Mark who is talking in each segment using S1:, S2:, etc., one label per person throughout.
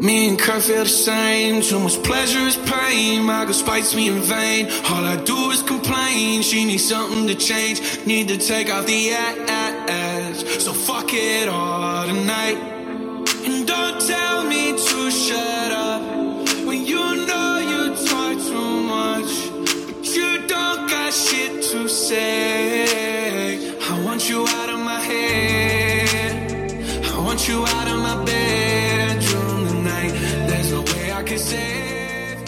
S1: Me and Kurt feel the same. Too much pleasure is pain. My girl spites me in vain. All I do is complain. She needs something to change. Need to take off the ass. So fuck it all tonight. And don't tell me to shut up when you know you talk too much, but you don't got shit to say. I want you out of my head. I want you out of my bedroom tonight. There's no way I can say.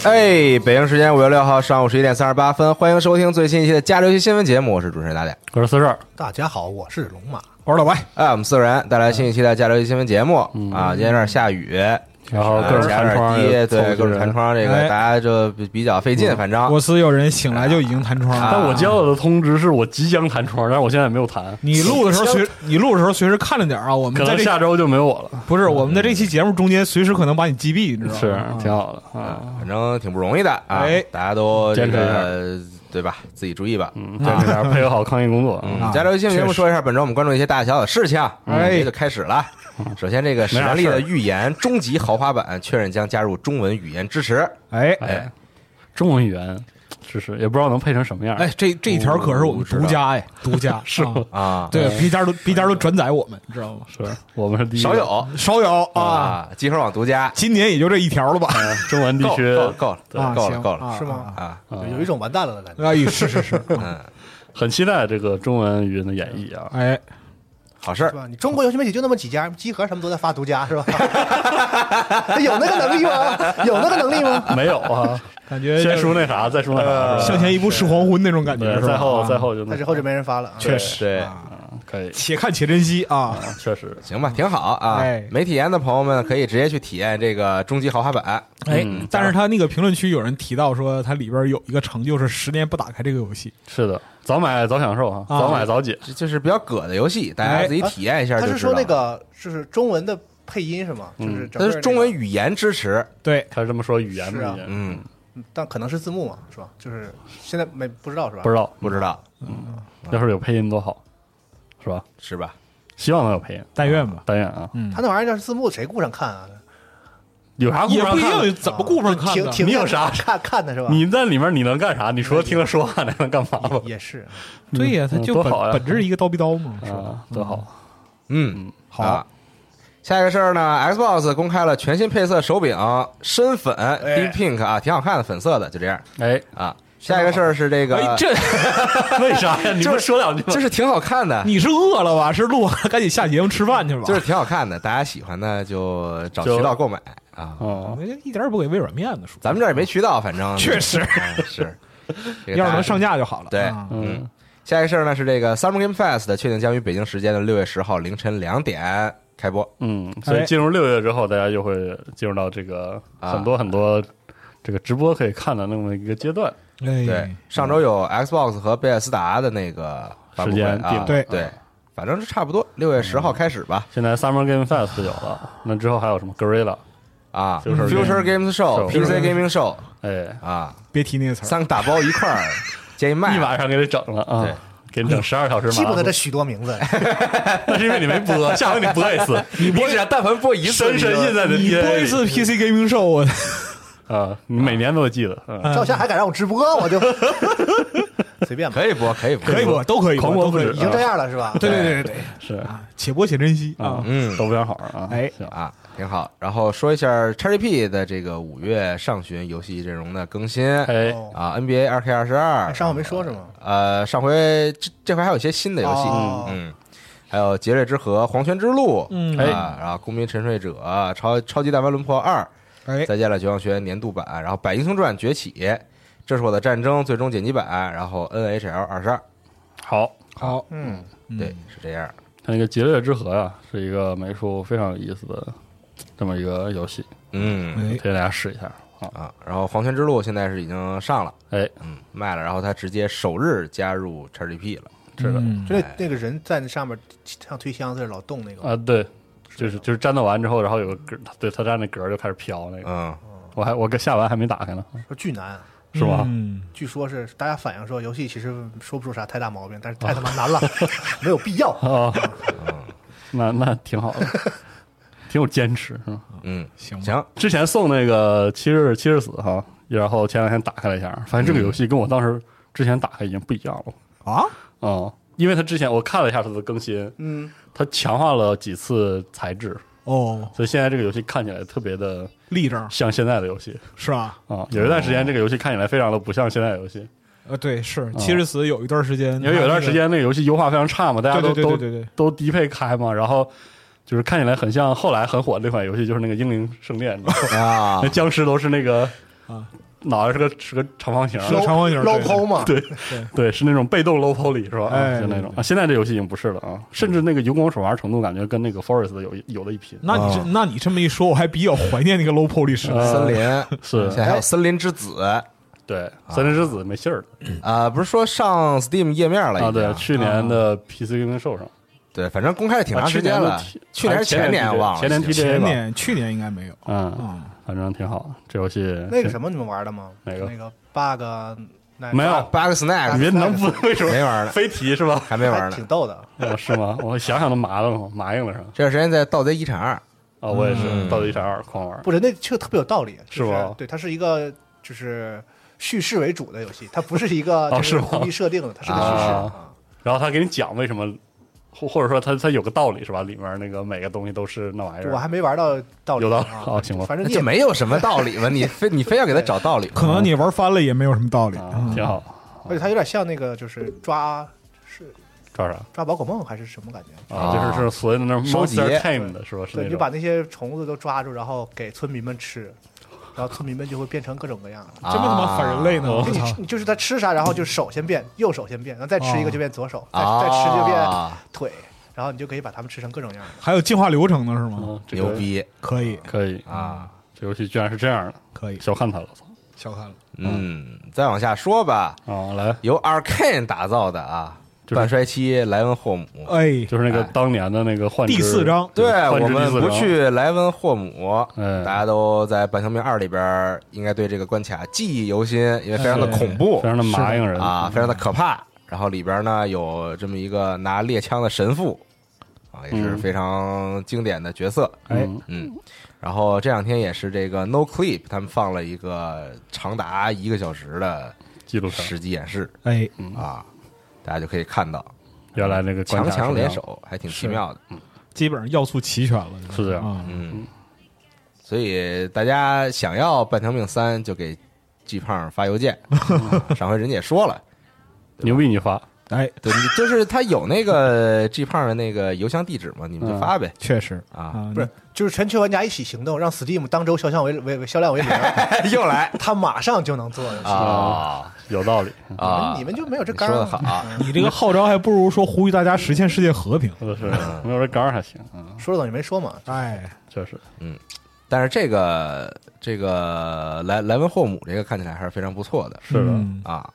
S2: 哎，北京时间五月六号上午十一点三十八分，欢迎收听最新一期的《加流行新闻节目》，我是主持人大脸。
S3: 我是四十二，
S4: 大家好，我是龙马。
S3: 我是老白，
S2: 哎，我们四个人带来新一期的《加流行新闻节目》啊，今天有点下雨，啊
S3: 然
S2: 哦
S3: 后各种
S2: 下有
S3: 弹窗，
S2: 哎点跌，对，
S3: 凑
S2: 各
S3: 几个
S2: 种
S3: 人
S2: 弹。窗，这个
S5: 哎
S2: 大家就比比较费劲，反正
S5: 我司有人醒来就已经弹窗了。
S3: 但我接到的通知是我即将弹窗，但是我现在没有弹，
S5: 你录的时候随你录的时候随时看着点儿啊，我
S3: 可
S5: 们在
S3: 能
S5: 这
S3: 下周就没有我了。
S5: 不是我们在这期节目中间随时可能把你击毙，你知道吗？
S3: 是
S5: 啊，
S3: 挺好的啊。
S2: 反正挺不容易的啊
S5: 哎，
S2: 大家都这
S3: 坚持一下
S2: 个对吧？自己注意吧。
S3: 嗯，在这边配合好抗疫工作。嗯
S2: 嗯，加流行新闻节目说一下本周我们关注的一些大大小小的事情，啊嗯
S5: 哎
S2: 这就开始了。首先，这个史丹利
S3: 没啥
S2: 的
S3: 事儿
S2: 预言终极豪华版确认将加入中文语言支持。
S5: 哎
S2: 哎
S3: 哎，中文语言知识也不知道能配成什么样。
S5: 哎，这这一条可是我们独家哎，独 家
S3: 是吗
S5: 啊
S2: 啊，
S5: 对，别家都别家都转载我们，知道吗？
S3: 是我们是第一
S2: 少
S3: 个
S2: 有
S5: 少有啊，
S2: 啊，集合网独家，
S5: 今年也就这一条了吧？
S3: 啊中文地
S2: 够
S3: 区
S2: 够够
S5: 啊
S2: 了，够了，
S5: 行
S2: 够了
S5: 啊
S4: 是吗
S2: 啊！
S4: 有一种完蛋了的感觉。
S5: 哎，是是 是，
S3: 很期待这个中文语言的演绎 啊。
S5: 哎，
S2: 好事儿
S4: 是，吧？你中国游戏媒体就那么几家，集合什么都在发独家，是吧？ 有那个能力吗？有那个能力吗？
S3: 没有啊，
S5: 感觉
S3: 先说那啥，再说那啥，是吧
S5: 向前一步是黄昏那种感觉，
S3: 对，
S5: 是吧
S3: 再后
S5: 啊
S3: 再后就呃那
S4: 但是后就没人发了啊。
S3: 确
S2: 实对，
S3: 可以，
S5: 且看且珍惜啊！
S3: 确实
S2: 行吧，挺好啊
S5: 哎。
S2: 没体验的朋友们可以直接去体验这个终极豪华版。
S5: 哎
S3: 嗯，
S5: 但是他那个评论区有人提到说，它里边有一个成就是十年不打开这个游戏，
S3: 是的，早买早享受啊，
S5: 啊
S3: 早买早解。
S2: 这就是比较葛的游戏，大家
S5: 哎
S2: 自己体验一下
S4: 他
S2: 就是知
S4: 说
S2: 道
S4: 那
S2: 了。
S4: 个就是中文的配音是吗？就是整个
S2: 它
S4: 那
S2: 是
S4: 个
S2: 中文，语言支持，
S5: 对，
S3: 他这么说语言不
S4: 是啊
S3: 语言，
S2: 嗯，
S4: 但可能是字幕嘛，是吧？就是现在没不知道是吧？
S3: 不知道，
S2: 不知道
S3: 要是有配音多好，是吧？
S2: 是吧？
S3: 希望能有配音，
S5: 但愿吧。
S3: 但愿啊，
S5: 嗯
S4: 他那玩意儿要是字幕，谁顾上看啊？
S3: 有啥故事
S5: 也
S3: 让
S5: 不一
S3: 看的
S5: 定怎么顾上看
S4: 挺
S5: 的。
S4: 挺
S3: 你有啥
S4: 看看的是吧？
S3: 你在里面你能干啥？你除了听他说话，你还能干嘛吧？
S4: 也是，
S5: 对呀，他
S3: 嗯
S5: 就
S3: 多
S5: 本
S3: 好呀
S5: 本质一个刀逼刀嘛，是吧？
S3: 啊，多好！
S2: 嗯，
S5: 好
S2: 啊下一个事儿呢，Xbox 公开了全新配色手柄，深粉 Deep Pink 啊，挺好看的，粉色的，就这样
S3: 哎，
S2: 啊。下一个事儿是这
S5: 哎
S2: 个，，
S5: 这
S3: 为啥呀？你不说两句吗？
S2: 就是挺好看的，
S5: 你是饿了吧？是录完了赶紧下节目吃饭去吧？
S2: 就是挺好看的，大家喜欢的就找
S3: 就
S2: 渠道购买啊。
S3: 哦，
S5: 那一点儿也不给微软面子，说
S2: 咱们这儿也没渠道，反正
S5: 确实
S2: 哎是。这个大
S5: 要是
S2: 家
S5: 能上架就好了。
S2: 对
S5: 啊
S3: 嗯，
S2: 下一个事儿呢是这个 Summer Game Fest 确定将于北京时间的六月十号凌晨两点开播。
S3: 嗯，所以进入六月之后，大家就会进入到这个
S2: 啊
S3: 很多很多这个直播可以看的那么一个阶段。
S5: 哎，
S2: 对，上周有 Xbox 和贝尔斯达的那个发布会
S3: 时间
S2: 啊，
S3: 定
S5: 对
S2: 对，反正是差不多，六月十号开始吧。
S3: 现在 Summer Game Fest 有了，那之后还有什么 Gorilla？
S2: 啊
S3: Future
S2: ，Future Games Show、
S3: Show
S2: PC Gaming Show
S3: 哎，
S2: 啊，
S5: 别提那个词儿，
S2: 三个打包一块儿建议卖
S3: 一晚上给你整了啊
S2: 哎对，
S3: 给你整十二小时麻辣
S4: 记
S3: 烫。
S4: 不得这许多名字，
S3: 那是因为你没 播，下回你播一次，你
S2: 我只要但凡播一次，
S3: 深深印在你的
S5: 你
S3: DNA
S5: 播
S3: 里
S5: 一次 PC Gaming Show，我
S3: 啊，你每年都记得，嗯
S4: 赵夏还敢让我直播，我就随便吧，
S2: 可以播，可以播，
S5: 可以播，都可以播，
S3: 狂播
S5: 都可以
S3: 不
S4: 已
S3: 止
S5: 播。
S4: 经这样了是吧？
S5: 对对对对对，
S3: 是啊，
S5: 且播且珍惜啊！
S2: 嗯
S3: 都非常好啊，
S5: 哎
S3: 行
S2: 啊，挺好。然后说一下 XGP 的这个五月上旬游戏阵容的更新
S3: 哎，
S4: 哦
S2: 啊，NBA 二 K 二十二
S4: 哎，上回没说是吗？
S2: 呃，上回这这回还有一些新的游戏，
S4: 哦
S2: 嗯，还有《劫掠之河》《黄泉之路》，
S5: 嗯
S2: 啊，然后《公民沉睡者》《超超级大湾轮廓二》，
S5: 哎，
S2: 再见了，绝望学院年度版，然后《百英雄传：崛起》，这是我的战争最终剪辑版，然后 NHL 二十二，
S3: 好，
S5: 好，
S4: 嗯，
S2: 对，是这样。
S3: 它那个《劫掠之河》呀，是一个美术非常有意思的这么一个游戏，
S2: 嗯
S5: 哎
S3: 推荐大家试一下啊，
S2: 啊，然后《黄泉之路》现在是已经上了，
S3: 哎，
S2: 嗯，卖了，然后它直接首日加入 XGP 了，
S3: 是的
S5: 嗯
S4: 就
S2: 哎
S4: 那那个人在那上面像推箱子似的老动那个，
S3: 啊，对。就是就是战斗完之后，然后有个格，对他站那格就开始飘那个，
S2: 嗯，
S3: 我还我跟下完还没打开呢，
S4: 说巨难。啊
S3: 是吧？
S5: 嗯
S4: 据说是大家反映说，游戏其实说不出啥太大毛病，但是太他妈 难了，没有必要。
S3: 啊，那那 挺好的，挺有坚持，是吧？
S2: 嗯，
S5: 行吧，
S2: 行，
S3: 之前送那个《七日七日死》哈，然后前两天打开了一下，发现这个游戏跟我当时之前打开已经不一样了
S5: 啊，
S3: 啊、嗯因为它之前我看了一下它的更新，嗯，它强化了几次材质，
S5: 哦，
S3: 所以现在这个游戏看起来特别的
S5: 立正
S3: 像现在的游戏
S5: 是吧？
S3: 啊、有一段时间这个游戏看起来非常的不像现在的游戏，
S5: 呃，对，是，其实死有一段时间，
S3: 因为有一段时间那个游戏优化非常差嘛，大家
S5: 对
S3: 都
S5: 对对对
S3: 都
S5: 对对，
S3: 都低配开嘛，然后就是看起来很像后来很火的那款游戏，就是那个《英灵圣殿》你知道吗。
S2: 啊
S3: 那，僵尸都是那个
S5: 啊，
S3: 脑袋是个是个长方形儿，
S5: 是个长方形，
S4: 捞
S5: 对
S4: 抛嘛，
S3: 对对，是那种被动 low poly 是吧？啊
S5: 哎
S3: 就那种
S5: 对对
S3: 啊，现在这游戏已经不是了啊，甚至那个游光手玩程度感觉跟那个 Forest 的有一有的一拼。
S5: 那你这那你这么一说，我还比较怀念那个 low poly 时代。
S3: 啊呃
S2: 森林
S3: 是
S2: 现在还有森林之子
S3: 对，森林之子没信儿了
S2: 啊，不是说上 Steam 页面了
S3: 啊！
S2: 已经
S3: 对，去年的 PC Gaming Show 上，
S2: 对，反正公开了挺
S3: 啊
S2: 长时
S3: 去年
S2: 间
S3: 的
S2: 了
S3: T- 还，
S2: 去年还是
S3: 前
S2: 前年
S3: 年
S2: 忘了，
S3: 前年
S2: 已经
S3: TGA
S5: 前
S3: 吧
S5: 年去年应该没有，
S3: 嗯，
S5: 嗯，
S3: 反正挺好，这游戏
S4: 那个什么你们玩的吗？
S3: 哪个
S4: 那个 bug 那
S3: 没有，
S2: 八个 snack
S3: 你们能不为什么
S2: 没玩呢
S3: 非提是吧？
S2: 啊还没玩
S4: 还
S2: 呢
S4: 挺。逗的。
S3: 啊是吗？我想想都麻了，麻硬了是吧？
S2: 这段时间在《盗贼一产二》，
S3: 啊，我也是
S2: 嗯
S3: 《盗贼闪二》狂玩，
S4: 不是，那这个特别有道理，就是
S3: 吗
S4: 对，它是一个就是叙事为主的游戏，它不是一个
S3: 哦
S4: 就是
S3: 吗
S4: 故意设定的，它是个叙事
S3: 啊
S4: 啊。
S3: 然后他给你讲为什么，或或者说他他有个道理是吧？里面那个每个东西都是那玩意
S4: 啊我
S3: 儿，
S4: 还没玩到道理，
S3: 有道理
S4: 啊
S3: 哦行吧
S4: 反正你
S2: 这
S4: 也
S2: 没有什么道理吧？你非你非要给他找道理，
S5: 可能你玩翻了也没有什么道理。嗯
S3: 啊，挺好，
S4: 而且它有点像那个就是抓是
S3: 抓啥？
S4: 抓宝可梦还是什么感觉？
S3: 啊，就是是所谓的那种
S2: 收集
S3: monster tame 的是吧？是那
S4: 对，你就把
S3: 种
S4: 那些虫子都抓住，然后给村民们吃，然后村民们就会变成各种各样的。
S2: 啊
S5: 这么他妈反人类
S3: 啊
S5: 呢！我
S4: 就你
S5: 操
S4: 吃，你就是它吃啥，然后就手先变，右手先变，然后再吃一个就变左手，再
S2: 哦啊！嗯
S4: 再吃就变腿，然后你就可以把它们吃成各种样的。
S5: 还有进化流程呢，是吗？
S3: 嗯，这个
S2: 牛，逼
S5: 可以，
S3: 可以，
S2: 啊！
S3: 这游戏居然是这样的，
S5: 可以，
S3: 小看他了，操
S5: 小看了。
S2: 嗯，再往下说吧，
S3: 啊！来，
S2: 由 Arkane 打造的啊，
S3: 就是呃
S2: 半衰期莱恩霍姆。
S5: 哎，
S3: 就是那个
S2: 哎
S3: 当年的那个幻之
S5: 第四章
S2: 对
S3: 幻之
S2: 我
S3: 第
S2: 们
S3: 四章
S2: 不去莱温霍姆，
S3: 啊嗯
S2: 大家都在《半条命二》里边，应该对这个关卡记忆犹新，因为非常的
S5: 是
S2: 恐怖
S3: 非常的嗯麻硬人
S2: 啊，非常的可怕。然后里边呢有这么一个拿猎枪的神父啊，也是
S3: 嗯
S2: 非常经典的角色。
S3: 嗯
S2: 嗯，然后这两天也是这个 No Clip 他们放了一个长达一个小时的
S3: 纪录片
S2: 实际演示
S5: 哎，
S2: 啊，大家就可以看到
S3: 原来那个关
S2: 强
S3: 卡
S2: 强联
S3: 是这样
S2: 手，还挺奇妙的。
S5: 基本上要素齐全了，
S3: 是这样
S5: 啊。
S2: 嗯，所以大家想要《半条命三》，就给季胖发邮件。上回人家也说了，
S3: 牛逼，你发
S5: 哎，
S2: 对，你就是他有那个 G 胖的那个邮箱地址嘛，你们就发呗。
S5: 确实
S2: 啊，
S4: 不是，就是全球玩家一起行动，让 Steam 当周销量为为为销量为 零，
S2: 又来
S4: 他马上就能做的事情。
S2: 啊
S3: 有道理，
S2: 啊！
S4: 你们就没有这
S2: 你说
S4: 杆
S2: 的
S4: 儿
S2: 好
S4: 吗？
S2: 啊，
S5: 你这个号召还不如说呼吁大家实现世界和平。
S3: 真的是没有这杆儿还行啊，
S4: 嗯说了等于没说嘛。
S5: 哎，
S3: 确实
S2: 但是这个这个莱莱文霍姆这个看起来还是非常不错的
S3: 是的，
S5: 嗯
S2: 啊，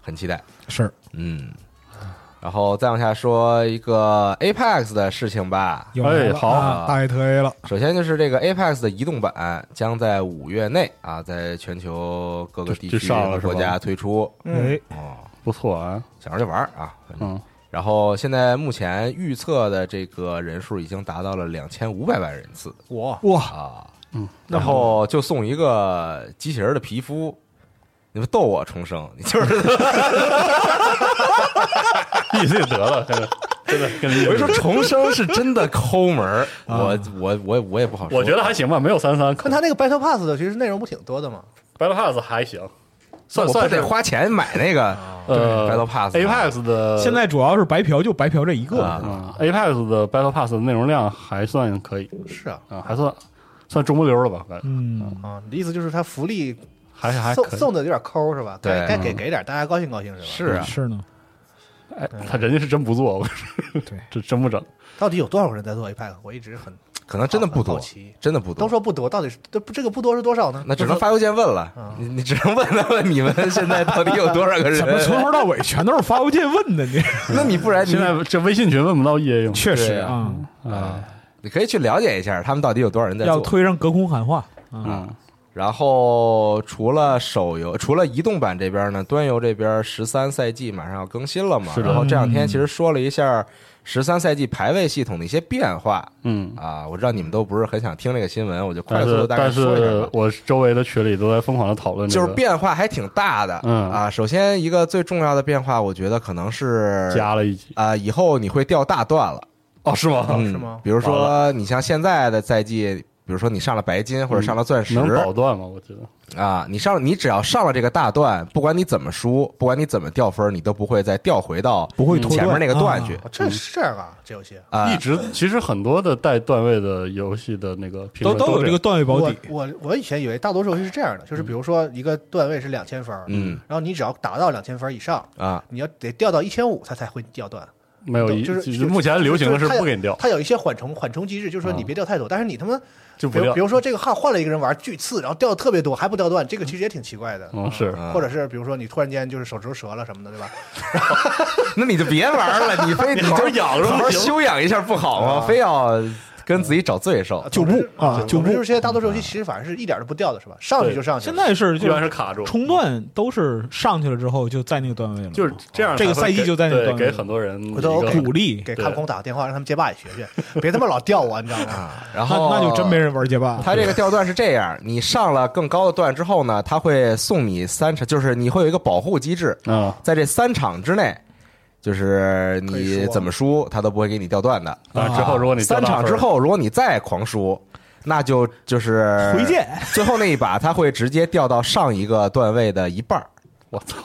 S2: 很期待。
S5: 是
S2: 嗯，然后再往下说一个 Apex 的事情吧。
S5: 有来了
S3: 哎好
S5: 啊大 A 特 A 了，
S2: 首先就是这个 Apex 的移动版将在五月内啊，在全球各个
S3: 就
S2: 地
S3: 就
S2: 区
S3: 上了
S2: 和
S3: 是
S2: 国
S3: 吧
S2: 家推出
S5: 哎，
S2: 哦，
S3: 不错啊，
S2: 想玩就玩儿啊，反正
S3: 嗯，
S2: 然后现在目前预测的这个人数已经达到了两千五百万人次
S4: 我
S5: 哇，
S2: 啊，
S3: 嗯，
S2: 然后就送一个机器人的皮肤，你们逗我重生， 你就是
S3: 意思得了，真的真的跟你
S2: 我就说重生是真的抠门儿，我我我我也不好说，
S3: 我觉得还行吧，没有三三，
S4: 看他那个 Battle Pass 的，其实内容不挺多的嘛。
S3: Battle Pass 还行，算
S2: 我不
S3: 算是
S2: 得花钱买那个
S3: 呃
S2: Battle Pass 吗
S3: Apex 的
S5: 现在主要是白嫖就白嫖这一个，
S2: 啊
S3: 嗯 Apex 的 Battle Pass 的内容量还算可以
S4: 是啊，
S3: 啊，还算算中不溜了吧，感觉
S5: 嗯，
S4: 啊，你的意思就是他福利
S3: 还还
S4: 送
S3: 可以。
S4: 送的有点抠是吧？
S2: 对
S4: 该该给给点，大家高兴高兴是吧？嗯
S2: 是啊，
S5: 是呢，
S3: 哎，他人家是真不做，我说
S5: 对，
S3: 这真不整。
S4: 到底有多少个人在做 Apex？我一直很
S2: 可能真的不
S4: 好
S2: 多
S4: 奇，
S2: 真的不多，
S4: 都说不多，到底是这不这个不多是多少呢？
S2: 那只能发邮件问
S3: 啊
S2: 了，你你只能问他问你们现在到底有多少个人
S3: 哎
S5: 怎么？从头到尾全都是发邮件问的你？
S2: 那你不然你
S3: 现在这微信群问不到 EA 用，
S5: 确实
S2: 对啊
S5: 啊，
S2: 你可以去了解一下他们到底有多少人在
S5: 要
S2: 做。
S5: 推上隔空喊话，
S3: 嗯，
S2: 然后除了手游，除了移动版这边呢，端游这边十三赛季马上要更新了嘛。
S3: 是的嗯
S2: 然后这两天其实说了一下十三赛季排位系统的一些变化
S3: 嗯，
S2: 啊，我知道你们都不是很想听这个新闻，我就快
S3: 但
S2: 速
S3: 是
S2: 的大概
S3: 但
S2: 说一下
S3: 是
S2: 吧。
S3: 我周围的群里都在疯狂的讨论这
S2: 就
S3: 个，
S2: 是变化还挺大的，
S3: 嗯
S2: 啊，首先一个最重要的变化，我觉得可能是
S3: 加了一级
S2: 啊、以后你会掉大段了，
S3: 哦，是吗？
S2: 嗯
S4: 啊是吗
S2: 比如
S3: 完
S2: 说你像现在的赛季，比如说你上了白金或者上了钻石，
S3: 能保段吗？我觉得
S2: 啊，你上你只要上了这个大段，不管你怎么输，不管你怎么掉分，你都不会再掉回到
S5: 不会拖
S2: 前面那个段
S5: 啊
S2: 去
S4: 哦这
S3: 嗯
S4: 是这样啊，这游戏。
S2: 啊
S3: 一。直其实很多的带段位的游戏的那个评
S5: 都
S3: 论
S5: 都有这个段位保
S4: 我
S5: 底，
S4: 我我以前以为大多数游戏是这样的，
S3: 嗯
S4: 就是比如说一个段位是两千分，
S2: 嗯，
S4: 然后你只要达到两千分以上，
S2: 啊，
S4: 你要得掉到一千五，它才会掉段。
S3: 没有一，
S4: 就是
S3: 就目前流行的是不给你掉，嗯
S4: 它有一些缓冲缓冲机制，就是说你别掉太多，但是你他妈
S3: 就
S4: 比
S3: 不
S4: 如
S3: 掉
S4: 比。如说这个号换了一个人玩巨次，然后掉的特别多还不掉段，这个其实也挺奇怪的。
S3: 嗯，是
S2: 啊
S4: 或者是比如说你突然间就是手指头折了什么的，对吧？
S2: 那你就别玩了，你非你
S3: 好好
S2: 就
S3: 养着
S2: 好好
S3: 不行
S2: 休养一下不好啊吗？ 非要跟自己找罪受
S5: 就不啊，就
S4: 总
S5: 不
S4: 之，就是现在大多数游戏其实反而是一点都不掉的，是吧？上去就上去了。
S5: 现在是
S3: 一
S5: 就
S3: 般是卡住，
S5: 冲段都是上去了之后就在那个段位了，
S3: 就是这样才
S5: 这
S3: 会给。
S5: 个赛季就在那
S3: 对
S5: 段位
S3: 给很多人一
S4: 回头
S3: 个
S5: 鼓励。
S4: 给
S3: 对
S4: 看空打个电话，让他们街霸也学 学，别他妈老掉我，你知道吗？
S2: 啊。然
S5: 那
S2: 后
S5: 那就真没。人玩街霸了。
S2: 他这个掉段是这样，你上了更高的段之后呢，他会送你三场，就是你会有一个保护机制，
S3: 啊
S2: 在这三场之内，就是
S4: 可
S2: 你
S4: 以输啊
S2: 怎么输，他都不会给你掉段的。
S3: 啊！之后如果你掉
S2: 三
S3: 大
S2: 场
S3: 分
S2: 之后，如果你再狂输，那就就是
S5: 回见。
S2: 最后那一把，他会直接掉到上一个段位的一半儿
S3: 我操，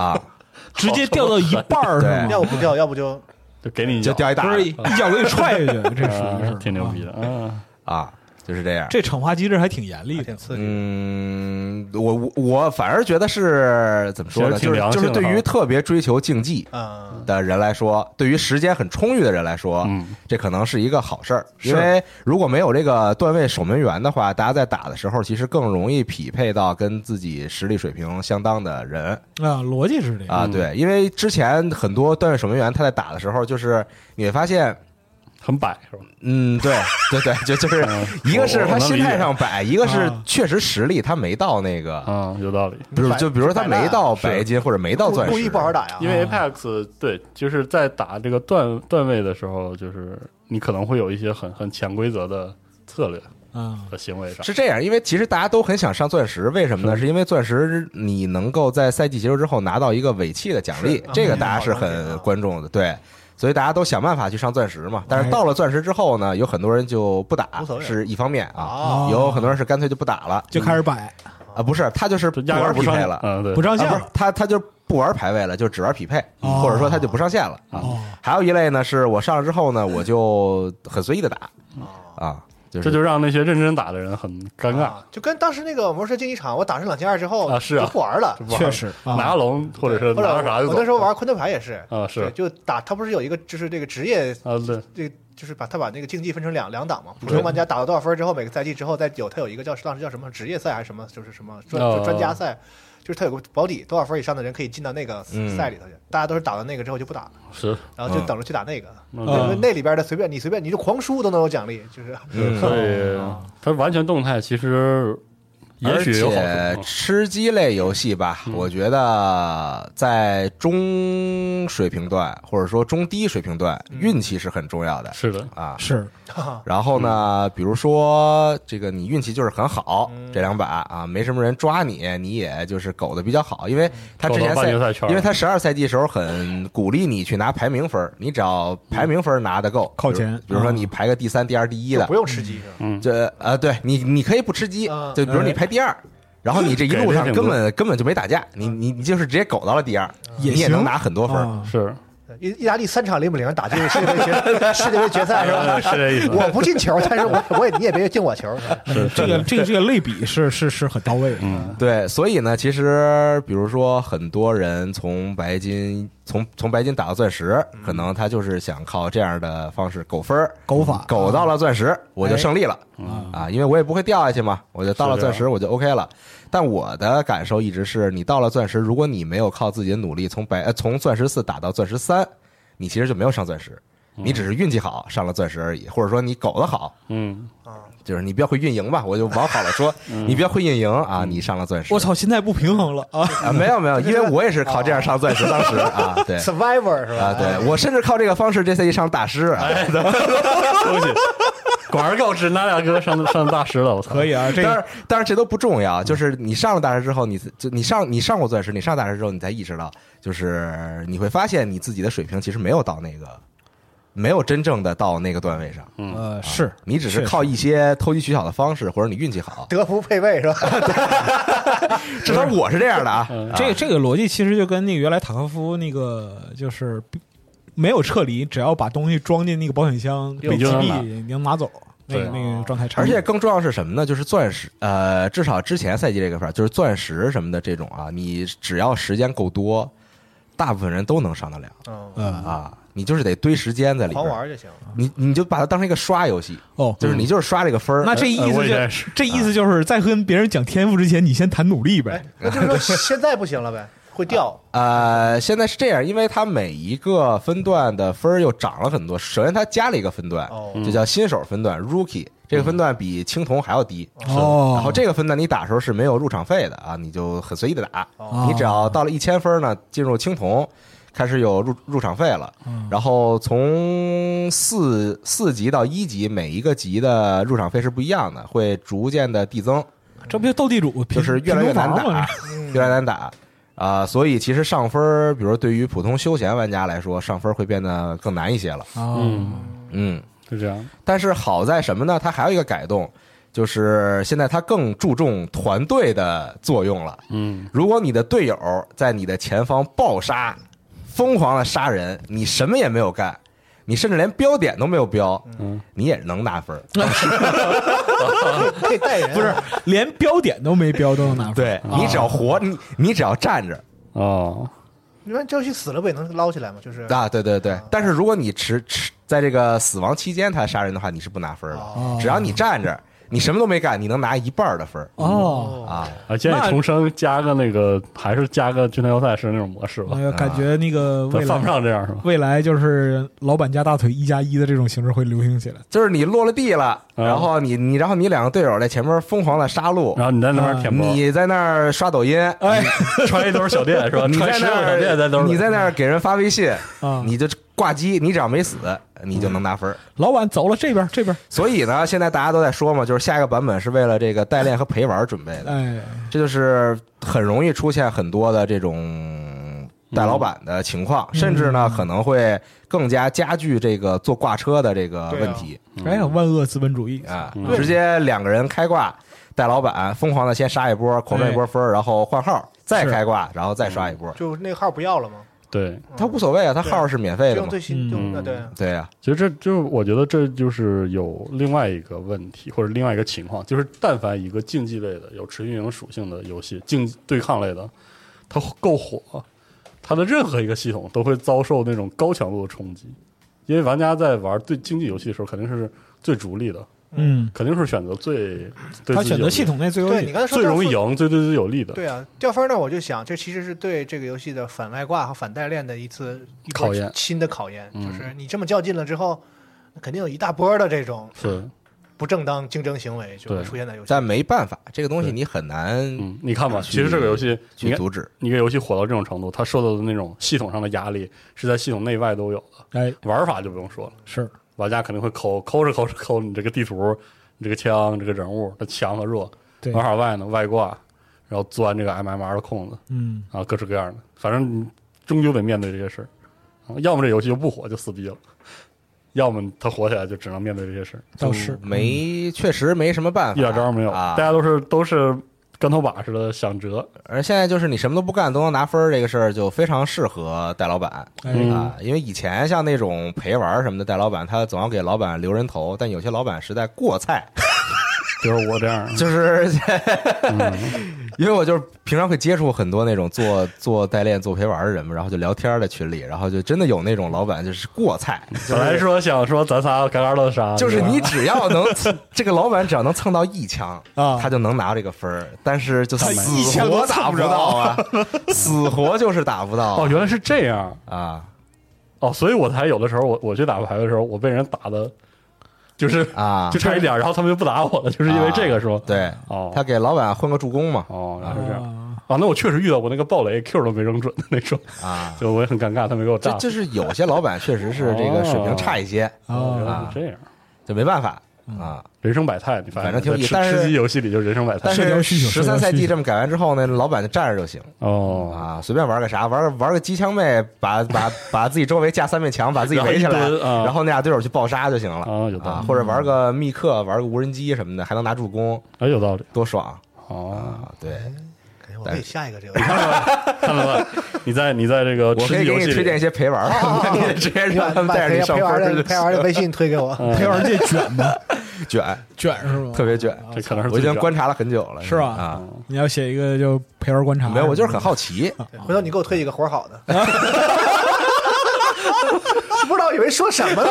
S2: 啊，
S5: 直接掉到一半儿
S2: 对
S5: 是
S4: 要
S5: 吗？
S4: 不不掉，要不就
S3: 就给你一
S2: 就掉
S3: 脚
S2: 一大
S5: 就是一脚给你踹下去，这属 于是
S3: 啊挺牛逼。的，嗯，
S2: 啊，就是这样。
S5: 这惩罚机制还挺严厉
S4: 还
S5: 的
S4: 挺，刺激。
S2: 嗯，我我我反而觉得是怎么说呢？
S3: 其
S2: 就是
S3: 实挺良
S2: 就
S3: 性
S2: 是
S3: 的
S2: 对于特别追求竞技
S4: 嗯，
S2: 的人来说，对于时间很充裕的人来说，
S3: 嗯
S2: 这可能是一个好事儿，因为如果没有这个段位守门员的话，大家在打的时候其实更容易匹配到跟自己实力水平相当的人。
S5: 啊，逻辑是这样。
S2: 啊，
S3: 嗯
S2: 对，因为之前很多段位守门员他在打的时候，就是你会发现，
S3: 很摆是吧？
S2: 嗯，对，对对，就 就是
S3: 嗯
S2: 一个是
S3: 我
S2: 他
S3: 我能
S2: 心
S3: 理
S2: 态
S3: 解
S2: 上摆，一个是
S5: 啊
S2: 确实实力他没到那个，
S3: 啊，有道理。
S2: 比如
S4: 摆
S2: 就比如说他
S4: 摆烂
S2: 没到白金或者没到
S4: 故
S2: 钻
S4: 故
S2: 石
S4: 意，不好好打呀
S3: 因。为 Apex 对，就是在打这个段段位的时候，就是你可能会有一些很很潜规则的策略，
S5: 嗯，
S3: 的行为上。
S2: 是这样，因为其实大家都很想上钻石，为什么呢？是因为钻石你能够在赛季结束之后拿到一个尾气的奖励
S4: 是，
S2: 这个
S4: 嗯
S2: 大家是很关注的，对。所以大家都想办法去上钻石嘛，但是到了钻石之后呢，有很多人就不打
S4: 无所，谓
S2: 是一方面啊
S4: 哦，
S2: 有很多人是干脆就不打了，
S5: 就开始摆，
S2: 啊，不是他就是不
S3: 就压根儿
S2: 玩
S3: 不
S2: 匹
S3: 上
S2: 配了，
S3: 嗯，对，
S5: 不上
S2: 啊
S5: 线
S2: 不是
S5: 了。
S2: 他他就不玩排位了，就只玩匹配，
S5: 哦
S2: 或者说他就不上线了。啊
S5: 哦，
S2: 还有一类呢，是我上了之后呢，我就很随意的打，啊，就是
S3: 这就让那些认真打的人很尴尬。
S4: 啊就跟当时那个魔兽竞技场，我打上两千二之后
S3: 啊是啊
S4: 就不玩 了，
S3: 不玩
S5: 确实啊
S3: 拿龙或者是
S4: 或
S3: 拿啥
S4: 者
S3: 就
S4: 我
S3: 走
S4: 那时候玩昆特牌也是
S3: 啊是
S4: 对就打他不是有一个就是这个职业
S3: 啊，对，
S4: 这个就是把他把那个竞技分成两两档嘛，普通玩家打到多少分之后，每个赛季之后再有他有一个叫当时叫什么职业赛还是什么，就是什么专、
S3: 哦
S4: 专家赛，就是他有个保底，多少分以上的人可以进到那个
S2: 嗯
S4: 赛里头去。大家都是打到那个之后就不打了，
S3: 是，
S4: 然后就等着去打那个。
S3: 嗯
S4: 那
S5: 嗯
S4: 那里边的随便你随便你就狂输都能有奖励，就是
S3: 对所以
S5: 啊
S3: 它完全动态其实也许有好
S2: 而且
S3: 处。嗯
S2: 吃鸡类游戏吧，我觉得在中水平段或者说中低水平段，运气是很重要的
S3: 嗯是嗯的，
S2: 啊。
S5: 是
S2: 然后呢，比如说这个你运气就是很好，
S3: 嗯
S2: 这两把啊，没什么人抓你，你也就是苟的比较好，因为他之前
S3: 嗯搞到半
S2: 赛
S3: 决赛圈，儿
S2: 因为他十二赛季时候很鼓励你去拿排名分儿，你只要
S3: 嗯
S2: 排名分儿拿的够，
S5: 靠
S2: 比如
S5: 前
S2: 比如说
S5: 嗯
S2: 你排个第三、第二、第一
S4: 就
S2: 的
S4: 不，用吃鸡是吧？
S3: 嗯
S2: 这呃，对你，你可以不吃鸡，
S4: 嗯
S2: 就比如你排第二，然后你这一路上
S3: 给人家挺多
S2: 根本根本就没打架，你你你就是直接苟到了第二，
S5: 也
S2: 你也
S5: 行
S2: 能拿很多分儿。
S5: 啊
S3: 是
S4: 意意大利三场零比零打进世界杯 决世界杯决赛是吧？
S3: 嗯呃是这意思
S4: 我不进球，但是我我也你也别进我球。 是吧
S5: 嗯这个这个这个类比是是是很到位的，
S3: 嗯
S2: 对，所以呢，其实比如说很多人从白金从从白金打到钻石，可能他就是想靠这样的方式苟分儿，
S5: 嗯狗法哎嗯
S2: 苟到了钻石，我就胜利了啊，因为我也不会掉下去嘛，我就到了钻
S3: 是
S2: 石我就 OK 了。但我的感受一直是你到了钻石，如果你没有靠自己的努力从白呃从钻石四打到钻石三，你其实就没有上钻石，
S5: 嗯
S2: 你只是运气好上了钻石而已，或者说你苟得好。
S3: 嗯，
S2: 就是你比较会运营吧，我就往好了说，
S5: 嗯
S2: 你比较会运营啊，你上了钻石。
S5: 我操，心态不平衡了啊！
S2: 啊，没有没有，因为我也是靠这样上钻石，当时 啊，对
S4: Survivor 是吧？
S2: 啊，对我甚至靠这个方式这赛季上大师啊，
S5: 哎
S3: 恭喜，广而告之，那俩哥上上大师了，我操，
S5: 可以啊，这
S2: 但是但是这都不重要，就是你上了大师之后，你就你上你上过钻石，你上大师之后，你才意识到，就是你会发现你自己的水平其实没有到那个，没有真正的到那个段位上，
S5: 呃是
S2: 你只是
S5: 确实
S2: 靠一些投机取巧的方式，或者你运气 好，
S4: 德扑配位是吧？
S2: 至少我是这样的啊，
S5: 这个这个逻辑其实就跟那个原来塔科夫那个就是没有撤离，只要把东西装进那个保险箱被
S3: 你
S5: 击
S3: 就能拿
S5: 毙，你能拿走，那个
S3: 对
S5: 那个状态差
S2: 而
S5: 不多。
S2: 且更重要的是什么呢？就是钻石，呃，至少之前赛季这个份儿，就是钻石什么的这种啊，你只要时间够多，大部分人都能上得了
S4: 嗯，
S5: 嗯
S2: 啊。你就是得堆时间在里边
S4: 狂
S2: 儿，
S4: 玩就行。
S2: 你你就把它当成一个刷游戏，
S5: 哦，
S2: 就是你就是刷这个分儿。
S5: 那这意
S3: 呃我
S5: 思
S3: 以前
S5: 就这意思就是在跟别人讲天赋之前，你先谈努力呗
S4: 哎。，那就是说现在不行了呗，会掉。
S2: 呃，现在是这样，因为它每一个分段的分儿又涨了很多。首先，它加了一个分段
S4: 哦，
S2: 就叫新手分段 （Rookie）。这个分段比青铜还要低，
S5: 哦
S2: 然后这个分段你打的时候是没有入场费的啊，你就很随意的打。
S5: 哦
S2: 你只要到了一千分呢，进入青铜，开始有入入场费了。然后从四四级到一级，每一个级的入场费是不一样的，会逐渐的递增。
S5: 这不就斗地主，
S2: 就是越来越难打， 越来越难打啊、所以其实上分儿，比如对于普通休闲玩家来说，上分儿会变得更难一些了。
S5: 啊！
S3: 嗯，
S2: 嗯，
S3: 就这样，
S2: 但是好在什么呢？它还有一个改动，就是现在它更注重团队的作用了。
S3: 嗯，
S2: 如果你的队友在你的前方暴杀，疯狂的杀人，你什么也没有干，你甚至连标点都没有标，嗯，你也能拿 分儿。
S4: 可以带人，不是
S5: 连标点都没标都能拿分。
S2: 对你只要活，你你只要站着，
S3: 哦，
S4: 你说这游戏死了不也能捞起来吗？就是
S2: 啊，对对对，但是如果你持持在这个死亡期间他杀人的话，你是不拿分儿的。只要你站着，你什么都没干，你能拿一半儿的分儿
S5: 哦，
S2: 啊。
S3: 啊，建
S5: 那
S3: 议重生加个那个，还是加个军团要塞式那种模式吧
S5: 哎，呀，感觉那个
S3: 咱
S5: 未
S3: 嗯犯不
S5: 来
S3: 上这样是吧？
S5: 未来就是老板加大腿一加一的这种形式会流行起来。
S2: 就是你落了地了，
S3: 嗯
S2: 然后你你然后你两个队友在前面疯狂的杀戮
S3: 然，后你啊在那边舔包，
S2: 你在那儿刷抖音，
S5: 哎，
S3: 穿一兜小店是吧？
S2: 你
S3: 穿
S2: 在
S3: 十
S2: 那
S3: 个小店在兜
S2: 儿
S3: 里，
S2: 你在那儿给人发微信
S5: 啊，
S2: 你就挂机，你只要没死，你就能拿分儿。
S5: 老板走了，这边这边，
S2: 所以呢，现在大家都在说嘛，就是下一个版本是为了这个代练和陪玩准备
S3: 嗯
S2: 的，
S5: 哎，
S2: 这就是很容易出现很多的这种带老板的情况，
S3: 嗯
S2: 甚至呢可能会更加加剧这个做挂车的这个
S3: 啊
S2: 问题
S5: 哎呀，万恶资本主义！
S2: 啊
S3: 嗯，
S2: 直接两个人开挂。带老板疯狂的先杀一波，狂赚一波分儿，然后换号，再开挂，然后再刷一波，
S4: 就那个号不要了吗？
S3: 对，
S2: 他无所谓啊，他号是免费
S4: 就
S2: 的
S4: 用
S2: 嘛，
S4: 最新，就那对啊，
S2: 对呀，
S3: 其实这就是我觉得这就是有另外一个问题，或者另外一个情况，就是但凡一个竞技类的有持续运营属性的游戏，竞对抗类的，它够火，它的任何一个系统都会遭受那种高强度的冲击，因为玩家在玩对竞技游戏的时候，肯定是最逐利的，
S5: 嗯，
S3: 肯定是选择最对
S5: 他
S3: 自己
S5: 选
S3: 有
S5: 择
S3: 利
S5: 系统内最优
S4: 对你
S5: 解。
S4: 刚才说
S3: 最容易
S4: 掉分
S3: 赢、最对自己有利的。
S4: 对啊，掉分呢，我就想，这其实是对这个游戏的反外挂和反代练的一次一波
S3: 考验
S4: 新的考验。
S3: 嗯
S4: 就是你这么较劲了之后，肯定有一大波的这种
S3: 是，
S4: 不正当竞争行为就会
S3: 对
S4: 出现在游戏。
S2: 但没办法，这个东西
S3: 对
S2: 你很难
S3: 嗯，你看吧，
S2: 去
S3: 其实这个游戏，
S2: 去
S3: 你看
S2: 阻止。
S3: 一个游戏火到这种程度，它受到的那种系统上的压力是在系统内外都有的，
S5: 哎，
S3: 玩法就不用说了，
S5: 是
S3: 玩家肯定会抠抠着抠着抠你这个地图、你这个枪、这个人物的强和弱，
S5: 对，
S3: 玩法外呢外挂，然后钻这个 MMR 的空子
S5: 嗯，
S3: 啊，各式各样的，反正你终究得面对这些事儿、啊要么这游戏就不火就撕逼了，要么它火起来就只能面对这些事儿，
S5: 倒是
S2: 嗯没，确实没什么办法，
S3: 一点招儿没有，
S2: 啊
S3: 大。家都是都是跟头把似的想辙，
S2: 而现在就是你什么都不干都能拿分儿，这个事儿就非常适合戴老板、
S3: 嗯
S5: 哎，
S2: 啊，因为以前像那种陪玩什么的，戴老板他总要给老板留人头，但有些老板实在过菜，
S3: 就是我这样，
S2: 就是 因为我就是平常会接触很多那种做做代练、做陪玩的人嘛，然后就聊天儿的群里，然后就真的有那种老板就是过菜，
S3: 本来说想说咱仨嘎嘎乐杀，
S2: 就是
S3: 啊吧
S2: 你只要能这个老板只要能蹭到一枪
S5: 啊
S2: 他就能拿这个分儿，但是就死
S5: 一枪都
S2: 活
S5: 蹭
S2: 打
S5: 不
S2: 不
S5: 着
S2: 到啊，死活就是打不到
S3: 哦，原来是这样
S2: 啊
S3: 哦，所以我才有的时候我我去打牌的时候，我被人打的，就是
S2: 啊
S3: 就，差一点，然后他们就不打我了，就是因为这个是吧？
S2: 对，
S3: 哦，
S2: 他给老板混个助攻嘛
S3: 哦，然后是这样
S5: 啊，
S3: 啊，那我确实遇到过那个暴雷 Q 都没扔准的那种，
S2: 啊，
S3: 就我也很尴尬，他没给我
S2: 这
S3: 炸。
S2: 就是有些老板确实是这个水平差一些，
S3: 哦原
S5: 啊，
S3: 来是这样，
S2: 就没办法啊。
S3: 人生百态，你发现
S2: 反正挺有意
S3: 在
S2: 思但
S3: 吃
S2: 是
S3: 吃鸡游戏里就是人生百态
S2: 但
S5: 社交
S2: 是
S5: 需求
S2: 十
S5: 社交
S2: 三赛
S5: 需
S2: 季
S5: 求
S2: 这么改完之后呢，老板就站着就行
S3: 哦，
S2: 啊，随便玩个啥，玩个玩个机枪妹，把把把自己周围架三面墙，把自己围起来
S3: 然后一，蹲啊
S2: 然后那俩队友去爆杀就行了
S3: 啊有道理
S2: 啊，或者玩个密克，玩个无人机什么的，还能拿助攻，
S3: 哎，有道理
S2: 多爽
S3: 哦。
S2: 啊！对，
S4: 哎我可以下一个这个，
S3: 看到吧？你在你在这个
S2: 我
S3: 吃
S2: 可
S3: 鸡
S2: 以
S3: 游
S2: 给
S3: 戏
S2: 你推荐一
S3: 里，
S2: 些陪 玩儿，你直接
S4: 你把
S2: 让他
S4: 把
S2: 们带着
S4: 陪
S2: 你上
S4: 陪
S2: 分
S4: 玩
S2: 儿就
S4: 的陪玩的微信推给我，
S5: 陪玩界卷的
S2: 卷，
S5: 卷是吗？
S2: 特别卷。
S3: 这可能是
S2: 我已
S3: 最
S2: 经
S3: 卷
S2: 观察了很久了，
S5: 是吧
S2: 啊，
S5: 你要写一个就陪玩观察，
S2: 没有，我就是很好奇，
S4: 回头你给我推几个活好的。 不知道以为说什么呢？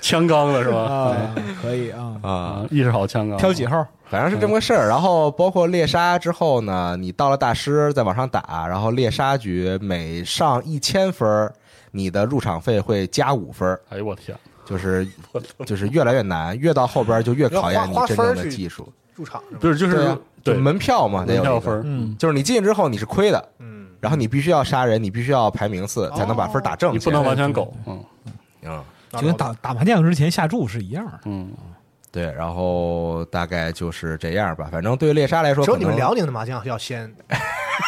S3: 枪刚了是吧？
S5: 啊，可以啊，
S3: 啊，意识好枪刚，
S5: 挑几号？
S2: 反正是这么个事儿。然后包括猎杀之后呢，你到了大师再往上打，然后猎杀局每上一千分儿，你的入场费会加五分儿，
S3: 哎呦我天！
S2: 就是就是越来越难，越到后边儿就越考验你真正的技术。
S4: 入场是吗？
S3: 不是，就是
S2: 对啊，就
S3: 对
S2: 门票嘛，得有一
S3: 门票
S2: 个
S3: 分儿，
S5: 嗯，
S2: 就是你进去之后你是亏的，
S4: 嗯，
S2: 然后你必须要杀人，你必须要排名次才能把分儿打正
S3: 你
S2: 起
S3: 不
S2: 来。
S3: 能完全苟，嗯
S2: 嗯，
S5: 就跟打打麻将之前下注是一样的。
S3: 嗯，
S2: 对，然后大概就是这样吧。反正对猎杀来说，
S4: 只有你
S2: 可
S4: 们
S2: 能
S4: 辽宁的麻将要先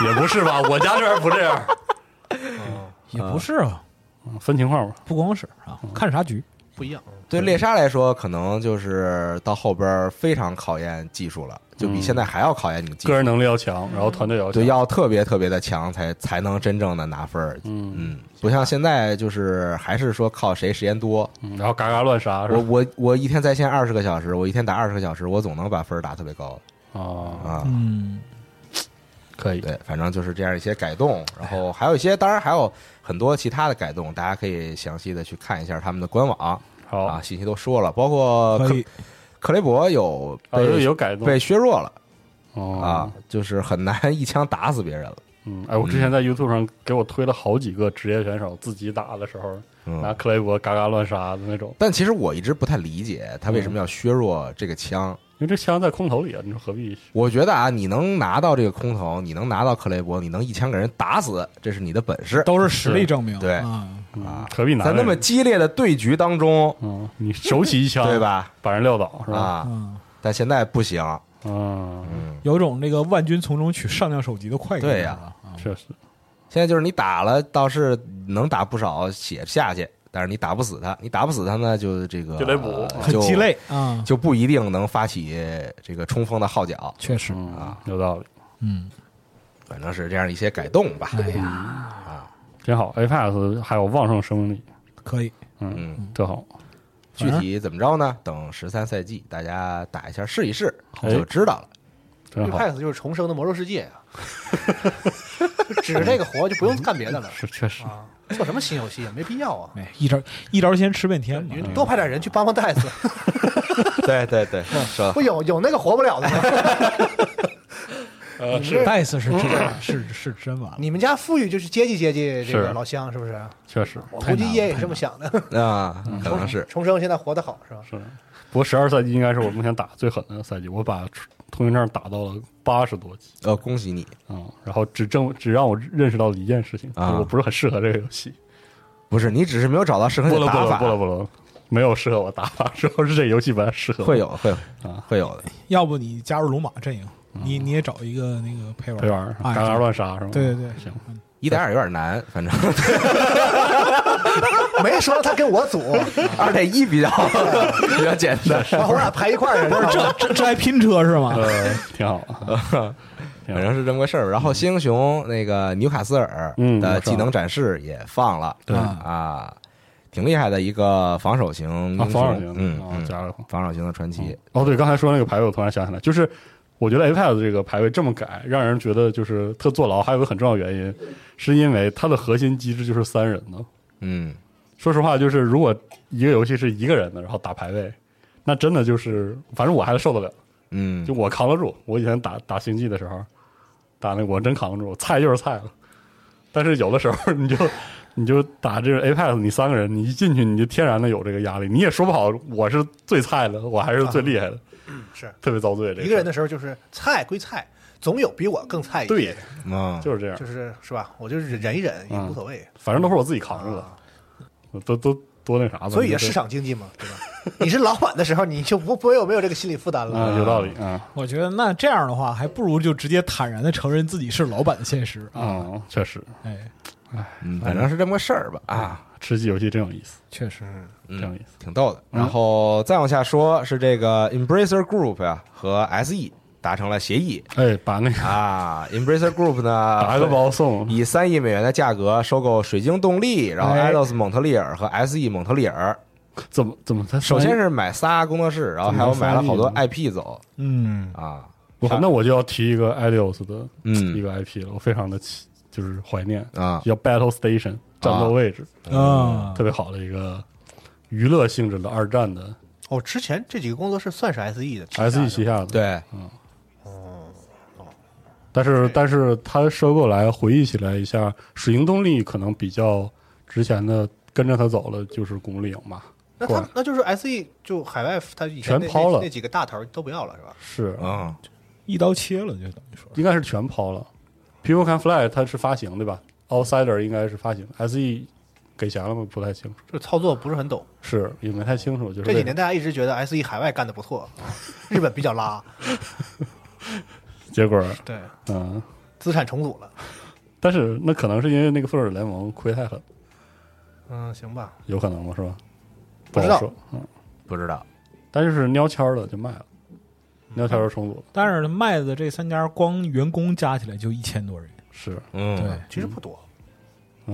S3: 也不是吧，我家这边不这样，
S5: 也不是啊，
S3: 嗯分情况吧，
S5: 不光是啊，看啥局，
S4: 不一样。
S2: 对
S3: 嗯
S2: 猎杀来说，可能就是到后边儿非常考验技术了，就比现在还要考验你技
S3: 个
S2: 术，
S3: 人能力要强，然后团队要强
S2: 对，要特别特别的强才才能真正的拿分儿。
S3: 嗯
S2: 嗯，不像现在就是还是说靠谁时间多。
S3: 嗯，然后嘎嘎乱杀是
S2: 我
S3: 吧？
S2: 我我一天在线二十个小时，我一天打二十个小时，我总能把分儿打特别高
S3: 啊，
S2: 啊。
S5: 嗯，
S3: 可以，
S2: 对，反正就是这样一些改动，然后还有一些，当然还有很多其他的改动，大家可以详细的去看一下他们的官网啊，
S3: 好，
S2: 信息都说了，包括
S5: 可
S2: 克
S5: 以，
S2: 克雷伯有
S3: 啊有
S2: 被
S3: 有改动
S2: 被削弱了。
S3: 哦
S2: 啊，，就是很难 一枪打死别人了。
S3: 嗯，哎，我之前在 YouTube 上给我推了好几个职业选手自己打的时候，拿
S2: 嗯，
S3: 克雷伯嘎嘎乱杀的那种，
S2: 但其实我一直不太理解他为什么要削弱这个枪，
S3: 为这枪在空投里啊，你说何必？
S2: 我觉得啊，你能拿到这个空投，你能拿到克雷伯，你能一枪给人打死，这是你的本事。
S5: 都是实力证明。
S2: 对
S5: 啊，
S3: 嗯何必拿
S2: 在
S3: 这个？
S2: 那么激烈的对局当中，
S3: 嗯，你手起一枪，
S2: 对？吧？
S3: 把人撂倒是吧？
S2: 啊，
S5: 嗯，
S2: 但现在不行，
S3: 嗯，
S5: 有种这个万军从中取上将首级的快感。
S2: 对呀
S5: 啊，
S3: 确实，
S2: 现在就是你打了倒是能打不少血下去，但是你打不死他，你打不死他呢，就这个呃
S6: 就得补
S5: 很鸡，肋啊，
S2: 就不一定能发起这个冲锋的号角，
S5: 确实，
S3: 嗯，
S2: 啊
S3: 有道理，
S5: 嗯，
S2: 反正是这样一些改动吧。
S5: 哎呀，
S3: 挺好。APAS 还有旺盛生命力，
S5: 可以，
S3: 嗯，特好。嗯
S2: 具体怎么着呢？等十三赛季大家打一下试一试
S3: 好
S2: 就知道了。
S3: 真好，
S4: Apex 就是重生的魔兽世界啊，就指着这个活就不用干别的了
S3: 是确实，
S4: 啊！做什么新游戏啊？没必要啊！
S5: 哎，一招一招先吃遍天嘛
S4: 你。多派点人去帮帮 袋子，
S2: 对对 对，说
S4: 不有有那个活不了的吗？
S3: 呃，是嗯
S5: 戴斯是真是是真完了，
S4: 你们家富裕就去接济接济这
S3: 是
S4: 个老乡，是不是？
S3: 确实
S4: 我
S5: 太难
S4: 估计
S5: 了
S4: 爷也是这么想的。
S2: 啊，可能是
S4: 重生现在活得好是吧？
S3: 是。不过十二赛季应该是我目前打最狠的赛季，我把通行证打到了八十多级。
S2: 呃，恭喜你，
S3: 嗯，然后只正只让我认识到了一件事情，
S2: 啊
S3: 就是我不是很适合这个游戏。
S2: 不是你只是没有找到适合
S3: 不
S2: 你的
S3: 了不
S2: 打
S3: 了不了
S2: 法，
S3: 不了，没有适合我打法， 主要是这游戏本来适合我
S2: 会有会有
S3: 啊
S2: 会有的。
S5: 要不你加入龙马阵营，你你也找一个那个陪
S3: 嗯
S5: 玩
S3: 陪玩，
S5: 哎
S3: 嘎嘎乱杀是吗？
S5: 对对对
S3: 行，
S2: 一点二有点难，反正
S4: 没说他跟 我组，
S2: 二点一比较 比较简单，
S4: 然后我俩排一块儿去，是吧
S5: 这这这还拼车是吗？
S3: 呃，挺好
S2: 嗯
S3: 啊，挺
S2: 反
S3: 好
S2: 正。是这么个事儿。然后新英雄那个纽卡斯尔
S3: 嗯
S2: 的技能展示也放了，
S3: 对
S2: 啊，挺厉害的一个防守型
S3: 啊，
S2: 英
S3: 防守
S2: 雄
S3: 型，，
S2: 嗯
S3: 啊
S2: 嗯，
S3: 加入。
S2: 防守型的传奇，
S3: 哦，对，刚才说那个排位，我突然想起来，就是我觉得 Apex 这个排位这么改，让人觉得就是特坐牢，还有一个很重要原因，是因为它的核心机制就是三人的。
S2: 嗯，
S3: 说实话，就是如果一个游戏是一个人的，然后打排位，那真的就是，反正我还是受得了，
S2: 嗯，
S3: 就我扛得住。我以前打打星际的时候，打那个我真扛得住，菜就是菜了。但是有的时候 你就你就打这个 Apex，你三个人，你一进去你就天然的有这个压力，你也说不好我是最菜的，我还是最厉害的，
S4: 啊是
S3: 特别遭罪。这
S4: 一个人
S3: 的
S4: 的时候就是菜归菜，总有比我更菜一些
S3: 对，
S2: 嗯，
S3: 就是这样
S4: 就，是是吧？我就忍一忍也无所谓，
S3: 反正都是我自己扛着的，都都多那啥吧。
S4: 啊所以也
S3: 嗯就是
S4: 市场经济嘛，对吧？你是老板的时候，你就不不会有没有这个心理负担了。
S3: 啊，有道理啊。
S5: 我觉得那这样的话，还不如就直接坦然的承认自己是老板的现实啊！
S3: 嗯，确实，
S5: 哎，
S2: 嗯反正是这么个事儿吧，啊，嗯
S3: 吃鸡游戏真有意思，
S5: 确实，
S3: 真有意思。
S2: 挺逗的。然后再往下说是这个 Embracer Group 呀、和 SE 达成了协议
S3: 哎，把那 个
S2: 啊，Embracer Group 呢
S3: 打个包送，
S2: 以三亿美元的价格收购水晶动力，然后
S5: 哎
S2: Eidos 蒙特利尔和 E SE 蒙特利尔。
S3: 怎么怎么才
S2: 首先
S3: 是，
S2: 是买仨工作室，然后还有买了好多 IP 走
S5: 嗯，
S2: 啊，
S3: 我那我就要提一个 Adios 的
S2: 嗯
S3: 一个 IP 了，我非常的期就是怀念
S2: 啊
S3: 叫 Battle Station 战斗位置，
S4: 嗯
S5: 啊
S3: 特别好的一个娱乐性质的二战的
S4: 哦，之前这几个工作室算是 SE 的旗下的
S3: SE 旗下的，，
S2: 对，
S3: 但是但是它收购来回忆起来一下，水晶动力可能比较之前的跟着它走了就是古墓丽影吧，
S4: 那
S3: 过
S4: 他
S3: 来
S4: 那就是 SE 就海外他以前
S3: 全
S4: 那
S3: 抛了
S4: 那那几个大头都不要了是吧？
S3: 是
S2: 嗯，
S5: 一刀切了就等于说，
S3: 啊应该是全抛了。People Can Fly 它是发行对吧？Outsider 应该是发行，SE 给钱了吗？不太清楚，
S4: 就是操作不是很懂。
S3: 是也没太清楚。就是
S4: 这几年大家一直觉得 SE 海外干的不错，日本比 较拉，
S3: 结果，
S4: 对，
S3: 嗯，
S4: 资产重组了。
S3: 但是那可能是因为那个复仇者联盟亏太狠，
S4: 嗯，行吧，
S3: 有可能吗？是吧？
S4: 不知
S3: 好
S4: 道
S3: 说，嗯，
S2: 不知道，
S3: 但就是蔫签儿了就卖了，
S2: 嗯
S3: 蔫签儿重组了，
S5: 但是卖的这三家光员工加起来就一千多人，
S3: 是，
S5: 对
S2: 嗯，，
S4: 其实不多。
S3: 嗯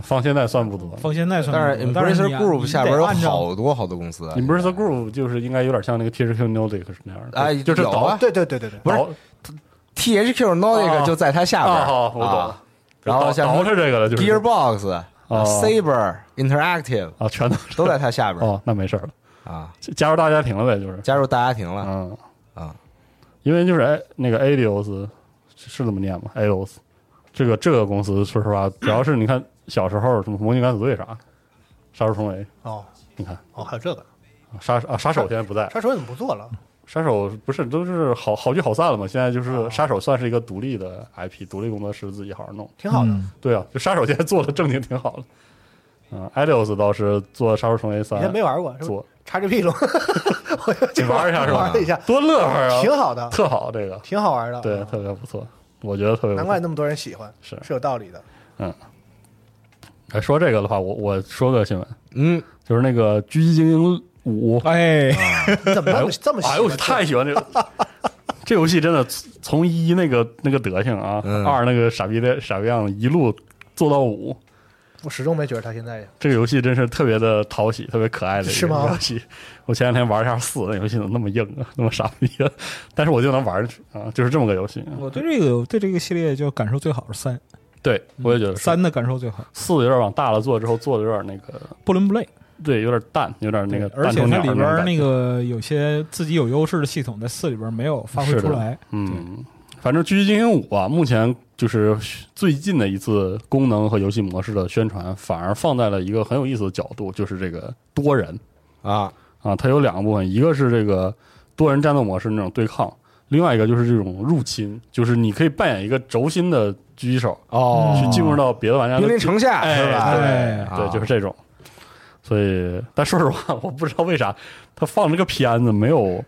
S3: 放现在算不多。
S5: 放现在算
S2: 嗯但是
S5: 不多但是
S2: Embracer
S5: 你啊
S2: Group
S5: 你
S2: 下
S5: 得
S2: 边有
S5: 按照
S2: 好多好多公司啊
S3: Embracer Group 就是应该有点像那个 THQ Nordic 是那样的，
S2: 哎
S3: 就是
S2: 有啊
S3: 倒
S4: 对对对对对，
S2: 不是
S3: 倒
S2: THQ Nordic
S3: 啊
S2: 就在它下边
S3: 啊
S2: 儿，
S3: 好我懂
S2: 啊然后
S3: 倒
S2: 像
S3: 倒
S2: 什
S3: 是这个了，就
S2: 么
S3: 是
S2: Gearbox、Saber、Interactive
S3: 啊，全都
S2: 都在它下边儿
S3: 哦，那没事儿了，
S2: 啊，
S3: 加入大家庭了呗，就是
S2: 加入大家庭了，
S3: 嗯
S2: 啊，
S3: 因为就是哎，那个 Adios 是是这么念吗？Adios 这个这个公司，说实话，主要是你看小时候什么《魔镜敢死队》啥，《杀出重围》，
S4: 哦
S3: 你看
S4: 哦，还有这个，
S3: 啊杀啊杀手现在不在，
S4: 杀手怎么不做了？
S3: 杀手不是都是好好聚好散了嘛？现在
S2: 啊
S3: 就是杀手算是一个独立的 IP，独立工作室自己好好弄。
S4: 挺好的。
S5: 嗯
S3: 对啊，就杀手现在做的正经挺好的。嗯 a l i o s 倒是做杀手重围
S4: 以
S3: 三
S4: 前，没玩过，是吧
S3: 做？
S4: 叉 GP 中，我就
S3: 嗯 你玩一下是吧
S4: 玩了一下，
S3: 多乐呵啊，
S4: 挺好的，
S3: 特好这个，
S4: 挺好玩的。嗯
S3: 对，特别不错，我觉得特别不错。
S4: 啊难怪那么多人喜欢，
S3: 是
S4: 是有道理的。
S3: 哎说这个的话，我我说个新闻，
S2: 嗯，
S3: 就是那个《狙击精英五》
S5: 哎，
S4: 你怎么
S3: 哎
S4: 这
S3: 呦
S4: 么这么喜
S3: 哎呦，我
S4: 欢？
S3: 太喜欢 这个。这游戏真的从一那个那个德行啊，
S2: 嗯
S3: 二那个傻逼的傻逼样子一路做到五，
S4: 我始终没觉得他现在
S3: 这个游戏真是特别的讨喜，特别可爱的一
S4: 是
S3: 个
S4: 吗
S3: 游戏。我前两天玩一下四，那游戏怎么那么硬啊，那么傻逼啊？但是我就能玩进去啊，就是这么个游戏啊。
S5: 我对这个对这个系列就感受最好是三，
S3: 对，我也觉得是
S5: 三的感受最好，
S3: 四有点往大了做，之后做的有点那个，
S5: 不伦不类。
S3: 对，有点淡，有点那个
S5: 而
S3: 淡
S5: 且
S3: 成
S5: 它
S3: 鸟
S5: 里
S3: 的种
S5: 边儿
S3: 感觉
S5: 那个有些自己有优势的系统，在四里边儿没有发挥
S3: 是的
S5: 出来。
S3: 嗯，反正《狙击精英五》啊，目前就是最近的一次功能和游戏模式的宣传，反而放在了一个很有意思的角度，就是这个多人
S2: 啊，
S3: 啊，它有两个部分，一个是这个多人战斗模式那种对抗，另外一个就是这种入侵，就是你可以扮演一个轴心的狙击手，
S2: 哦，
S3: 去进入到别的玩家的
S2: 兵临城下
S3: 哎
S2: 是吧？啊
S5: 哎
S3: 对对，就是这种。所以，但说实话，我不知道为啥他放这个片子没有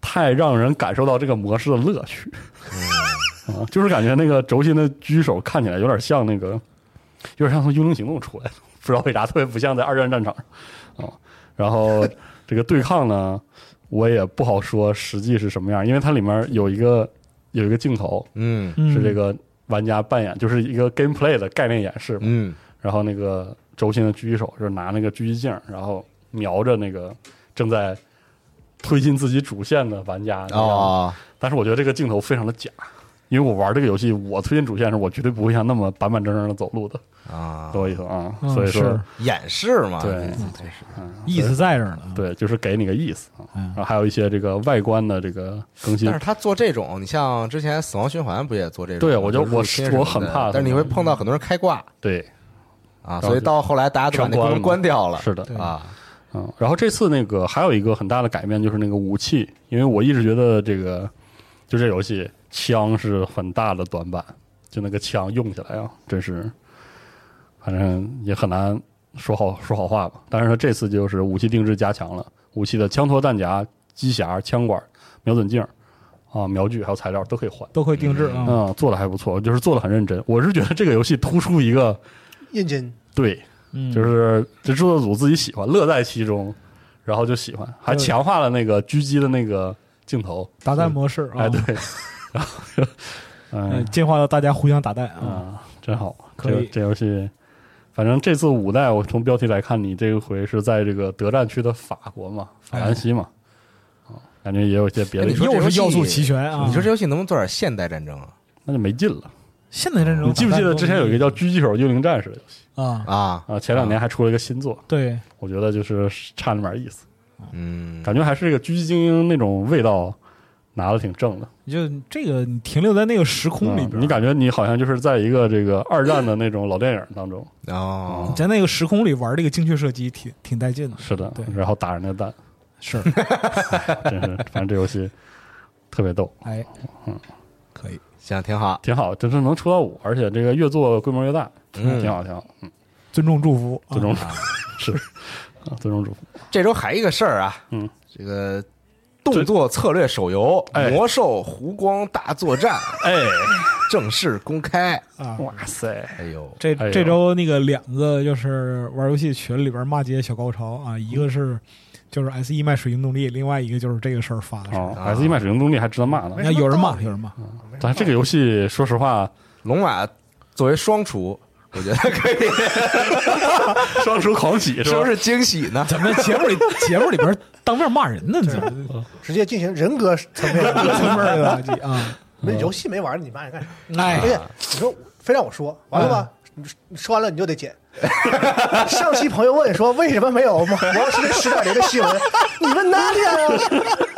S3: 太让人感受到这个模式的乐趣。 啊，就是感觉那个轴心的狙手看起来有点像那个，有点像从《幽灵行动》出来的，不知道为啥特别不像在二战战场上啊。然后这个对抗呢，我也不好说实际是什么样，因为它里面有一个有一个镜头
S2: 嗯
S5: 嗯
S3: 是这个玩家扮演，就是一个 gameplay 的概念演示嘛。
S2: 嗯
S3: 然后那个轴心的狙击手就是拿那个狙击镜，然后瞄着那个正在推进自己主线的玩家。
S2: 哦，
S3: 但是我觉得这个镜头非常的假，因为我玩这个游戏，我推进主线时，我绝对不会像那么板板正正的走路的，
S2: 啊，
S3: 懂我意思啊？
S5: 嗯
S3: 所以说
S5: 是，
S2: 演示嘛，
S3: 对嗯
S2: 真是
S5: 意思在这儿呢。
S3: 对，就是给你个意思啊。
S5: 嗯
S3: 然后还有一些这个外观的这个更新
S2: 但是，他做这种，你像之前《死亡循环》不也做这种？
S3: 对我就
S2: 就是入侵什么的
S3: 我很怕
S2: 但是你会碰到很多人开挂
S3: 对，
S2: 啊，
S3: 然后
S2: 所以
S3: 就
S2: 到后来大家都把那
S3: 全关
S2: 功
S3: 了
S2: 能关掉了，
S3: 是的，
S5: 对
S2: 啊，
S3: 嗯，然后这次那个还有一个很大的改变就是那个武器，因为我一直觉得这个就这游戏枪是很大的短板，就那个枪用起来啊，真是，反正也很难说好说好话吧。但是它这次就是武器定制加强了，武器的枪托、弹夹、机匣、枪管、瞄准镜啊、瞄具还有材料都可以换。
S5: 都会定制啊。
S3: 嗯，做的还不错，就是做的很认真。我是觉得这个游戏突出一个
S4: 印进
S3: 对
S5: 嗯
S3: 就是这制作组自己喜欢，乐在其中，然后就喜欢，还强化了那个狙击的那个镜头，
S5: 打蛋模式啊，
S3: 哎对，然后就
S5: 呃，
S3: 嗯
S5: 进化到大家互相打蛋啊。
S3: 啊，真好，
S5: 可
S3: 这
S5: 以
S3: 这游戏，反正这次五代，我从标题来看，你这回是在这个德战区的法国嘛，法兰西嘛，啊，感觉也有一些别
S2: 哎
S3: 的
S2: 你
S3: 意思，
S2: 说
S5: 又
S2: 这游
S5: 是
S2: 戏
S5: 要素齐全啊！
S2: 你说这游戏能不能做点现代战争啊？
S3: 那就没劲了。
S5: 现代战争，
S3: 你记不记得之前有一个叫《狙击手幽灵战士》的游戏
S5: 啊？
S2: 啊，
S3: 啊？前两年还出了一个新作，
S5: 对，
S3: 我觉得就是差那么点意思。
S2: 嗯，
S3: 感觉还是这个狙击精英那种味道拿的挺正的，
S5: 你就这个你停留在那个时空里边
S3: 嗯
S5: 儿，
S3: 你感觉你好像就是在一个这个二战的那种老电影当中，
S2: 哦
S5: 你，在那个时空里玩这个精确射击，挺挺带劲的。
S3: 是的
S5: 对，
S3: 然后打人家蛋，
S5: 是，
S3: 真是，反正这游戏特别逗，
S5: 哎，
S3: 嗯
S5: 可以。
S2: 行，挺好，
S3: 挺好，就是能出到五，而且这个越做规模越大，
S2: 嗯
S3: 挺好，挺好，嗯，
S5: 尊重祝福，啊
S3: 最终、 是啊，最终祝福，
S2: 这周还一个事儿啊，
S3: 嗯，
S2: 这个动作策略手游
S3: 哎
S2: 《魔兽湖光大作战》
S3: 哎，
S2: 正式公开。
S5: 啊！
S3: 哇塞，
S2: 哎呦，
S5: 这
S3: 哎呦
S5: 这周那个两个就是玩游戏群里边骂街小高潮啊，一个是就是 S E 卖水晶动力，另外一个就是这个事儿发的事儿。
S3: 哦，S 一卖水晶动力还值得骂呢
S4: 没，
S5: 啊
S4: 什么
S5: 有人
S4: 道
S5: 骂，
S4: 理
S5: 有人骂，
S3: 但是这个游戏说实话，
S2: 龙马作为双厨，我觉得可以，
S3: 双手狂喜
S2: 是
S3: 是吧
S2: 不？是惊喜呢？
S5: 咱们节目里节目里边当面骂人呢，你怎么
S4: 直接进行人格层面
S5: 这
S4: 的，
S5: 么味儿的你啊？
S4: 没游戏没玩，你骂人干啥？
S5: 哎
S4: 而，且你说非让我说，完了吧？你你说完了你就得剪。 上期朋友问说为什么没有魔魔石十点零的新闻？你问哪里啊？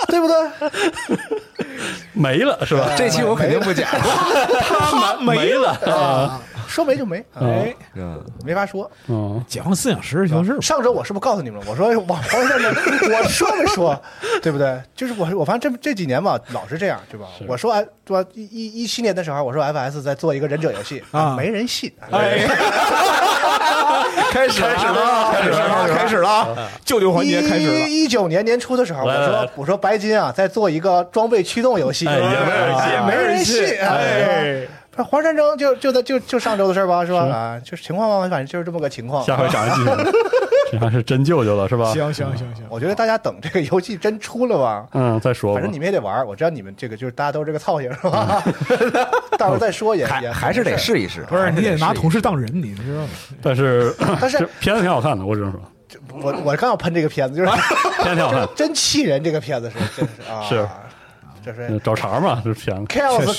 S4: 对不对？
S3: 没了是吧？
S2: 这期我肯定不讲，
S3: 他没没了啊，
S4: 说没就没，哎，
S2: 嗯，
S4: 没法说。
S3: 嗯，
S5: 解放思想，实事求是吧。
S4: 上周我是不是告诉你们了？我说往黄线的，我说没说，对不对？就是我我发现这这几年吧，老是这样，对吧？我说哎对吧？一一一七年的时候，我说 FS 在做一个忍者游戏
S5: 啊
S4: 没人信。
S2: 开始开始了，啊开始了，啊开始了，救救环节开始了。
S4: 一一九年年初的时候，我
S3: 来来
S4: 说
S3: 来
S4: 我说白金啊，在做一个装备驱动游戏，
S3: 哎也没人信
S4: 啊没人信，哎。
S3: 哎，
S4: 不是黄山争就就在就就上周的事儿吧，是吧？啊，就是情况吧，反正就是这么个情况。
S3: 下回长一记性，这还是真舅舅了是吧？
S5: 行行行行，
S4: 我觉得大家等这个游戏真出了吧，
S3: 嗯，再说吧，
S4: 反正你们也得玩儿。我知道你们这个就是大家都是这个操性，是吧？到时候再说也也
S2: 还还是得
S4: 没事儿
S2: 试一试，
S5: 不是你得拿
S2: 同
S5: 同事当人，你知道吗？
S3: 但是
S4: 但是
S3: 这片子挺好看的，我只能说
S4: 我我刚要喷这个片子， 就是
S3: 片子挺好看，
S4: 真气人，这个片子是真是啊，
S3: 是
S4: 这是
S3: 嗯找茬嘛，这片子
S4: Chaos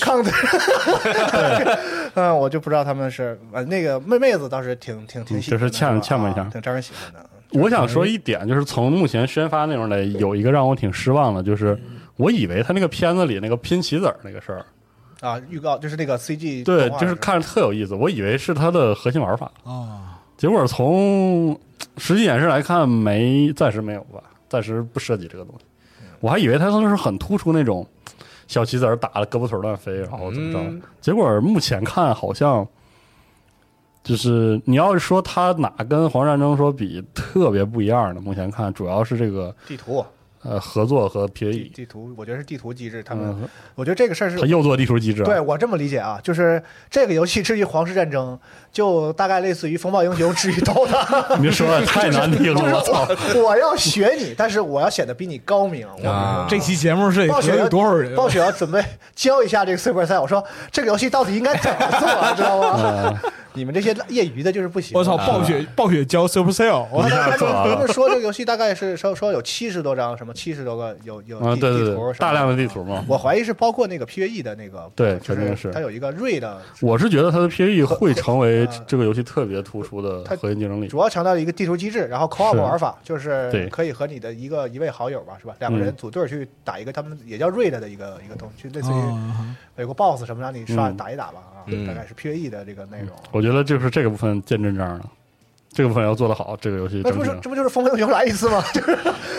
S4: Counter，嗯，我就不知道他们是呃那个妹妹子倒是挺挺挺喜
S3: 嗯就
S4: 欢的，
S3: 是欠
S4: 吧
S3: 欠吧一下
S4: 啊挺招人喜欢的。
S3: 我想说一点，就是从目前宣发内容来，有一个让我挺失望的，就是
S4: 嗯
S3: 我以为他那个片子里那个拼棋子儿那个事儿，
S4: 啊，预告就是那个 CG，
S3: 对
S4: 动，画
S3: 就是看着特有意思，我以为是它的核心玩法，
S5: 啊，
S3: 结果从实际演示来看，没暂时没有吧，暂时不涉及这个东西。
S4: 嗯
S3: 我还以为它都是很突出那种小棋子儿打的胳膊腿儿乱飞，然后怎么着，
S2: 嗯
S3: 结果目前看好像。就是你要是说它哪跟黄战争说比特别不一样呢？目前看主要是这个
S4: 地图
S3: 呃合作和
S4: 地
S3: PVE，
S4: 地图，我觉得是地图机制，他们
S3: 嗯，
S4: 我觉得这个事儿是
S3: 他又做地图机制、啊，
S4: 对我这么理解啊，就是这个游戏至于皇室战争，就大概类似于风暴英雄至于 DOTA。
S3: 你说 的太难听了， 我操！
S4: 我我要学你，但是我要显得比你 高明。我
S2: 啊，
S5: 这期节目是得
S4: 暴
S5: 得
S4: 雪
S5: 罪
S4: 要
S5: 多少
S3: 啊
S5: 人？
S4: 暴雪要准备教一下这个 Super 赛，我说这个游戏到底应该怎么做，啊知道 吗？你们这些业余的就是不行。
S5: 我操，暴雪暴雪教 Supercell，我
S4: 他
S3: 下
S4: 们！
S3: 次 啊
S4: 他们说这个游戏大概是说说有七十多张，什么七十多个有有
S3: 啊，
S4: 地
S3: 对对对，
S4: 地图什么
S3: 大量的地图嘛。
S4: 我怀疑是包括那个 PVE 的那个，
S3: 对
S4: 就
S3: 肯定是
S4: 它有一个瑞的，
S3: 我是觉得它的 PVE 会成为
S4: 啊
S3: 这个游戏特别突出的
S4: 它
S3: 核心竞争力
S4: 主。要强调一个地图机制，然后 co-op
S3: 是
S4: 玩法，就是
S3: 对嗯
S4: 可以和你的一个一位好友吧，是吧？两个人组队去打一个他们也叫瑞的的一个一个东西，就类似于
S5: 啊，
S4: 有个 boss 什么让你刷
S3: 嗯
S4: 打一打吧啊
S2: 嗯，
S4: 大概是 PVE 的这个内容。啊
S3: 我觉得就是这个部分见真章了，这个部分要做得好，这个游戏
S4: 那
S3: 整
S4: 呃不
S3: 体
S4: 是
S3: 上。
S4: 这不就是风暴英雄来一次吗？ 就是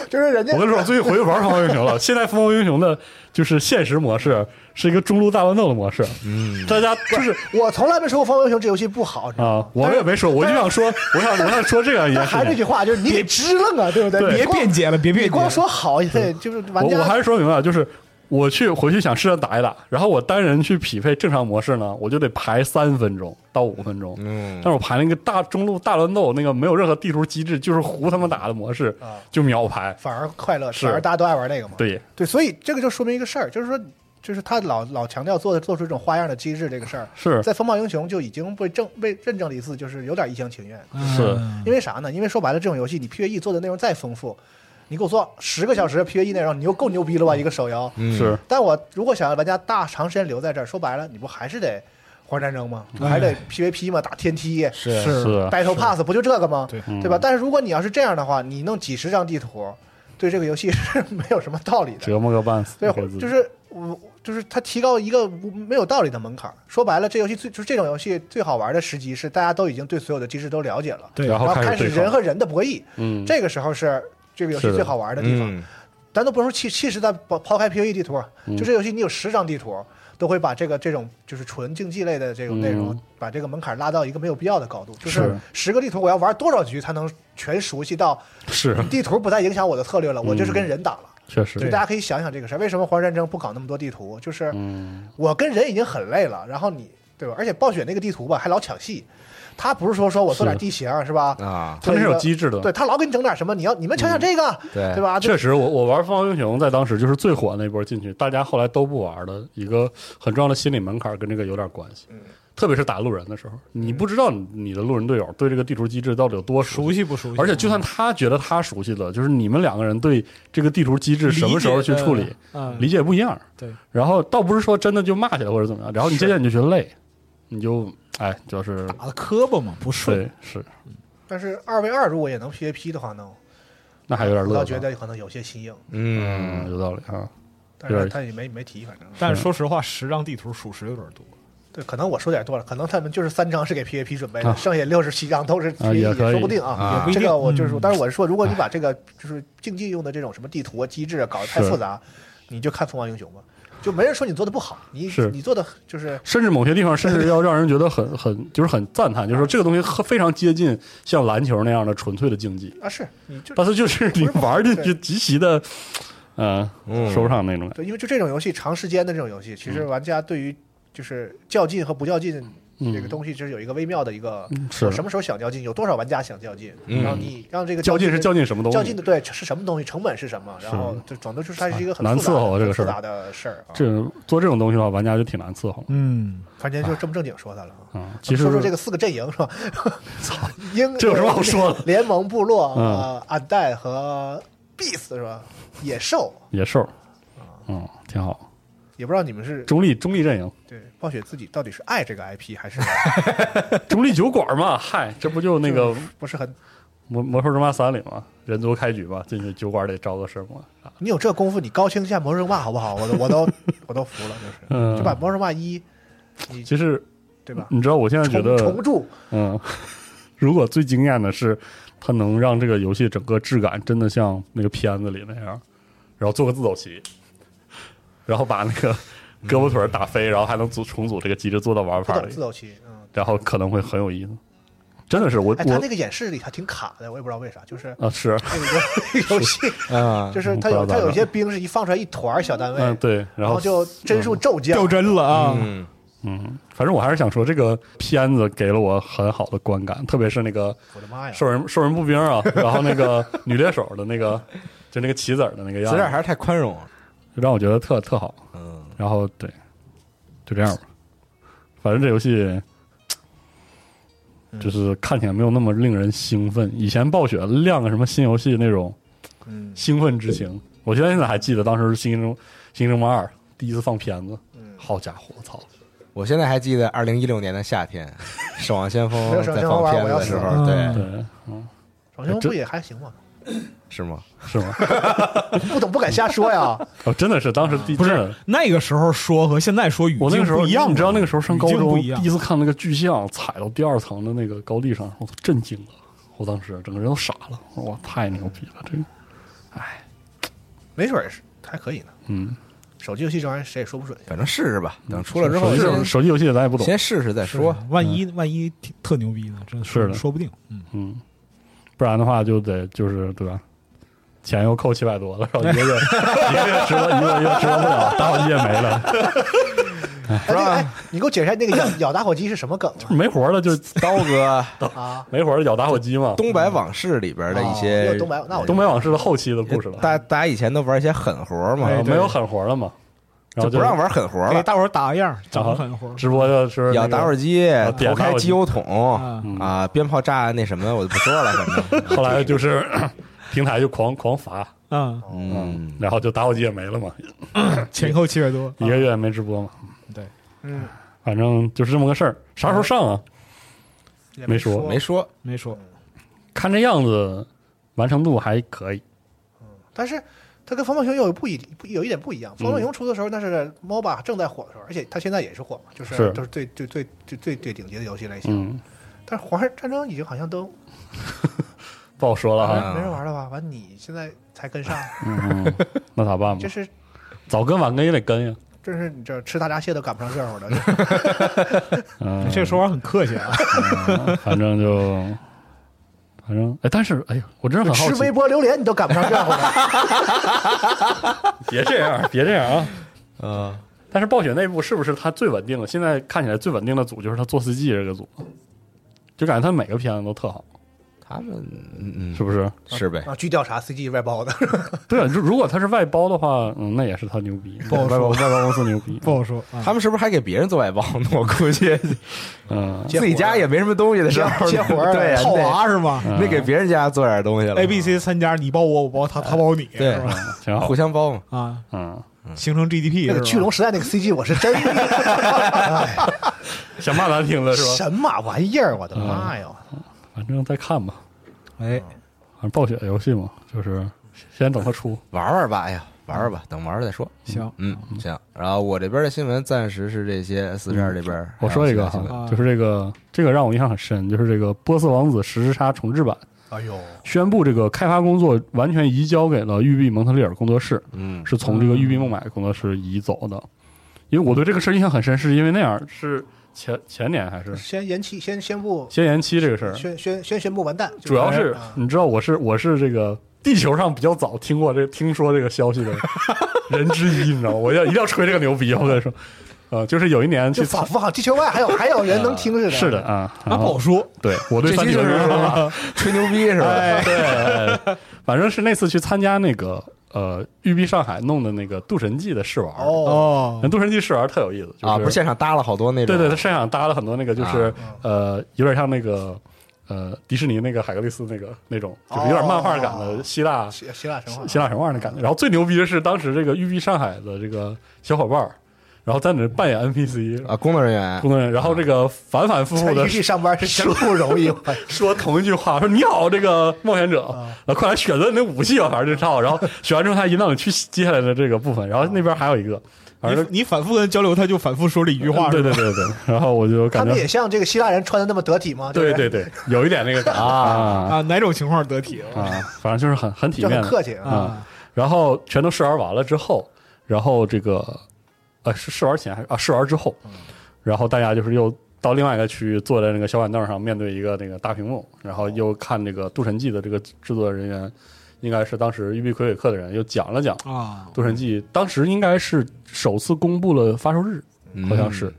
S4: 就是人家
S3: 我跟你说，我最近回去玩《风暴英 雄》了。现在《风暴英雄》的就是现实模式是一个中路大乱斗的模式，嗯，大家就是
S4: 我从来没说过风暴英雄这游戏不好，你知道吗
S3: 啊，我也没说，我就想说，我想我想说这样一件
S4: 但还
S3: 事
S4: 是那句
S3: 情。
S4: 话，就是你得支棱啊，对不对？
S3: 对
S4: 你
S5: 别
S4: 光
S5: 辩解了，别
S4: 你
S5: 辩解
S4: 光
S5: 了。
S4: 说好，对，就是
S3: 我
S4: 玩家
S3: 我还是说明白了，就是我去回去想试着打一打，然后我单人去匹配正常模式呢，我就得排三分钟到五分钟。
S2: 嗯
S3: 但是我排那个大中路大乱斗，那个没有任何地图机制，就是胡他妈打的模式
S4: 啊，
S3: 就秒排。
S4: 反而快乐，
S3: 是
S4: 反而大家都爱玩那个嘛。
S3: 对，
S4: 对，所以这个就说明一个事儿，就是说，就是他老老强调做做出这种花样的机制这个事儿，
S3: 是
S4: 在《风暴英雄》就已经被证被认证了一次，就是有点一厢情愿。
S3: 是
S5: 嗯
S4: 因为啥呢？因为说白了，这种游戏你 PVE 做的内容再丰富，你给我做十个小时的 PVE 内容，你又够牛逼了吧？
S5: 嗯
S4: 一个手游。
S3: 是，
S4: 但我如果想让玩家大长时间留在这儿，说白了，你不还是得黄战争吗？
S5: 哎
S4: 还得 PVP 吗？打天梯。
S2: 是
S5: 是
S3: 是啊
S4: Battle Pass 不就这个吗？
S5: 对
S3: 嗯
S4: 吧？但是如果你要是这样的话，你弄几十张地图，对这个游戏是没有什么道理的。
S3: 折磨个半死，
S4: 对
S3: 给自，己
S4: 就是我就是他提高一个没有道理的门槛儿。说白了，这游戏最就是这种游戏最好玩的时机是大家都已经对所有的机制都了解了，
S5: 对
S3: 然
S4: 然
S3: 后
S4: 后
S3: 开
S4: 开
S3: 始
S4: 始
S3: 对
S4: 人
S3: 抗，
S4: 和人的博弈，
S3: 嗯，
S4: 这个时候是。这个游戏
S3: 是的
S4: 最好玩的地方，
S2: 嗯，
S4: 咱都不说其其实的抛抛开 PVE 地图，啊
S3: 嗯
S4: 就这游戏你有十张地图，都会把这个这种就是纯竞技类的这种内容
S3: 嗯，
S4: 把这个门槛拉到一个没有必要的高度。就是是十个地图，我要玩多少局才能全熟悉到
S3: 是嗯
S4: 地图不再影响我的策略了？我就是跟人打了。
S3: 确
S4: 就
S3: 实
S4: 大，家可以想想这个事儿，为什么《黄战争》不搞那么多地图？就是
S3: 嗯
S4: 我跟人已经很累了，然后你对吧？而且暴雪那个地图吧，还老抢戏，他不是说说我做点地形是吧？
S2: 啊
S3: 他
S4: 做一
S3: 们
S4: 个
S3: 是有机制的嗯
S4: 对他老给你整点什么，你要你们抢抢这个，
S2: 对
S4: 啊对吧？
S3: 确
S4: 就
S3: 实，我我玩《风暴英雄》在当时就是最火那波进去，大家后来都不玩的一个很重要的心理门槛，跟这个有点关系。
S5: 嗯
S3: 特别是打路人的时候，你不知道你你的路人队友对这个地图机制到底有多
S5: 熟悉不熟悉？
S3: 而且就算他觉得他熟悉了，就是你们两个人对这个地图机制什么时候去处理，
S5: 嗯，
S3: 理解不一样。
S5: 对，
S3: 然后倒不是说真的就骂起来或者怎么样，然后你渐渐你就觉得累，你就哎，就是
S5: 打的磕巴嘛，不顺
S3: 对，是
S4: 但是二 v 二如果也能 PVP 的话呢，
S3: 那还有点
S4: 我
S3: 乐
S4: 倒
S3: 了，
S4: 觉得可能有些新颖。
S2: 嗯
S3: 嗯有道理啊。
S4: 但是
S3: 对
S4: 他也没没提，反正
S5: 但是说实话，十张地图属实有点多。
S4: 对，可能我说点多了，可能他们就是三张是给 PVP 准备
S3: 啊
S4: 的，剩下六十七张都是
S3: 啊也
S4: PVE，
S3: 可以
S4: 说不定
S2: 啊
S4: 啊
S5: 也不一。
S4: 这
S5: 定
S4: 个我就是
S5: 嗯
S4: 说，但是我是说，如果你把这个就是竞技用的这种什么地图啊、机制啊搞得太
S3: 是
S4: 复杂，你就看《凤凰英雄》吧，就没人说你做的不好，你
S3: 是
S4: 你做的就是
S3: 甚至某些地方，甚至要让人觉得很 很就是很赞叹，就是说这个东西很非常接近像篮球那样的纯粹的竞技，
S4: 啊，是你就
S3: 但是就是你玩进去极其的，呃，说不上那种感觉。
S4: 对，因为就这种游戏长时间的这种游戏，其实玩家对于就是较劲和不较劲
S3: 嗯
S4: 这个东西，就是有一个微妙的一个，
S3: 是嗯
S4: 我什么时候想较劲，有多少玩家想较劲，然后你让这个
S3: 较劲
S4: 的
S3: 是较劲什么东西？
S4: 较劲的对是什么东西，成本是什么，然后就转头就是它是一个很
S3: 难
S4: 复杂
S3: 伺候啊
S4: 的
S3: 这个事儿
S4: 复杂的事儿啊。
S3: 这做这种东西的话，玩家就挺难伺候
S5: 嗯，
S4: 反正就正不正经说它了啊。
S3: 啊。其实
S4: 说说这个四个阵营是吧？ 英
S3: 这有什么好说的？
S4: 联盟部落、
S3: 嗯
S4: 呃、暗带和 Beast 是吧？野兽
S3: 野兽，嗯，挺好。
S4: 也不知道你们是
S3: 中立中立阵营，
S4: 对暴雪自己到底是爱这个 IP 还是
S3: 中立酒馆嘛，嗨，这不就那个
S4: 不是很？
S3: 魔魔兽争霸三里嘛，人多开局吧，进去酒馆得招个什么？
S4: 你有这功夫，你高清下魔兽争霸好不好？我都 我都我都服了，就是
S3: 嗯
S4: 就把魔兽争霸一
S3: 其实
S4: 对吧？
S3: 你知道，我现在觉
S4: 重
S3: 得
S4: 重铸
S3: 嗯， 如果最惊艳的是，它能让这个游戏整个质感真的像那个片子里那样，然后做个自走棋，然后把那个胳膊腿儿打飞，然后还能组重组这个机制做到玩
S4: 不
S3: 法
S4: 懂
S3: 里
S4: 自，走棋，嗯，
S3: 然后可能会很有意思。真的是我
S4: 哎，他
S3: 我
S4: 那个演示里还挺卡的，我也不知道为啥，就是
S3: 啊是
S4: 那个游戏
S2: 啊，
S4: 就是它
S3: 哎嗯我不知道
S4: 有
S3: 咋
S4: 它有
S3: 整
S4: 一些兵是一放出来一团儿小单位，
S3: 嗯对，
S4: 然
S3: 然后
S4: 就帧数骤降
S5: 掉，帧了啊！
S2: 嗯，
S3: 嗯，反正我还是想说，这个片子给了我很好的观感，特别是那个
S4: 我的妈哎呀！
S3: 兽人兽人步兵啊，然后那个女猎手的那个，就那个棋子儿的 那个样
S2: 资
S3: 子
S2: 料，还是太宽容了。
S3: 让我觉得特特好。
S2: 嗯，
S3: 然后对，就这样吧。反正这游戏就是看起来没有那么令人兴奋。以前暴雪亮个什么新游戏那种
S4: 嗯
S3: 兴奋之情，我现在现在还记得当时《新争新争霸二》第一次放片子，好家伙，我操！
S2: 我现在还记得二零一六年的夏 天，《守望先锋
S4: 没有》守望
S2: 在
S4: 先锋
S2: 放
S4: 玩
S2: 片子
S4: 我要
S2: 的时
S4: 死
S2: 候，对，
S3: 对，嗯，
S4: 爽兄
S3: 这
S4: 不也还行吗？
S2: 是吗？
S3: 是吗？
S4: 不懂不敢瞎 说呀，
S3: 哦，真的是当时第
S5: 不
S3: 真
S5: 是
S3: 的
S5: 那个时候说和现在说语
S3: 我那
S5: 境
S3: 个时
S5: 不
S3: 候，
S5: 一样吗，
S3: 你知道那个时候上高
S5: 语境不
S3: 中
S5: 一样
S3: 第一次看那个巨像踩到第二层的那个高地上，我都震惊了，我当时整个人都傻了，我说哇，太牛逼了，这个，哎，
S4: 没准儿是还可以呢。
S3: 嗯，
S4: 手机游戏这玩意儿谁也说不准。
S2: 反正试试吧，等出了之后
S3: 手机
S2: 先
S3: 手机游戏咱也不懂，
S2: 先试试再说。
S5: 万一万一挺特牛逼呢，真
S3: 嗯是的
S5: 说不定。嗯，
S3: 嗯，不然的话就得就是对吧？钱又扣七百多了，然 后一个月一个月直播一个月直播不了，打火机也没了，
S4: 哎，那个哎，你给我解释一下那个咬 咬打火机是什么梗
S3: 没活儿了就
S2: 刀哥《
S4: 啊？啊，
S3: 没活儿了咬打火机嘛。
S2: 东白往事》里边的一
S4: 哦
S2: 些嗯
S4: 又东白那我
S3: 东北往事的后期的故事了，
S2: 大大家以前都玩一些狠活嘛，
S3: 然后
S5: 哎对
S3: 没有狠活了嘛，然后
S2: 就不让玩狠活
S5: 给
S2: 了，
S5: 哎大伙儿打个样，整
S3: 然
S5: 个
S3: 后
S5: 狠活儿。
S3: 直播的时候
S2: 咬打火机、
S3: 点
S2: 投
S3: 打
S2: 开
S3: 火机
S2: 机油桶
S5: 啊，
S2: 啊，鞭炮炸那什么，我就不说了， 反正
S3: 后来就是 平台就狂狂罚，
S5: 嗯，
S2: 嗯，
S3: 然后就打火机也没了嘛，
S5: 前后七百多，啊
S3: 一个月没直播嘛，
S5: 对，
S4: 嗯，
S3: 反正就是这么个事儿。啥时候上啊？
S4: 也
S3: 没说
S2: 没说
S5: 没说
S3: 看这样子，完成度还可以。
S4: 但是它跟风暴熊又有不一不有一点不一样。风暴
S3: 嗯
S4: 熊出的时候，那是 MOBA 正在火的时候，而且它现在也是火嘛，就是
S3: 是
S4: 都是最最最最最最顶级的游戏类型。
S3: 嗯，
S4: 但是《皇室战争》已经好像都
S3: 不好说了哈。
S2: 啊
S4: 没人玩了吧？完，你现在才跟 上，
S3: 嗯，那咋办吧
S4: 这？是
S3: 早跟晚跟也得跟呀。
S4: 这是你这吃大闸蟹都赶不上热乎 的。
S3: 嗯，
S5: 这说法很客 气啊。
S3: 反正就，反正哎，但是哎呀，我真的很好
S4: 吃微
S3: 奇。
S4: 波榴莲你都赶不上热乎的。
S3: 别这样，别这样啊。嗯。但是暴雪内部是不是它最稳定的？现在看起来最稳定的组就是它做司机这个组，就感觉它每个片子都特好，
S2: 他们，嗯
S3: 是不是？
S2: 嗯，是呗，
S4: 啊，据调查，CG 外 包的，
S3: 对啊，就如果他是外包的话，嗯，那也是他牛逼，
S5: 不好
S3: 外包
S5: 说
S3: 外包公司牛逼，
S5: 不好说啊，
S2: 他们是不是还给别人做外包呢？ 我估计
S3: 嗯，
S4: 接活
S2: 自己家也没什么东西的时
S3: 啊
S2: 候，
S4: 接接活儿
S2: 对呀，
S5: 套
S2: 那
S5: 娃是吗
S3: 嗯
S2: 那给别人家做点东西了
S5: ？A、B、C 三家，你包我，我包他，他包你，
S2: 对
S5: 是吧？
S3: 挺好
S2: 互，相包嘛，
S5: 啊，
S3: 嗯，
S5: 形成 GDP
S4: 那
S5: 是
S4: 个
S5: 吧
S4: 巨龙时代那个 CG 我是 真，哎
S3: 想骂难听了是吧？
S4: 什么玩意儿？我
S3: 嗯
S4: 的妈呀！
S3: 反正再看吧，
S5: 哎，
S3: 反正暴雪游戏嘛，就是先等它出，
S2: 玩玩吧，哎呀，玩玩吧，等玩玩再说。
S5: 行，
S2: 嗯，行。然后我这边的新闻暂时是这些，四十二这边
S3: 嗯我说一个
S2: 还有其他新闻
S3: 哈
S5: 闻，
S3: 就是这个这个让我印象很深，就是这个《波斯王子十之杀》重制版
S4: 哎呦，
S3: 宣布这个开发工作完全移交给了育碧蒙特利尔工作室，
S2: 嗯
S3: 是从这个育碧孟买工作室移走的。因为我对这个事儿印象很深，是因为那样是前前年还是
S4: 先延期，先宣布，
S3: 先延期这个事儿，
S4: 宣宣先宣布完蛋，就
S3: 主要是
S4: 啊
S3: 你知道我是我是这个地球上比较早听过这听说这个消 息的人之一，你知道吗？我要一定要吹这个牛逼，我跟你说，呃，就是有一年去
S4: 就仿佛好像地球外 还有还有人能听似的。
S3: 是的，啊，
S5: 那
S3: 然
S5: 不
S3: 后
S5: 好说。
S3: 对我对
S2: 这
S3: 三
S2: 期
S3: 体
S2: 就
S3: 文
S2: 是
S3: 明
S2: 说
S3: 说法。
S2: 吹牛逼是吧？
S3: 哎，对，反正是那次去参加那个呃育碧上海弄的那个《渡神记》的试玩，
S4: 哦，
S5: 哦
S3: 那，《渡神记》试玩特有意思，就是、
S2: 啊，不是现场搭了好多那种，
S3: 对对，他现场搭了很多那个，就是、
S2: 啊
S3: 呃，有点像那个呃迪士尼那个海格力斯那个那种，就是有
S2: 哦
S3: 点漫画感的希腊、
S4: 希希腊神话，
S3: 希腊神话的感觉。然后最牛逼的是，当时这个育碧上海的这个小伙伴儿，然后在那扮演 NPC
S2: 啊，工作人员
S3: 工作人员，然后这个反反复复
S4: 在
S3: 的
S4: 玉帝上班是真不 容易，我
S3: 说同一句话，说你好，这个冒险者，然后快来选择你的武器吧，反正就好。然后选完之后，他引导你去接下来的这个部分。然后那边还有一个，反正
S5: 你你反复跟他交流，他就反复说这一句话，
S3: 对
S5: 是吧
S3: 对对对对。然后我就
S4: 他
S3: 感
S4: 们也
S3: 觉，
S4: 像这个希腊人穿的那么得体吗？
S3: 对
S4: 就是
S3: 对对，有一点那个感觉啊
S5: 啊，哪种情况得体？
S3: 啊，反正就是很很体
S4: 就
S3: 面
S4: 很
S3: 的
S4: 客气啊。
S3: 啊。然后全都试玩完了之后，然后这个呃是试玩前还是啊试玩之后，然后大家就是又到另外一个区域坐在那个小板凳上，面对一个那个大屏幕，然后又看这个《渡神记》的这个制作人员，应该是当时育碧魁北克的人，又讲了讲《
S5: 啊，
S3: 渡神记》，当时应该是首次公布了发售日，好像是，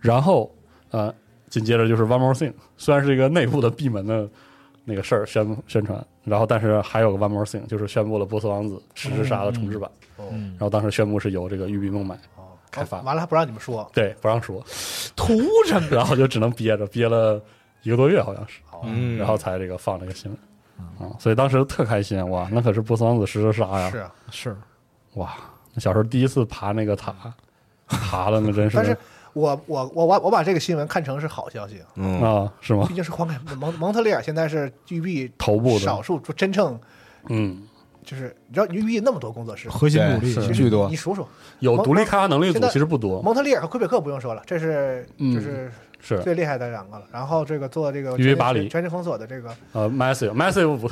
S3: 然后呃紧接着就是《One More Thing》，虽然是一个内部的闭门的。那个事儿宣宣传，然后但是还有个 One More Thing，就是宣布了《波斯王子十之杀》的重制版，然后当时宣布是由这个育碧孟买嗯开发，
S4: 哦完了还不让你们说，
S3: 对，不让说，
S5: 图什么？
S3: 然后就只能憋着，憋了一个多月好像是，
S2: 嗯，
S3: 然后才这个放这个新闻。啊、所以当时特开心哇！那可是波斯王子十之杀呀！
S4: 是啊。
S5: 是
S3: 哇，那小时候第一次爬那个塔，爬的那真是
S4: 但是我我我我我把这个新闻看成是好消息啊，
S2: 嗯
S3: 啊，是吗
S4: 毕？竟是黄凯蒙蒙特利尔现在是育碧
S3: 头部的
S4: 少数真正
S3: 嗯，
S4: 就是你知道育碧那么多工作室，
S5: 核心努力，
S2: 对是巨多
S4: 你数数，
S3: 有独立开发能力的
S4: 现
S3: 组
S4: 在
S3: 其实不多，
S4: 蒙特利尔和魁北克不用说了，这是
S3: 嗯
S4: 就是
S3: 是
S4: 最厉害的两个了。然后这个做这个
S3: 因为巴黎
S4: 全全全程封锁的这个
S3: 呃，massive，massive 不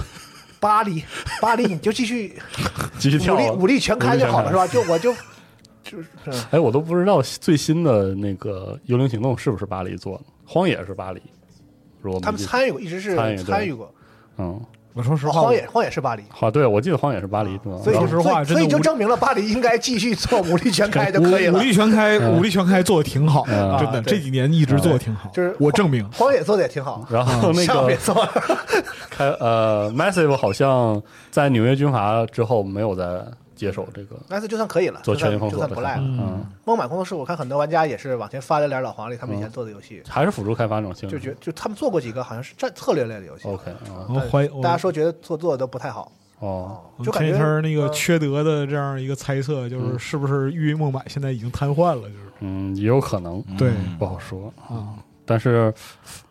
S4: 巴 黎，巴黎你就继续
S3: 继续跳
S4: 武力
S3: 啊，
S4: 武力全开就好了是吧？
S3: 武力
S4: 就我就就是
S3: 全开？哎，我都不知道最新的那个《幽灵行动》是不是巴黎做的，《荒野》是巴黎，如果我
S4: 他
S3: 没
S4: 们
S3: 记
S4: 参与过，一直是
S3: 参与对
S4: 参与过。
S3: 嗯，
S5: 我说实话，
S4: 荒野荒野是巴黎，
S3: 好，对我记得《荒野》是巴黎做的，
S4: 啊所以
S3: 然
S4: 就
S3: 后
S5: 说实话
S4: 所以所以
S5: 真的
S4: 就
S5: 武力
S4: 证明了巴黎应该继续做武力全开就可以
S5: 武
S4: 了
S5: 武。力全开，
S3: 嗯
S5: 武力全开做的挺好，
S3: 嗯
S5: 真的
S4: 啊对
S5: 这几年一直做的挺好。
S4: 就是
S5: 我证明，
S4: 荒野做的也挺好，
S3: 然后那
S4: 上
S3: 个
S4: 面做
S3: 开呃，Massive 好像在纽约军阀之后没有再接手这个
S4: 那次就算可以了，
S3: 做
S4: 就
S3: 全
S4: 算
S3: 员封
S4: 就
S3: 锁
S4: 算
S3: 的
S4: 不
S3: 开
S4: 赖
S3: 发，
S4: 了。
S3: 嗯，
S4: 孟买工作室，我看很多玩家也是往前翻了点老黄历他们以前做的游戏，
S3: 还是辅助开发这种性质，
S4: 就觉就他们做过几个好像是战策略类的游戏，
S3: OK 啊，
S5: 我怀
S4: 大家说觉得做做的都不太好，
S3: 哦，
S5: 我
S4: 就感
S5: 前几
S4: 觉
S5: 天那个
S4: 嗯
S5: 缺德的这样一个猜测，就是是不是育碧孟买现在已经瘫痪了？就是
S3: 嗯，也有可能，
S5: 对
S3: 不好说。
S5: 啊，
S3: 但是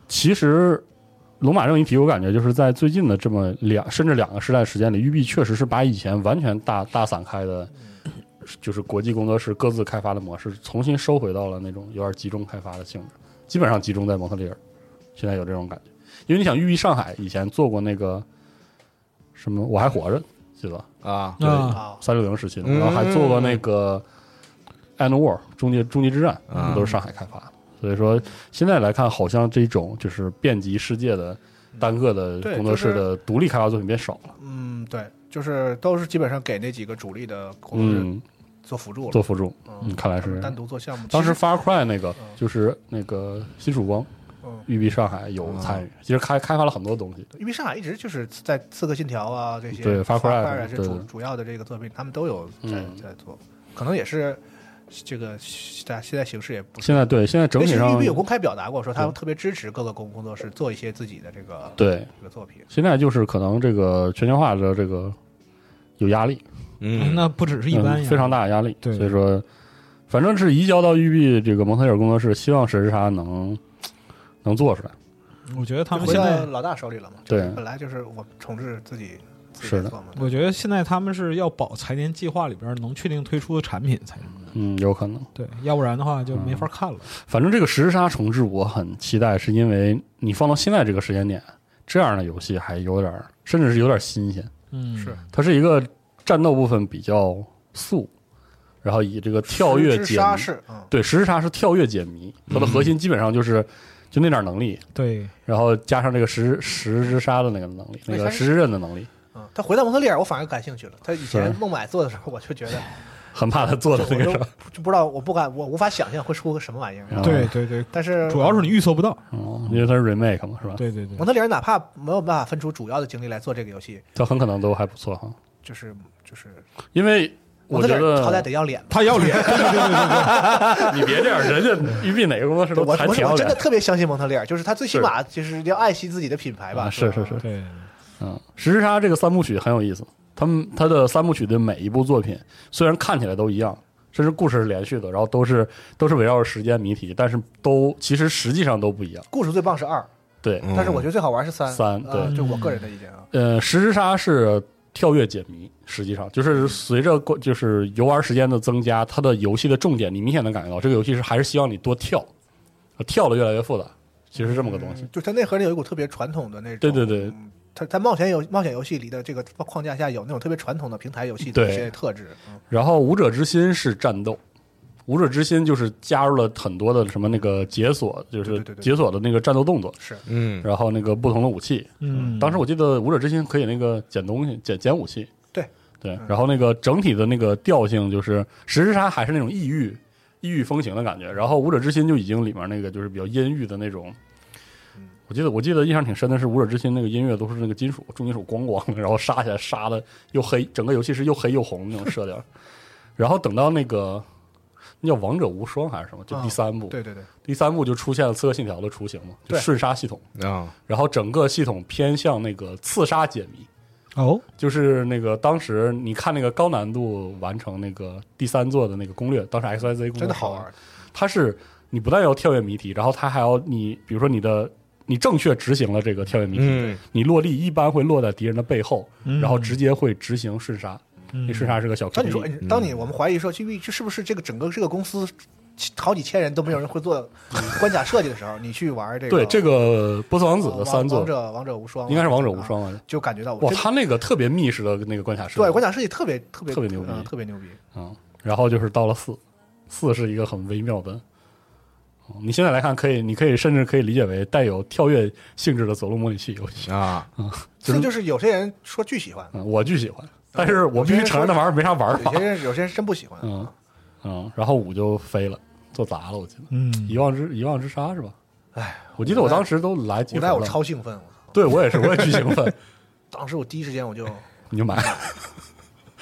S3: 其实龙马这种一体，我感觉就是在最近的这么两甚至两个时代时间里，育碧确实是把以前完全大大散开的，就是国际工作室各自开发的模式，重新收回到了那种有点集中开发的性质，基本上集中在蒙特利尔。现在有这种感觉，因为你想，育碧上海以前做过那个什么，我还活着，记得吧？
S2: 啊，
S5: 啊，
S4: 啊，
S3: 三六零时期的，
S2: 嗯
S3: 然后还做过那个《End War》终结终极之战
S4: 啊
S2: 嗯，
S3: 都是上海开发的。所以说，现在来看，好像这种就是遍及世界的单个的
S4: 对
S3: 工作室的独立开发作品变少了，
S4: 嗯，对，就是都是基本上给那几个主力的工作室
S3: 嗯，
S4: 做辅助了，
S3: 做辅助，嗯，
S4: 嗯
S3: 看来
S4: 他们
S3: 是
S4: 单独做项目。
S3: 当时
S4: 其实
S3: Far Cry 那个就是那个新曙光
S4: 嗯，
S3: 育碧上海有参与，其实开开发了很多东西，
S4: 因为上海一直就是在《刺客信条》啊这些，
S3: 对
S4: 发
S3: 发
S4: 块
S3: 块儿
S4: 啊，是主
S3: 对
S4: 主要的这个作品，他们都有在、
S3: 嗯
S4: 在做，可能也是这个大家现在形势也不是。
S3: 现在对现在整
S4: 但
S3: 体
S4: 是育
S3: 上
S4: 碧有公开表达过，说他
S3: 对
S4: 们特别支持各个工工作室做一些自己的这个
S3: 对
S4: 这个作品。
S3: 现在就是可能这个全球化的这个有压力，
S2: 嗯，
S5: 那不只是一般
S3: 嗯
S5: 呀，
S3: 非常大的压力。
S5: 对
S3: 所以说，反正是移交到育碧这个蒙特利尔工作室，希望石之沙能能做出来。
S5: 我觉得他们
S4: 回
S5: 现
S4: 到
S5: 在
S4: 老大手里了嘛？
S3: 对
S4: 就是本来就是我们重置自己自己
S3: 是的
S4: 琢磨
S5: 我觉得现在他们是要保财年计划里边能确定推出的产品才是，
S3: 嗯，有可能。
S5: 对，要不然的话就
S3: 嗯
S5: 没法看了。
S3: 反正这个实时杀重置我很期待，是因为你放到现在这个时间点，这样的游戏还有点儿，甚至是有点新鲜。
S5: 嗯，
S4: 是
S3: 它是一个战斗部分比较素，然后以这个跳跃
S4: 十之
S3: 解
S4: 沙
S3: 谜，
S4: 是嗯，
S3: 对，实时杀是跳跃解谜，它的核心基本上就是、就那点儿能力，
S5: 对，
S3: 然后加上这个十十之杀的那个能力，那
S4: 哎它
S3: 个
S4: 是
S3: 十之刃的能力，
S4: 嗯，他回到蒙特利尔，我反而感兴趣了。他以前
S3: 是
S4: 孟买做的时候，我就觉得
S3: 很怕他 做的那个
S4: 我
S3: 事
S4: 都
S3: 儿。
S4: 就不知道，我不敢，我无法想象会出个什么玩意儿。
S3: 嗯
S5: 对对对，
S4: 但是
S5: 主要是你预测不到。
S3: 嗯，因为它是 remake 嘛，是吧？
S5: 对对对
S4: 蒙，特利尔哪怕没有办法分出主要的精力来做这个游戏，
S3: 它很可能都还不错哈，
S4: 就是就是
S3: 因为我
S4: 蒙特利
S3: 觉
S4: 尔好歹
S3: 得
S4: 得要脸吧。
S5: 他要脸，对对对对对
S3: 你别这样，人家育碧哪个工作室
S4: 我
S3: 都
S4: 我
S3: 谈挺
S4: 我
S3: 要
S4: 真
S3: 脸
S4: 的特别相信蒙特利尔，就是他最起码就是要爱惜自己的品牌吧。
S3: 啊，是
S4: 吧
S3: 是是，
S5: 对，
S3: 嗯，石之杀这个三部曲很有意思，他们他的三部曲的每一部作品虽然看起来都一样，甚至故事是连续的，然后都是都是围绕着时间谜题，但是都其实实际上都不一样。
S4: 故事最棒是二，
S3: 对，
S2: 嗯
S4: 但是我觉得最好玩是三。
S3: 三
S4: 呃
S3: 对
S4: 就我个人的意见啊。
S3: 呃，石之杀是跳跃解谜，实际上就是随着过就是游玩时间的增加，它的游戏的重点你明显能感觉到，这个游戏是还是希望你多跳，跳的越来越复杂，其实是这么个东西。
S4: 嗯就它内核里有一股特别传统的那种，
S3: 对对对
S4: 嗯，它在冒险游冒险游戏里的这个框架下有那种特别传统的平台游戏的
S3: 对
S4: 一些特质，嗯
S3: 然后武者之心是战斗，武者之心就是加入了很多的什么那个解锁，就
S4: 对
S3: 是
S4: 对对对
S3: 解锁的那个战斗动作，
S4: 是
S2: 嗯，
S3: 然后那个不同的武器。
S5: 嗯，
S3: 当时我记得武者之心可以那个捡东西，捡捡武器。
S4: 对嗯
S3: 对，然后那个整体的那个调性就是石之杀还是那种异域异域风情的感觉，然后武者之心就已经里面那个就是比较阴郁的那种。我记得我记得印象挺深的是《武者之心》那个音乐都是那个金属重金属咣咣的，然后杀起来杀的又黑，整个游戏是又黑又红那种色调。然后等到那个那叫《王者无双》还是什么，就
S4: 啊
S3: 第三部，
S4: 对对对，
S3: 第三部就出现了《刺客信条》的雏形嘛，就
S4: 对
S3: 瞬杀系统。
S2: 啊，
S3: 然后整个系统偏向那个刺杀解谜，
S5: 哦，
S3: 就是那个当时你看那个高难度完成那个第三座的那个攻略，当时 X Y Z 攻略
S4: 真的好玩，。
S3: 它是你不但要跳跃谜题，然后它还要你，比如说你的你正确执行了这个跳跃谜题，
S2: 嗯
S3: 你落地一般会落在敌人的背后，然后直接会执行瞬杀。
S5: 嗯
S3: 那瞬杀是个小
S4: 当
S3: Q
S4: 你说，哎
S3: E，
S4: 当你我们怀疑说，这这是不是这个整个这个公司好几千人都没有人 会做关卡设计的时候，你去玩哎这个，呃
S3: 对这个波斯王子的三
S4: 王
S3: 座
S4: 王者王者无双啊
S3: 应该是王者无
S4: 啊
S3: 双吧？
S4: 就感觉到
S3: 哇
S4: 我，真
S3: 他那个特别密实的那个关卡设计，
S4: 对关卡设计特别特别
S3: 特别牛逼
S4: 嗯特别牛逼。
S3: 嗯，然后就是到了四，四是一个很微妙的。嗯你现在来看，可以，你可以甚至可以理解为带有跳跃性质的走路模拟器游戏。
S2: 啊，
S4: 这就是有些人说巨喜欢，
S3: 嗯，我巨喜欢，但是我必须承认那玩意儿没啥玩
S4: 有
S3: 法
S4: 些。人有些人真不喜欢。
S3: 嗯嗯，然后五就飞了，做砸了，我记得
S5: 嗯
S3: 遗忘之遗忘之沙是吧？哎，我记得我当时都来几
S4: 古
S3: 回
S4: 代
S3: 了。
S4: 我超兴奋，我操
S3: 对我也是，我也巨兴奋，
S4: 当时我第一时间我就，
S3: 你就买了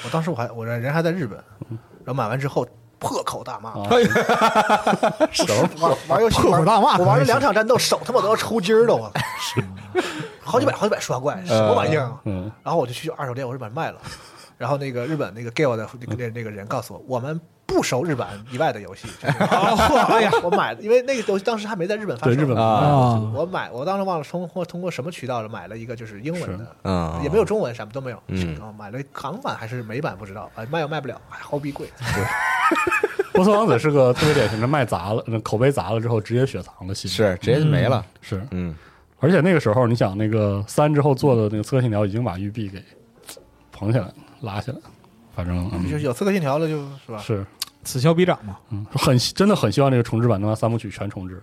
S4: 我当时我还我人还在日本，然后买完之后破口大骂。
S3: 什么？
S4: 玩玩游戏，
S5: 破口大骂
S4: 我玩了两场战斗，手他妈都要抽筋儿了，我好几百好几百刷怪，什么玩意儿啊？
S3: 嗯
S4: 然后我就去二手店，我说把它卖了。然后那个日本那个 Gale 的那个那个人告诉我，我们不收日版以外的游戏。就是哎呀，我买，因为那个游戏当时还没在日本发售。
S3: 对日本
S5: 啊，
S4: 我买，我当时忘了通过通过什么渠道了，买了一个就是英文的，
S2: 嗯，
S3: 啊
S4: 也没有中文，什么都没有。
S2: 嗯
S4: 然后买了港版还是美版不知道，哎，卖又卖不了，哎，好逼贵。
S3: 波斯王子是个特别典型的卖砸了，口碑砸了之后直接雪藏的系
S2: 是直接就没了，
S3: 是，
S2: 嗯，
S3: 而且那个时候，你想那个三之后做的那个刺客信条已经把玉璧给捧起来了、拉起来了，反正、嗯
S4: 就是有《刺客信条》了，就是吧？
S3: 是
S5: 此消彼长嘛。
S3: 嗯很真的很希望这个重置版能把三部曲全重置，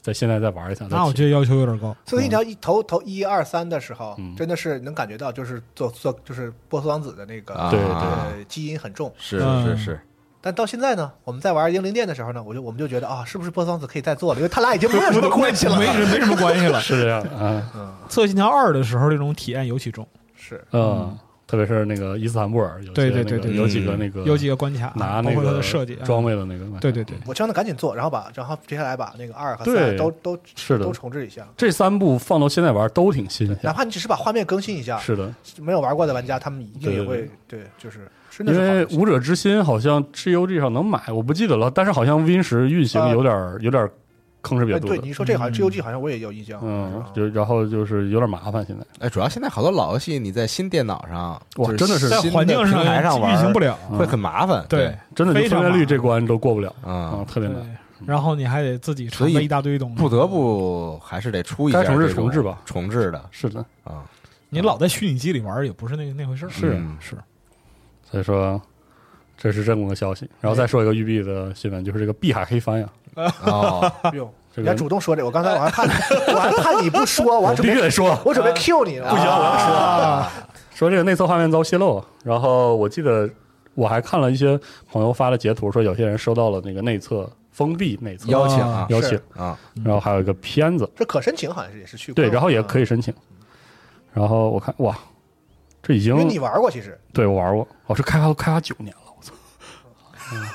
S3: 在现在再玩一下。
S5: 那我
S3: 就
S5: 觉得要求有点高。
S4: 《刺客信条》一头头一二三的时候，
S3: 嗯
S4: 真的是能感觉到，就是做做就是波斯王子的那个、
S2: 啊
S3: 对
S4: 呃基因很重。
S2: 是
S5: 嗯
S2: 是是，
S4: 但到现在呢，我们在玩英灵殿的时候呢，我就我们就觉得啊，是不是波斯王子可以再做了？因为他俩已经没有什么关系了。
S5: 没没什么关系了。
S3: 是这样的，嗯
S5: 《刺客信条二》的时候，这种体验尤其重，
S4: 是
S3: 嗯，特别是那个伊斯坦布尔，有些
S5: 对对
S3: 那
S5: 对
S3: 个
S5: 对对
S3: 有几个那个
S5: 有几个关卡，
S3: 拿
S5: 包
S3: 那
S5: 括它
S3: 个
S5: 的设计啊
S3: 装备的那个，
S5: 对对对，
S4: 我希望他赶紧做，然后把然后接下来把那个二和三
S3: 对
S4: 都都
S3: 是的
S4: 都重置一下，
S3: 这三部放到现在玩都挺新
S4: 哪
S3: 鲜。
S4: 怕你只是把画面更新一下，
S3: 是的，
S4: 没有玩过的玩家，他们一定也会对就是真的
S3: 因
S4: 是好
S3: 为
S4: 游
S3: 《
S4: 戏
S3: 武者之心》好像 GOG 上能买，我不记得了，但是好像 Win 十运行有点、有点坑是比较
S4: 哎
S3: 多
S4: 啊对，
S3: 的
S4: 你。说这好像《G O G》好像我也有印象，是
S3: 嗯
S4: 吧，
S3: 就然后就是有点麻烦，现在
S2: 哎，主要现在好多老游戏你在新电脑上，
S3: 哇
S2: 就
S3: 真的是
S2: 新
S5: 在环境
S2: 的平台上玩
S5: 运行不，了，
S2: 会很麻烦。
S5: 对，，
S3: 嗯真的就
S5: 非
S3: 分
S5: 常
S3: 辨率
S5: 麻
S3: 这关都过不了
S2: 嗯
S3: 啊，特别
S5: 对
S3: 难。，
S5: 然后你还得自己承
S2: 所
S5: 了
S2: 以
S5: 一大堆东西，
S2: 不得不还是得出一下
S3: 该重置
S2: 这种
S3: 重置吧
S2: 重置的
S3: 是的，
S2: 啊，
S5: 你老在虚拟机里玩也不是那那回事儿，
S3: 是
S2: 嗯
S5: 是，
S3: 所以说这是正午的消息。然
S4: 嗯
S3: 后再说一个育碧的新闻，就是这个碧海黑帆呀，
S2: 哦，
S4: 哟，
S3: 这个
S4: 人家主动说这，我刚才我还怕，我还怕你不说，我还
S3: 我必
S4: 准
S3: 须
S4: 备
S3: 得说，
S4: 我准备 Q 你了，不行，我要说啊，
S3: 说这个内测画面遭泄露，然后我记得我还看了一些朋友发的截图，说有些人收到了那个内测封闭内测
S2: 邀请啊
S3: 邀请
S4: 是，
S2: 啊，
S3: 然后还有一个片子，
S4: 这可申请好像是也是去过啊
S3: 对，然后也可
S4: 以，
S3: 以申请。然后我看哇，这已经
S4: 因为你玩过其实，
S3: 对我玩过，我、是开发都开发九年了，我操！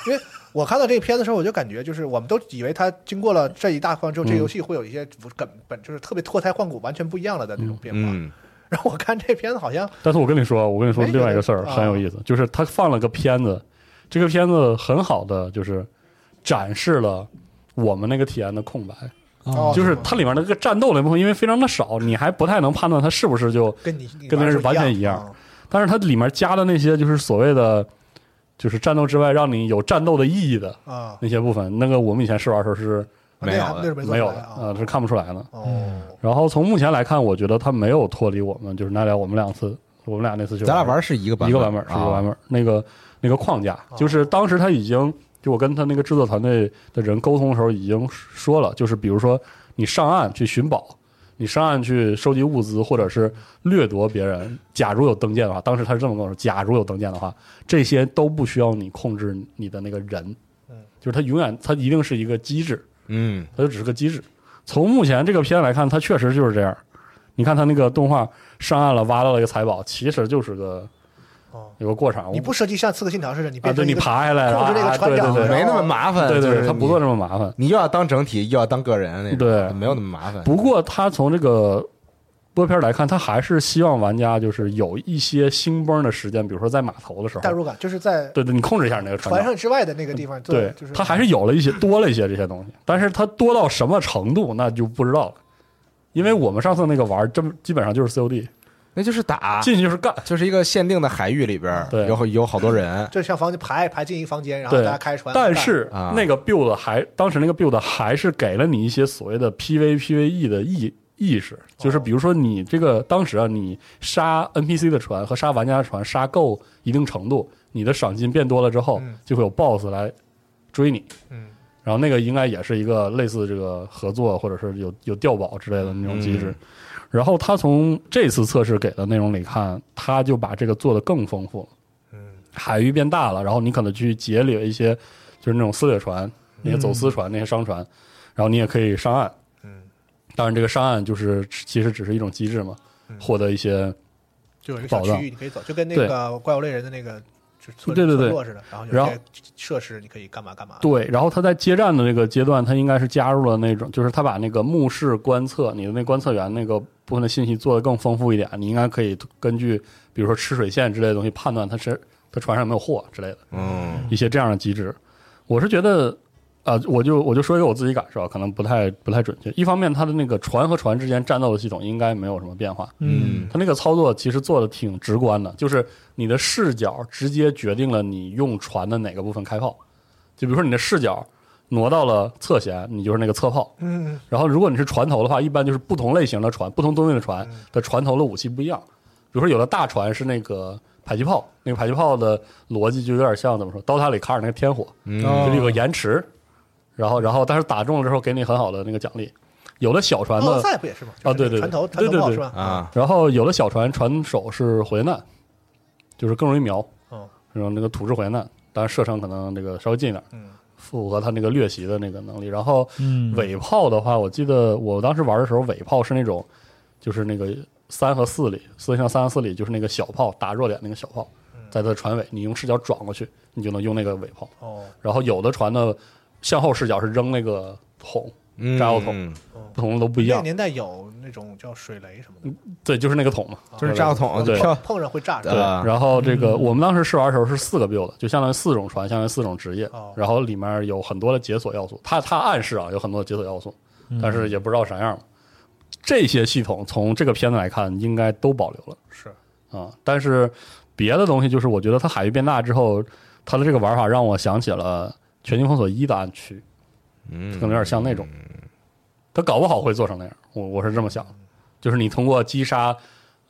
S4: 因为我看到这个片子的时候，我就感觉就是我们都以为它经过了这一大框之后，这游戏会有一些根本就是特别脱胎换骨、完全不一样了的那种变化。
S2: 嗯，
S4: 然后我看这片子好像
S3: 但是我跟你说，我跟你说
S4: 没觉得
S3: 另外一个事儿
S4: 啊
S3: 很有意思，就是他放了个片子，这个片子很好的就是展示了我们那个体验的空白，
S4: 哦
S3: 就是它里面的这个战斗的部分，因为非常的少，你还不太能判断它是不是就
S4: 跟你
S3: 跟那是完全一
S4: 一
S3: 样。但是它里面加的那些就是所谓的，就是战斗之外让你有战斗的意义的
S4: 啊啊，
S3: 那些部分，那个我们以前试玩的时候是
S2: 没有
S4: 那
S2: 了
S4: 是没做
S3: 没有
S4: 出来
S3: 的，
S4: 啊
S3: 呃，是看不出来的。
S4: 哦，
S3: 然后从目前来看，我觉得它没有脱离我们，就是那俩我们两次，我们俩那次去
S2: 咱俩玩是一个版
S3: 一个版本，是一
S2: 啊
S3: 个版本，那个那个框架，就是当时他已经就我跟他那个制作团队的人沟通的时候已经说了，就是比如说你上岸去寻宝，你上岸去收集物资，或者是掠夺别人，假如有登舰的话，当时他是这么跟我说，假如有登舰的话，这些都不需要你控制你的那个人，就是他永远他一定是一个机制，
S2: 嗯，
S3: 它就只是个机制。从目前这个片来看，它确实就是这样。你看它那个动画上岸了，挖到了一个财宝，其实就是个
S4: 哦
S3: 有个过场。
S4: 你不设计像《刺客信条》似的，你
S3: 啊，
S4: 变
S3: 对
S4: 成一
S3: 你
S4: 个
S3: 爬下来，
S4: 控制那个
S3: 啊
S4: 船长
S3: 对对
S2: 没那么麻烦，
S3: 对对
S2: 就是
S3: 对，它不
S2: 你
S3: 做这么麻烦。
S2: 你又要当整体，又要当个人那种，
S3: 对
S2: 没有那么麻烦。
S3: 不过它从这个播片来看，它还是希望玩家就是有一些兴崩的时间，比如说在码头的时
S4: 代
S3: 候，
S4: 入感，就是在
S3: 对对，你控制一下那个船
S4: 船
S3: 长。
S4: 上之外的那个地方，
S3: 嗯对
S4: 就是，
S3: 它还是有了一些多了一些这些东西，但是它多到什么程度那就不知道了，因为我们上次那个玩儿真基本上就是 COD，
S2: 那就是打，
S3: 进去就是干，
S2: 就是一个限定的海域里边儿，
S3: 对
S2: 有有好多人，
S4: 就像房间排排进一个房间，然后
S3: 对，
S4: 大家开船，
S3: 但是
S2: 啊
S3: 那个 build 还当时那个 build 还是给了你一些所谓的 PV PVE E 的意意识，
S4: 哦
S3: 就是比如说你这个当时啊，你杀 NPC 的船和杀玩家的船杀够一定程度，你的赏金变多了之后
S4: 嗯，
S3: 就会有 BOSS 来追你。
S4: 嗯，
S3: 然后那个应该也是一个类似这个合作或者是有有调宝之类的那种机制。
S4: 嗯
S3: 嗯然后他从这次测试给的内容里看，他就把这个做得更丰富了。嗯，海域变大了，然后你可能去劫掠一些就是那种私掠船、那些走私船、那些商船，然后你也可以上岸。
S4: 嗯，
S3: 当然这个上岸就是其实只是一种机制嘛，获得一些
S4: 就有一个小
S3: 宝
S4: 区
S3: 藏
S4: 域你可以走，就跟那个怪物猎人的那个就是村
S3: 对对对
S4: 村落似的，然后有
S3: 然
S4: 一
S3: 后
S4: 些设施你可以干嘛干嘛。
S3: 对，然后他在接站的这个阶段，他应该是加入了那种，就是他把那个目视观测你的那观测员那个部分的信息做得更丰富一点，你应该可以根据比如说吃水线之类的东西判断他是他船上有没有货之类的
S2: 嗯，
S3: 一些这样的机制。我是觉得，啊，我就我就说一个我自己感受啊，可能不太不太准确。一方面，它的那个船和船之间战斗的系统应该没有什么变化，
S5: 嗯
S3: 它那个操作其实做的挺直观的，就是你的视角直接决定了你用船的哪个部分开炮。就比如说你的视角挪到了侧舷，你就是那个侧炮。
S4: 嗯，
S3: 然后如果你是船头的话，一般就是不同类型的船、不同吨位的船的船头的武器不一样。比如说有的大船是那个迫击炮，那个迫击炮的逻辑就有点像怎么说，《刀塔》里卡尔那个天火，就是有个延迟，然后然后但是打中了之后给你很好的那个奖励。有的小船
S4: 奥
S3: 呢
S4: 德，赛不也是吗？
S3: 啊
S4: 就是那
S3: 对
S4: 个
S3: 对
S4: 船头
S3: 对
S4: 船头
S3: 对
S4: 炮
S3: 对
S4: 是吧？
S2: 啊，
S3: 然后有的小船船手是火焰弹，就是更容易瞄，
S4: 哦，
S3: 然后那个土制火焰弹，当然射程可能这个稍微近一点，
S4: 嗯，
S3: 符合他那个掠袭的那个能力。然后
S5: 嗯，
S3: 尾炮的话，我记得我当时玩的时候，尾炮是那种就是那个三和四里，四像三和四里就是那个小炮打弱点那个小炮，
S4: 嗯
S3: 在它的船尾，你用视角转过去，你就能用那个尾炮。
S4: 哦，
S3: 然后有的船呢，向后视角是扔那个桶，
S2: 嗯
S3: 炸药桶，
S2: 嗯
S3: 不同的都不一
S4: 那个
S3: 样。
S4: 年代有那种叫水雷什么的，
S3: 对，就是那个桶嘛，
S2: 就是炸药桶就
S3: 嗯对
S2: 飘，
S4: 碰上会炸
S2: 对
S4: 着。
S2: 啊
S3: 然后这
S4: 嗯
S3: 个我们当时试玩的时候是四个 build，就相当于四种船，相当于四种职业
S4: 哦，
S3: 然后里面有很多的解锁要素，它它暗示啊有很多的解锁要素，
S4: 嗯
S3: 但是也不知道啥样嘛。这些系统从这个片子来看，应该都保留了，
S4: 是
S3: 啊，但是别的东西就是我觉得它海域变大之后，它的这个玩法让我想起了《全境封锁一》的暗区，
S2: 嗯
S3: 可能有点像那种，它搞不好会做成那样，我我是这么想的，就是你通过击杀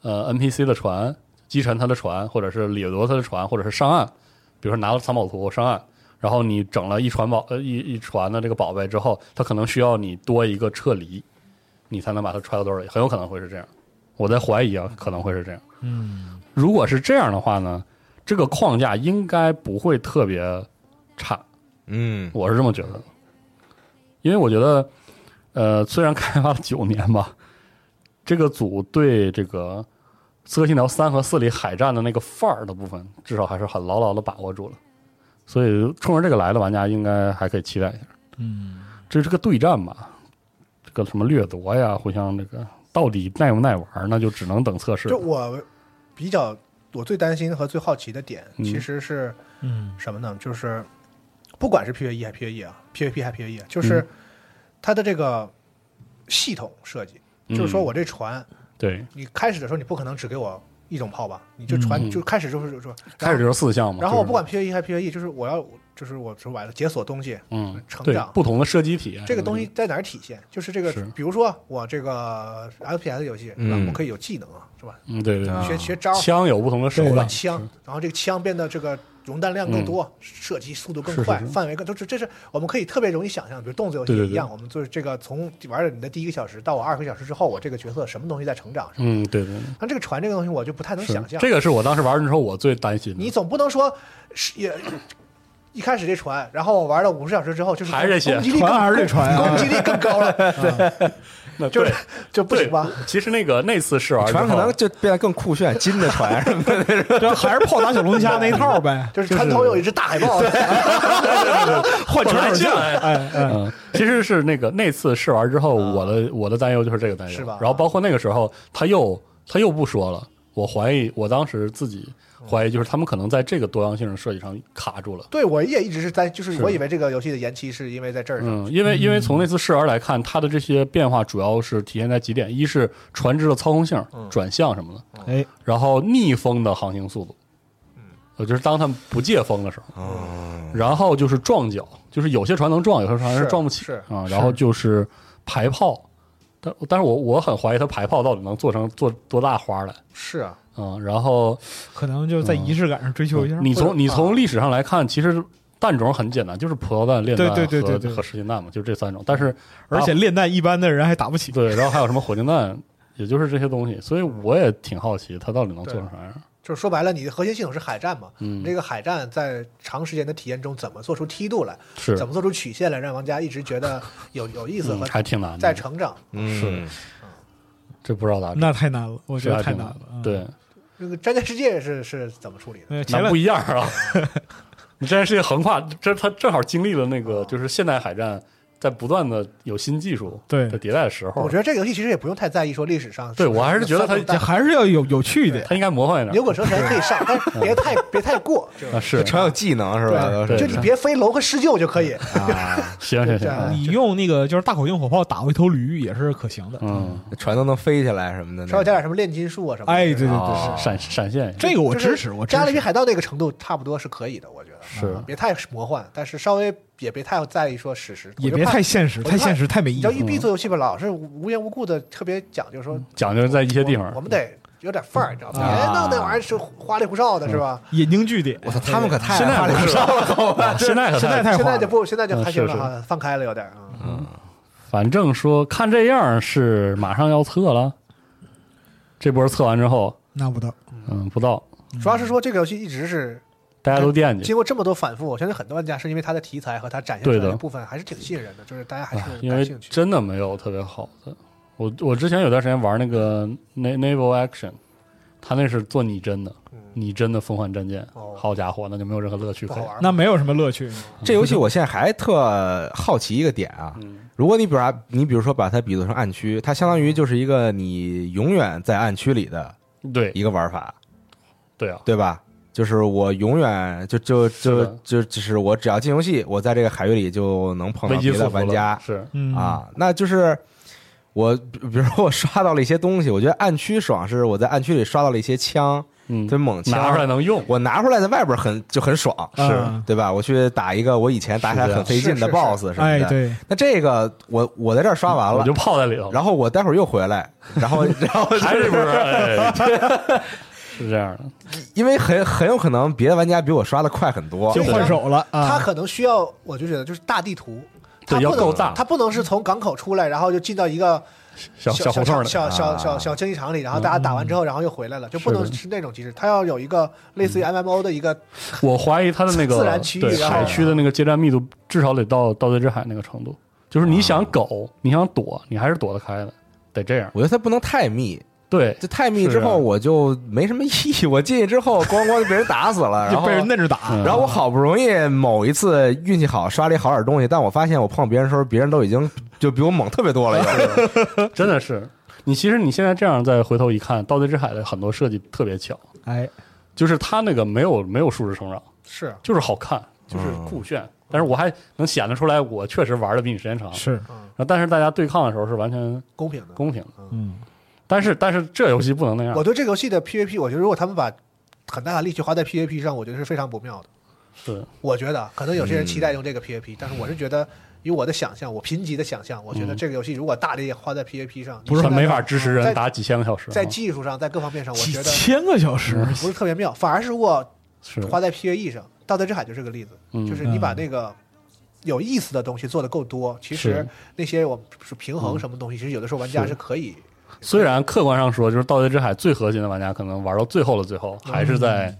S3: 呃 NPC 的船，击沉他的船，或者是掠夺他的船，或者是上岸，比如说拿了藏宝图上岸，然后你整了一船宝呃一一船的这个宝贝之后，它可能需要你多一个撤离，你才能把它揣到兜里，很有可能会是这样，我在怀疑啊，可能会是这样。
S5: 嗯，
S3: 如果是这样的话呢，这个框架应该不会特别差，
S2: 嗯
S3: 我是这么觉得的。因为我觉得，呃，虽然开发了九年吧，这个组对这个《刺客信条三》和四里海战的那个范儿的部分，至少还是很牢牢的把握住了。所以冲着这个来的玩家，应该还可以期待一下。
S5: 嗯，
S3: 这这个对战吧，这个什么掠夺呀，互相这个到底耐不耐玩儿，那就只能等测试了
S4: 就。我比较，我最担心和最好奇的点
S3: 嗯
S4: 其实是
S5: 嗯，
S4: 什么呢？就是不管是 PVE 还 PVE 啊，PVP 还 PVE，啊就是
S3: 嗯
S4: 它的这个系统设计，
S3: 嗯
S4: 就是说我这船，
S3: 对，
S4: 你开始的时候你不可能只给我一种炮吧？你就
S3: 嗯
S4: 船就开始就是说，
S3: 开始就是四项嘛。
S4: 然后
S3: 就
S4: 我
S3: 是
S4: 不管 PVE 还 PVE，就是我要就是我说白了解锁东西，
S3: 嗯，
S4: 成
S3: 对
S4: 长
S3: 不同的射击体验，
S4: 这个东西在哪儿体现？就是这个
S3: 嗯是，
S4: 比如说我这个 FPS 游戏，
S2: 嗯
S4: 是吧？我可以有技能啊，是吧？
S3: 嗯，对对对，
S4: 学学招，
S3: 枪有不同的手嗯
S4: 我
S3: 感，
S4: 枪，然后这个枪变得这个容弹量更多，射击速度更
S3: 是是
S4: 快，
S3: 是
S4: 范围更，都是这是我们可以特别容易想象，比如动作游戏
S3: 对对
S4: 也
S3: 对
S4: 一样，我们就是这个从玩了你的第一个小时到我二十个小时之后，我这个角色什么东西在成长什么。
S3: 嗯，对对对，
S4: 但这个船这个东西，我就不太能
S3: 是
S4: 想象。
S3: 这个是我当时玩的时候我最担心的，
S4: 你总不能说是也。一开始这船，然后我玩了五十小时之后，就是
S3: 还是这些
S4: 攻击力
S5: 船
S4: 更
S5: 还是这船 啊
S4: 攻击力更高了，
S3: 那
S4: 就是
S3: 对
S4: 就不行吧？。
S3: 对其实那个那次试玩之后，
S2: 船可能就变得更酷炫，金的船 什么的，
S5: 这还是炮打小龙虾那一套呗
S4: 就是船头有一只大海豹，
S3: 换船进来。
S5: 哎哎，
S3: 嗯，其实是那个那次试玩之后，我的我的担忧就是这个担忧，
S4: 啊是吧
S3: 然后包括那个时候，他又他又不说了，我怀疑我当时自己
S4: 嗯
S3: 怀疑就是他们可能在这个多样性的设计上卡住了。
S4: 对我也一直是在，就是
S3: 是
S4: 我以为这个游戏的延期是因为在这儿上，
S3: 嗯，因为因为从那次试玩来看，它的这些变化主要是体现在几点：一是船只的操控性、
S4: 嗯
S3: 转向什么的，
S5: 哎，
S3: 然后逆风的航行速度，嗯，就是当他们不借风的时候，
S4: 哦
S3: 然后就是撞角，就是有些船能撞，有些船
S4: 是
S3: 撞不起
S4: 是
S3: 啊，然后就是排炮，但但是我我很怀疑它排炮到底能做成做多大花来，
S4: 是啊，
S3: 嗯，然后
S5: 可能就在仪式感上追求一下。
S3: 嗯
S5: 啊
S3: 你啊从你从历史上来看，其实蛋种很简单，就是葡萄蛋、炼蛋和
S5: 对对对对对
S3: 和实心蛋嘛，就这三种。但是
S5: 而且炼弹一般的人还打不起。
S3: 对，然后还有什么火箭弹， 也就是这些东西，所以我也挺好奇它到底能做成啥样。
S4: 就是说白了，你的核心系统是海战嘛，
S3: 嗯
S4: 你这个海战在长时间的体验中怎么做出梯度来，
S3: 是，
S4: 怎么做出曲线来，让玩家一直 觉得有有意思
S3: 嗯
S4: 和
S3: 还挺难
S4: 在
S3: 的，
S4: 成长。
S2: 嗯，
S3: 这不知道咋整，
S5: 那太难了，我觉
S3: 是还
S5: 得太
S3: 挺
S5: 难
S3: 的
S5: 了。嗯，
S3: 对，
S4: 这个《战舰世界是》是怎么处理的？
S5: 呃前
S3: 那
S5: 两
S3: 不一样 啊。你这件事情横跨，这它正好经历了那个就是现代海战在不断的有新技术
S5: 对
S3: 在迭代的时候，
S4: 我觉得这个游戏其实也不用太在意说历史上，
S3: 对我还是觉得它
S5: 这
S4: 它
S5: 还是要有有趣一点。
S3: 它应该魔幻一
S4: 牛
S3: 点。
S4: 滚蛇神可 以上，但是别太别太过，就
S3: 啊，是，
S2: 船有技能是吧？都
S3: 对
S2: 是
S4: 就你别飞龙和狮鹫就可以。
S3: 嗯
S2: 啊，
S3: 行行行，
S4: 对
S3: 啊
S5: 你用那个就是大口径火炮打过一头驴也是可行的。
S3: 嗯，
S2: 船都能飞起来什么的那种，
S4: 稍微加点什么炼金术啊什么的。
S5: 哎，对对
S2: 哦
S5: 对，
S3: 闪闪现
S5: 这个我
S4: 就是
S5: 支持，我支
S4: 加勒比
S5: 持。
S4: 海盗那个程度差不多是可以的，我觉得
S3: 是
S4: 啊别太魔幻，但是稍微也别太在意说史实，
S5: 也
S4: 我就
S5: 别
S4: 怕
S5: 太。现实，
S4: 我就
S5: 太现
S4: 怕
S5: 实太没
S4: 你
S5: 意
S4: 知道
S5: 思。
S4: 育碧做游戏吧，老是无缘无故的特别讲究说，
S3: 嗯讲究在一些地
S4: 我
S3: 方
S4: 我，们得有点范儿，你知道
S2: 嗯
S4: 吗？
S5: 啊
S4: 别弄那玩意儿是花里胡哨
S3: 嗯
S4: 的，是吧？
S5: 引经据典，
S2: 我操，嗯他们可太
S3: 现在
S2: 花里
S3: 不
S2: 胡
S3: 是
S2: 哨了，好吧
S3: 啊现在可
S5: 现在太
S4: 现
S5: 花
S4: 在就
S5: 了。
S4: 不，现在就
S3: 嗯
S4: 还行了
S3: 是是
S4: 哈，放开了有点啊。
S2: 嗯
S3: 反正说看这样是马上要测了，这波测完之后，
S5: 那不到，
S3: 嗯，不到，
S4: 主要是说这个游戏一直是
S3: 大家都惦记
S4: 经，过这么多反复，我相信很多玩家是因为它的题材和它展现出
S3: 嗯
S4: 来
S3: 对
S4: 的
S3: 的
S4: 部分还是挺吸引人的，就是大家还
S3: 哎
S4: 是
S3: 因
S4: 感
S3: 为
S4: 兴趣。
S3: 真的没有特别好的。我我之前有段时间玩那个 Na- Naval Action，他那是做拟真的，拟真的风幻战舰
S4: 嗯哦，
S3: 好家伙，那就没有任何乐趣
S4: 不
S3: 可
S4: 好
S3: 言。
S4: 玩吗？
S5: 那没有什么乐趣。
S2: 这游戏我现在还特好奇一个点啊，
S3: 嗯
S2: 如果你比如啊你比如说把它比作成暗区，它相当于就是一个你永远在暗区里的
S3: 对
S2: 一个玩法，
S3: 对啊，
S2: 对吧？就是我永远就就是就
S3: 的
S2: 就就是我只要进游戏，我在这个海域里就能碰
S3: 危
S2: 到
S3: 机
S2: 别
S3: 四
S2: 的
S3: 伏
S2: 玩家
S3: 了，是
S5: 嗯，
S2: 啊，那就是。我比比如说我刷到了一些东西，我觉得暗区爽是我在暗区里刷到了一些枪，
S3: 嗯
S2: 特别猛枪，
S3: 拿出来能用，
S2: 我拿出来在外边很就很爽，
S5: 嗯
S2: 对吧？我去打一个我以前打起来很费劲
S4: 是
S2: 的
S4: 的是
S2: BOSS 什么
S5: 哎
S2: 的，
S5: 对，
S2: 那这个我我在这儿刷完
S3: 我
S2: 了
S3: 就，泡在里头，
S2: 然后我待会儿又回来，然后然后
S3: 还是不是？哎 是这样的，
S2: 因为很很有可能别的玩家比我刷的快很多
S5: 就，换手了
S4: 他
S5: 啊。
S4: 可能需要，我就觉得就是大地图，
S3: 对
S4: 它
S3: 要
S4: 不能
S3: 够大
S4: 它不能是从港口出来，然后就进到一个
S3: 小
S4: 小
S3: 胡同
S4: 厂
S3: 里，
S4: 小小小
S2: 啊
S4: 小竞技场里，然后大家打完之后，然后又回来了，就不能
S3: 嗯是的嗯
S4: 是那种机制，它要有一个类似于 MMO 的一个
S3: 我怀疑它的那个
S4: 自然区域啊
S3: 对
S4: 然后
S3: 海区的那个接站密度，至少得到盗贼之海那个程度。就是
S2: 啊
S3: 你想苟，你想躲，你还是躲得开的，得这样。
S2: 我觉得它不能太密，
S3: 对，
S2: 这太密之
S3: 是啊
S2: 后我就没什么意义，我进去之后咣咣就被人打死了，然
S5: 就
S2: 后
S5: 被。人摁着打，
S3: 嗯
S2: 然后我好不容易某一次运气好刷了一好点东西，但我发现我碰别人的时候，别人都已经就比我猛特别多了。又
S3: 真的是你。其实你现在这样再回头一看，《盗贼之海》的很多设计特别巧，
S5: 哎，
S3: 就是它那个没有没有数值成长，
S4: 是
S3: 就是好看，就是
S5: 嗯
S3: 酷炫。但是我还能显得出来，我确实玩的比你时间长。
S5: 是，
S3: 然后但是大家对抗的时候是完全
S4: 公平的。
S3: 公平的。
S5: 嗯，
S3: 但是但是这游戏不能那样
S4: 我，对这个游戏的 PVP，我觉得如果他们把很大的力气花在 PVP 上，我觉得是非常不妙的。
S3: 是
S4: 我觉得可能有些人
S3: 嗯
S4: 期待用这个 PVP，、但是我是觉得，以我的想象，我贫瘠的想象，我觉得这个游戏如果大力花在 PVP 上，
S3: 嗯不是很没法支持人
S4: 在
S3: 打几千个小时啊。
S4: 在技术上，在各方面上，我
S5: 几
S4: 觉得
S5: 千个小时，
S2: 嗯
S4: 不是特别妙。反而是如果
S3: 是
S4: 花在 PVE 上，《盗贼之海》就是个例子，
S3: 嗯
S4: 就是你把那个有意思的东西做的够多，其实
S3: 是嗯
S4: 那些我们是平衡什么东西，其实有的时候玩家
S3: 是
S4: 是可以
S3: 虽然客观上说，就是《盗贼之海》最核心的玩家，可能玩到最后的最后，还是在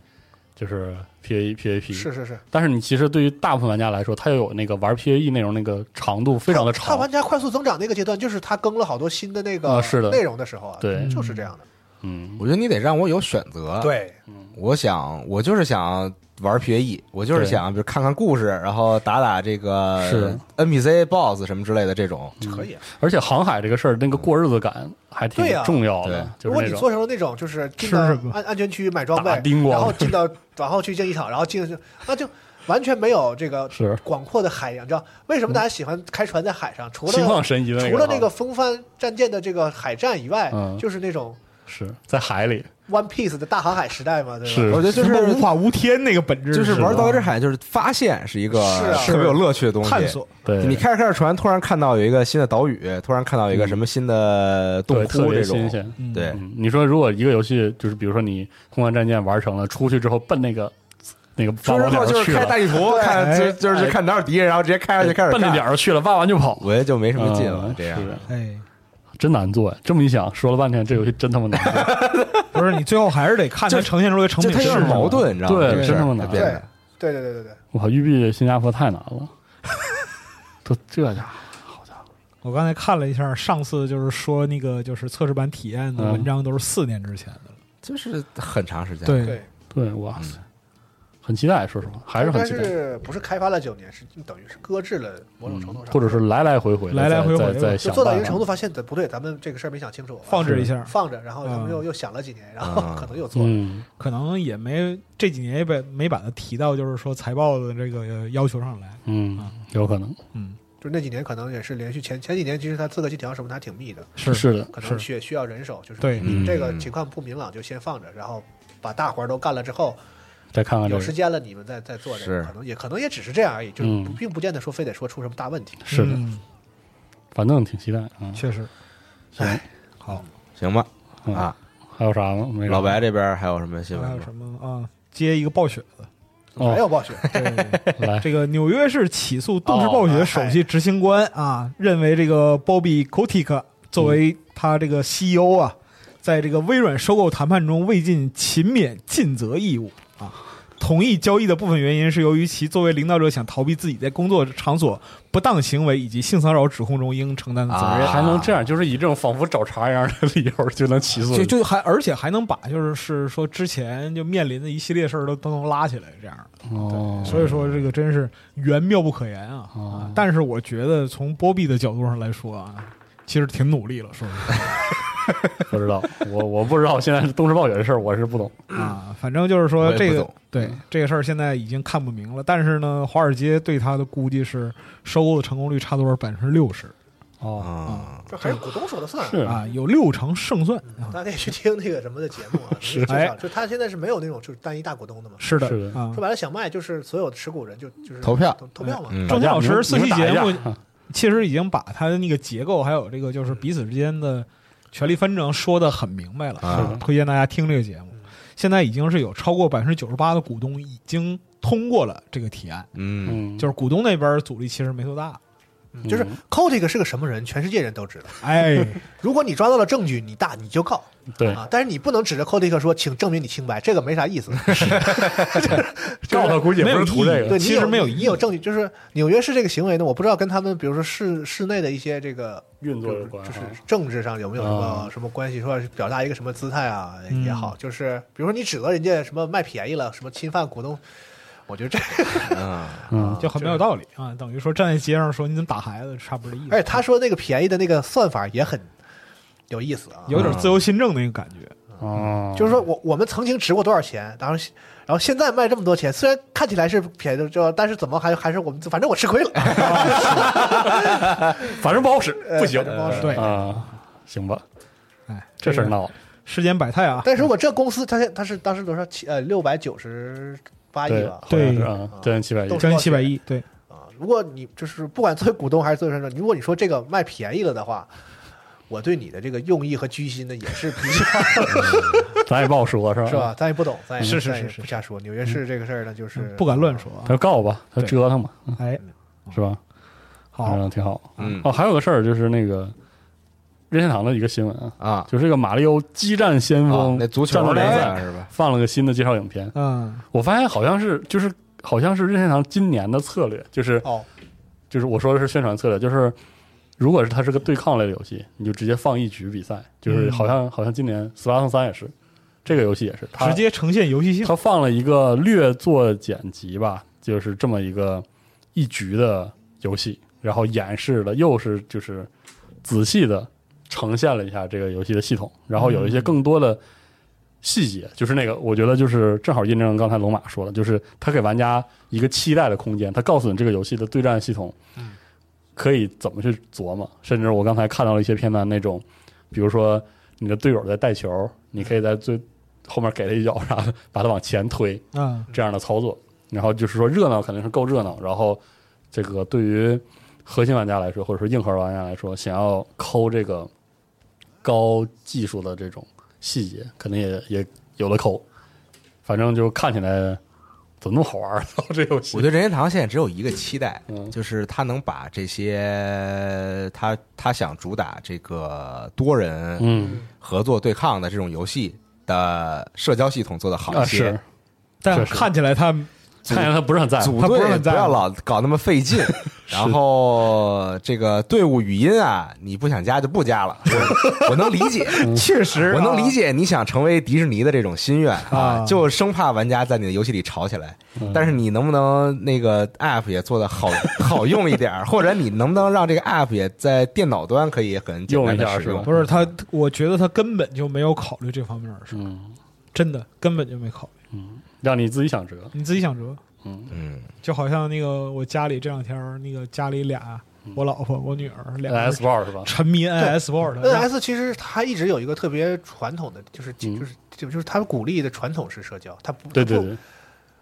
S3: 就是 PVE PVP。
S4: 是是是
S3: 但是你其实对于大部分玩家来说，他又有那个玩 PVE 内容那个长度非常的
S4: 他
S3: 长，
S4: 玩家快速增长那个阶段，就是他更了好多新的那个
S3: 啊是的
S4: 内容的时候啊，
S3: 对
S4: 就是这样的。
S3: 嗯，
S2: 我觉得你得让我有选择，
S4: 对，
S2: 我想，我就是想玩 PVE，我 E，就是
S3: 对
S2: 想，比如看看故事，然后打打这个
S3: 是
S2: NPC、BOSS 什么之类的这种。
S4: 可以啊。
S3: 而且航海这个事儿，那个过日子感还挺
S4: 对呀
S3: 重要
S2: 对
S3: 的，就是
S4: 如果
S3: 那
S4: 你
S3: 种
S4: 做成了那种，就是进
S5: 吃
S4: 到
S5: 什么
S4: 安安全区买装备
S3: 打叮，咣
S4: 然后 进到然后去竞技场，然后进去，那就完全没有这个
S3: 是
S4: 广阔的海洋。你知道为什么大家喜欢开船在海上？除了
S3: 心旷神怡的那个，
S4: 除了那个风帆战舰的这个海战以外，
S3: 嗯
S4: 就是那种
S3: 是在海里
S4: One Piece 的大航海时代嘛，对吧？
S3: 是
S2: 我觉得就
S5: 什么无
S2: 是
S5: 法无天那个本质，
S2: 就是玩《
S5: 吧
S2: 盗贼之海》，就是发现是一个
S4: 是啊
S2: 特别有乐趣的东西。
S5: 探索，
S3: 对
S2: 你开着开着船，突然看到有一个新的岛屿，突然看到一个什么新的洞
S3: 嗯对特
S2: 窟
S3: 别
S2: 这
S3: 新
S2: 种，
S3: 鲜。
S5: 嗯
S2: 对
S3: 嗯，你说如果一个游戏就是比如说你《空幻战舰》玩成了，出去之后奔那个那个
S2: 出
S3: 八
S2: 之
S3: 宝点
S2: 后
S3: 儿
S2: 就是
S3: 去
S2: 开
S3: 了哎
S2: 大，地图，看就就是看哪有敌人，然后直接开上去开始
S3: 奔那
S2: 干
S3: 点儿去了，挖完就跑，
S2: 我觉得就没什么劲了
S3: 嗯。
S2: 这样
S3: 是，的
S5: 哎，
S3: 真难做呀！这么一想，说了半天，这游戏真他妈难做。
S5: 不是你最后还是得看它
S2: 就
S5: 呈现出来成
S2: 就
S5: 品
S2: 它
S5: 是
S2: 有
S5: 什
S2: 点
S5: 么
S2: 矛。盾，你知道吗？
S3: 对
S2: 这个事
S3: 真
S2: 儿
S3: 这么难
S2: 它
S4: 对
S2: 变得
S4: 对对对对对，
S3: 哇，育碧新加坡太难了，都这家伙，好家伙，
S5: 我刚才看了一下，上次就是说那个就是测试版体验的
S3: 嗯
S5: 文章都是四年之前的了。
S2: 就是很长时间。
S5: 对
S4: 对，
S3: 对，哇塞，很期待，说实话，还是很
S4: 但
S3: 期待，
S4: 是不是开发了九年，是等于是搁置了某种程度上，
S3: 嗯或者是来来回回的，
S5: 来来回回
S3: 在在
S5: 吧
S4: 就
S3: 想
S4: 做到
S3: 办
S4: 一个
S3: 法
S4: 程度，发现不对，咱们这个事儿没想清楚，
S5: 放置一
S4: 啊
S5: 下，
S4: 放着，然后他们
S5: 嗯
S4: 又又想了几年，然后
S2: 嗯
S4: 可能又做了。
S3: 嗯，
S5: 可能也没这几年也被没把它提到，就是说财报的这个要求上来。
S3: 嗯，有可能
S5: 嗯，
S4: 就是那几年可能也是连续前前几年，其实它资格机调什么的还挺密的，
S5: 是
S3: 是的，
S4: 可能需需要人手，就是
S5: 对
S3: 嗯
S4: 这个情况不明朗就先放着，然后把大活儿都干了之后，
S3: 再看看这
S4: 有
S3: 个
S4: 时间了你们再再做这
S2: 是
S4: 个，可能也可能也只是这样而已，就是不
S3: 嗯
S4: 并不见得说非得说出什么大问题。
S3: 是的，
S5: 嗯
S3: 反正挺期待啊。
S5: 确实。
S3: 哎，
S5: 好，
S2: 行吧？
S3: 嗯
S2: 啊，
S3: 还有啥吗？没啥
S2: 老白这边还有什么新闻
S5: 还有
S2: 吗？
S5: 什么啊？接一个暴雪的，
S3: 哦
S4: 没有 暴雪，
S5: 对，哦
S3: 来，
S5: 这个纽约市起诉动视暴雪首席执行官啊，认为这个 Bobby Kotick 作为他这个 CEO 啊，在这个微软收购谈判中未尽勤勉尽责义务啊，同意交易的部分原因是由于其作为领导者想逃避自己在工作场所不当行为以及性骚扰指控中应承担的责任。
S3: 还能这样，就是以这种仿佛找茬一样的理由就能
S2: 嗯
S3: 起诉
S5: 就
S3: 你，
S5: 就还而且还能把就是是说之前就面临的一系列事儿都都能拉起来这样的，
S3: 哦
S5: 所以说这个真是缘妙不可言啊！
S2: 哦
S5: 啊但是我觉得从波比的角度上来说啊，其实挺努力了，说实话
S3: 不知道，我我不知道现在是东芝暴雪的事儿，我是不懂。
S5: 啊，反正就是
S2: 我
S5: 说
S2: 也不
S5: 这个
S2: 懂嗯
S5: 对这个事儿现在已经看不明了，但是呢，华尔街对他的估计是收购的成功率差多少百分之六十
S3: 哦，
S2: 啊，
S4: 这还是股东说了算啊。
S3: 是
S5: 啊，有六成胜算啊，
S4: 大家也去听那个什么的节目啊，是
S5: 哎
S4: 就他现在是没有那种就是单一大股东的嘛。
S5: 是的
S3: 是的
S5: 啊
S4: 说。白了，想卖就是所有的持股人就就是
S2: 投票
S4: 投票嘛。
S2: 嗯
S5: 中间老师四期节
S3: 你
S5: 目
S3: 们打一架
S5: 其实已经把他的那个结构，还有这个就是彼此之间的权力纷争说得很明白了。
S2: 啊
S5: 推荐大家听这个节目。
S3: 嗯
S5: 现在已经是有超过百分之九十八的股东已经通过了这个提案，
S2: 嗯，
S3: 嗯，
S5: 就是股东那边阻力其实没 多大。
S4: 就是 c 这个是个什么人，全世界人都知道。
S5: 哎，
S4: 如果你抓到了证据，你大你就告
S3: 对，
S4: 啊，但是你不能指着 c 这个说，请证明你清白，这个没啥 意思。
S3: 告他估计也不是图这
S5: 没
S3: 个
S5: 有意
S4: 对，
S5: 义
S4: 你
S5: 其实没有意义
S4: 你有证据，就是纽约市这个行为呢，我不知道跟他们比如说市市内的一些这个
S3: 运作有关
S4: 就是
S3: 哈
S4: 政治上有没有什
S3: 啊
S4: 么什么关系？说是表达一个什么姿态啊
S5: 嗯
S4: 也好，就是比如说你指责人家什么卖便宜了，什么侵犯股东，我觉得这，
S3: 嗯
S5: 就很没有道理啊！等于说站在街上说你怎么打孩子，差不多这意思。
S3: 哎
S4: 而且他说那个便宜的那个算法也很有意思啊，
S5: 有点自由新政那个感觉。
S3: 哦，
S4: 就是说我我们曾经值过多少钱，然后然后现在卖这么多钱，虽然看起来是便宜的，就但是怎么还还是我们反正我吃亏了，
S3: 反正不好使，不行
S4: 呃反正不好使
S5: 对，
S3: 啊，行吧，
S5: 哎，
S3: 这事儿
S5: 个
S3: 闹的，
S5: 世间百态啊。
S4: 但是我这公司他现他是当时多少七呃六百九十八亿
S3: 对
S4: 吧，
S5: 对
S3: 好像是啊，将近七百亿
S4: 都，
S5: 将近七百亿，对，
S4: 啊，如果你就是不管作为股东还是作为什么，如果你说这个卖便宜了的话，我对你的这个用意和居心呢也是比 较，
S3: 咱也不好说，是吧？
S4: 是吧？？咱也不懂，咱也
S5: 是是
S4: 咱也
S5: 是是
S4: 不瞎说。纽约市这个事儿呢，就是
S5: 不敢乱说啊
S3: 他。就告吧，他
S5: 对
S3: 折腾吧，
S5: 哎，
S3: 是吧？
S5: 好，
S3: 嗯，挺好。
S2: 嗯
S3: 哦，还有个事儿就是那个任天堂的一个新闻啊，
S2: 啊，
S3: 就是这个《马里奥激战先锋
S4: 哦
S2: 啊》那足球
S3: 战斗联
S2: 联
S3: 赛
S2: 赛是吧？
S3: 放了个新的介绍影片，
S5: 嗯，
S3: 我发现好像是就是好像是任天堂今年的策略，就是
S4: 哦，
S3: 就是我说的是宣传策略，就是如果是它是个对抗类的游戏，你就直接放一局比赛，就是
S5: 嗯
S3: 好像、好像今年《斯拉腾三》也是，这个游戏也是，它
S5: 直接呈现游戏性。
S3: 它放了一个略作剪辑吧，就是这么一个一局的游戏，然后演示了又是就是仔细的呈现了一下这个游戏的系统，然后有一些更多的细节，就是那个我觉得就是正好印证刚才龙马说的，就是他给玩家一个期待的空间，他告诉你这个游戏的对战系统，可以怎么去琢磨，甚至我刚才看到了一些片段那种，比如说你的队友在带球，你可以在最后面给他一脚啥的，把他往前推
S5: 嗯，
S3: 这样的操作。然后就是说热闹肯定是够热闹，然后这个对于核心玩家来说，或者说硬核玩家来说，想要抠这个高技术的这种细节，肯定也也有了抠。反正就看起来怎么那么好玩儿， 这游戏
S2: 我对任天堂现在只有一个期待，
S3: 嗯
S2: 就是他能把这些他他想主打这个多人
S3: 嗯
S2: 合作对抗的这种游戏的社交系统做得好
S3: 啊
S2: 一些
S3: 是，，
S5: 但
S3: 确实
S5: 看起来他
S3: 看起来他不是很在乎
S2: 组
S5: 他不是
S2: 队
S5: 很
S2: 不
S5: 在乎
S2: 要老搞那么费劲，然后这个队伍语音啊，你不想加就不加了，我我能理解。
S5: 确实
S4: 啊
S2: 我能理解你想成为迪士尼的这种心愿啊
S5: 啊，
S2: 就生怕玩家在你的游戏里吵起来
S3: 嗯。
S2: 但是你能不能那个 app 也做的好好用一点儿，或者你能不能让这个 app 也在电脑端可以很简单
S3: 用一下
S2: 的使
S3: 是吧
S2: 用？
S5: 不是他，我觉得他根本就没有考虑这方面的事，
S3: 嗯，
S5: 真的根本就没考虑。
S3: 让你自己想辙。
S5: 你自己想辙，
S2: 嗯，
S5: 就好像那个我家里这两天儿那个家里俩，我老婆我女儿俩
S3: 嗯 S
S5: 人
S3: bar 是吧？
S5: 沉迷 NS Sport，
S4: N
S5: 然后
S4: S 其实它一直有一个特别传统的，就是就是就就是它鼓励的传统式社交，它不
S3: 嗯对对
S4: 它不
S3: 对，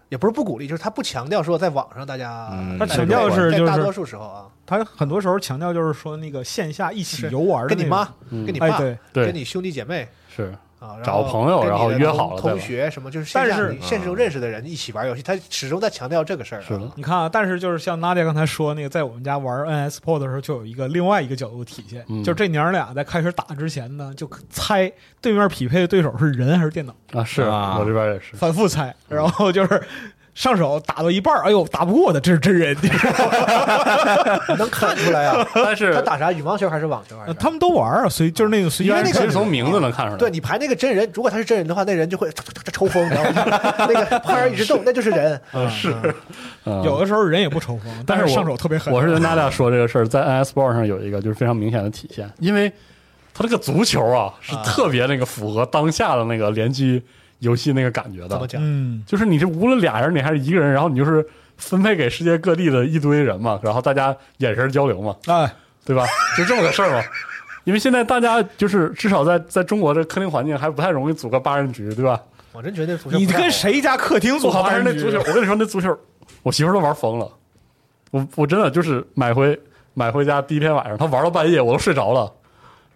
S4: 也不是不鼓励，就是它不强调说在网上大家
S2: 嗯，
S5: 他强调是
S4: 在
S5: 就
S4: 大多
S5: 是
S4: 数时候啊，
S5: 他很多时候强调就是说那个线下一起游玩的
S4: 跟
S5: 那种
S4: 你妈、
S3: 嗯
S4: 跟你
S5: 哎
S4: 爸、
S5: 对，
S3: 对
S4: 跟你兄弟姐妹
S3: 是
S4: 啊，然
S3: 找
S4: 后
S3: 朋友
S4: 跟你
S3: 然后
S4: 的
S3: 约
S4: 同
S3: 好了再
S4: 同
S3: 玩
S4: 学什么，就是线
S5: 但
S4: 下
S5: 是
S4: 你现实中认识的人一起玩游戏，他始终在强调这个事儿啊。
S3: 是的，
S5: 你看啊，但是就是像娜姐刚才说那个，在我们家玩 NS Sport 的时候，就有一个另外一个角度体现，
S3: 嗯
S5: 就是这娘儿俩在开始打之前呢，就猜对面匹配的对手是人还是电脑，
S3: 啊，是
S2: 啊
S3: 我这边也是，
S5: 反复猜，然后就是上手打到一半儿，哎呦，打不过的，这是真人。
S4: 能看出来啊。
S3: 但 是
S4: 他打啥？羽毛球还是网球还是
S5: 呃
S4: 啥？
S5: 他们都玩儿啊，所以就是那个随
S3: 因
S5: 机
S3: 为
S4: 那
S3: 其
S4: 个
S3: 实从名字能看出来，
S4: 对你排那个真人，如果他是真人的话，那人就会 抽抽抽抽风，然后 那个拍儿一直动，那就是人。
S5: 是
S3: 嗯
S5: 有的时候人也不抽风，
S3: 但是
S5: 是
S3: 我
S5: 上手特别狠。啊
S3: 我是跟大家说这个事儿，在 NS b o 上有一个就是非常明显的体现，因为他这个足球啊是特别那个符合当下的那个联机游戏那个感觉
S4: 怎么
S3: 的，
S4: 讲？
S5: 嗯，
S3: 就是你这无论俩人你还是一个人，然后你就是分配给世界各地的一堆人嘛，然后大家眼神交流嘛，
S5: 哎，
S3: 对吧？就这么个事儿嘛。因为现在大家就是至少在在中国这客厅环境还不太容易组个八人局，对吧？
S4: 我真觉得足球
S5: 你
S4: 不太好
S5: 跟？谁家客厅
S3: 我
S5: 组
S3: 靠，
S5: 八
S3: 但是
S5: 人
S3: 那
S5: 局
S3: 足球，我跟你说，那足球，我媳妇儿都玩疯了。我我真的就是买回买回家第一天晚上，她玩到半夜，我都睡着了。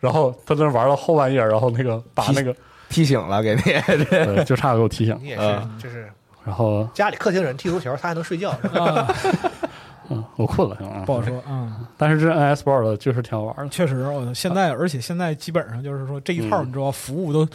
S3: 然后她在那玩到后半夜，然后那个把那个
S2: 踢醒了给你，
S3: 对就差给我踢醒了。
S4: 你也是
S3: 啊
S2: 嗯，
S4: 就是
S3: 然后
S4: 家里客厅人踢足球，他还能睡觉。是 吧
S5: 啊，
S3: 嗯，我困了，行了
S5: 不
S3: 啊。
S5: 好说啊。
S3: 但是这 NS Ball 的确实挺好玩的。
S5: 确实，我现在而且现在基本上就是说这一套，
S3: 嗯
S5: 你知道服务都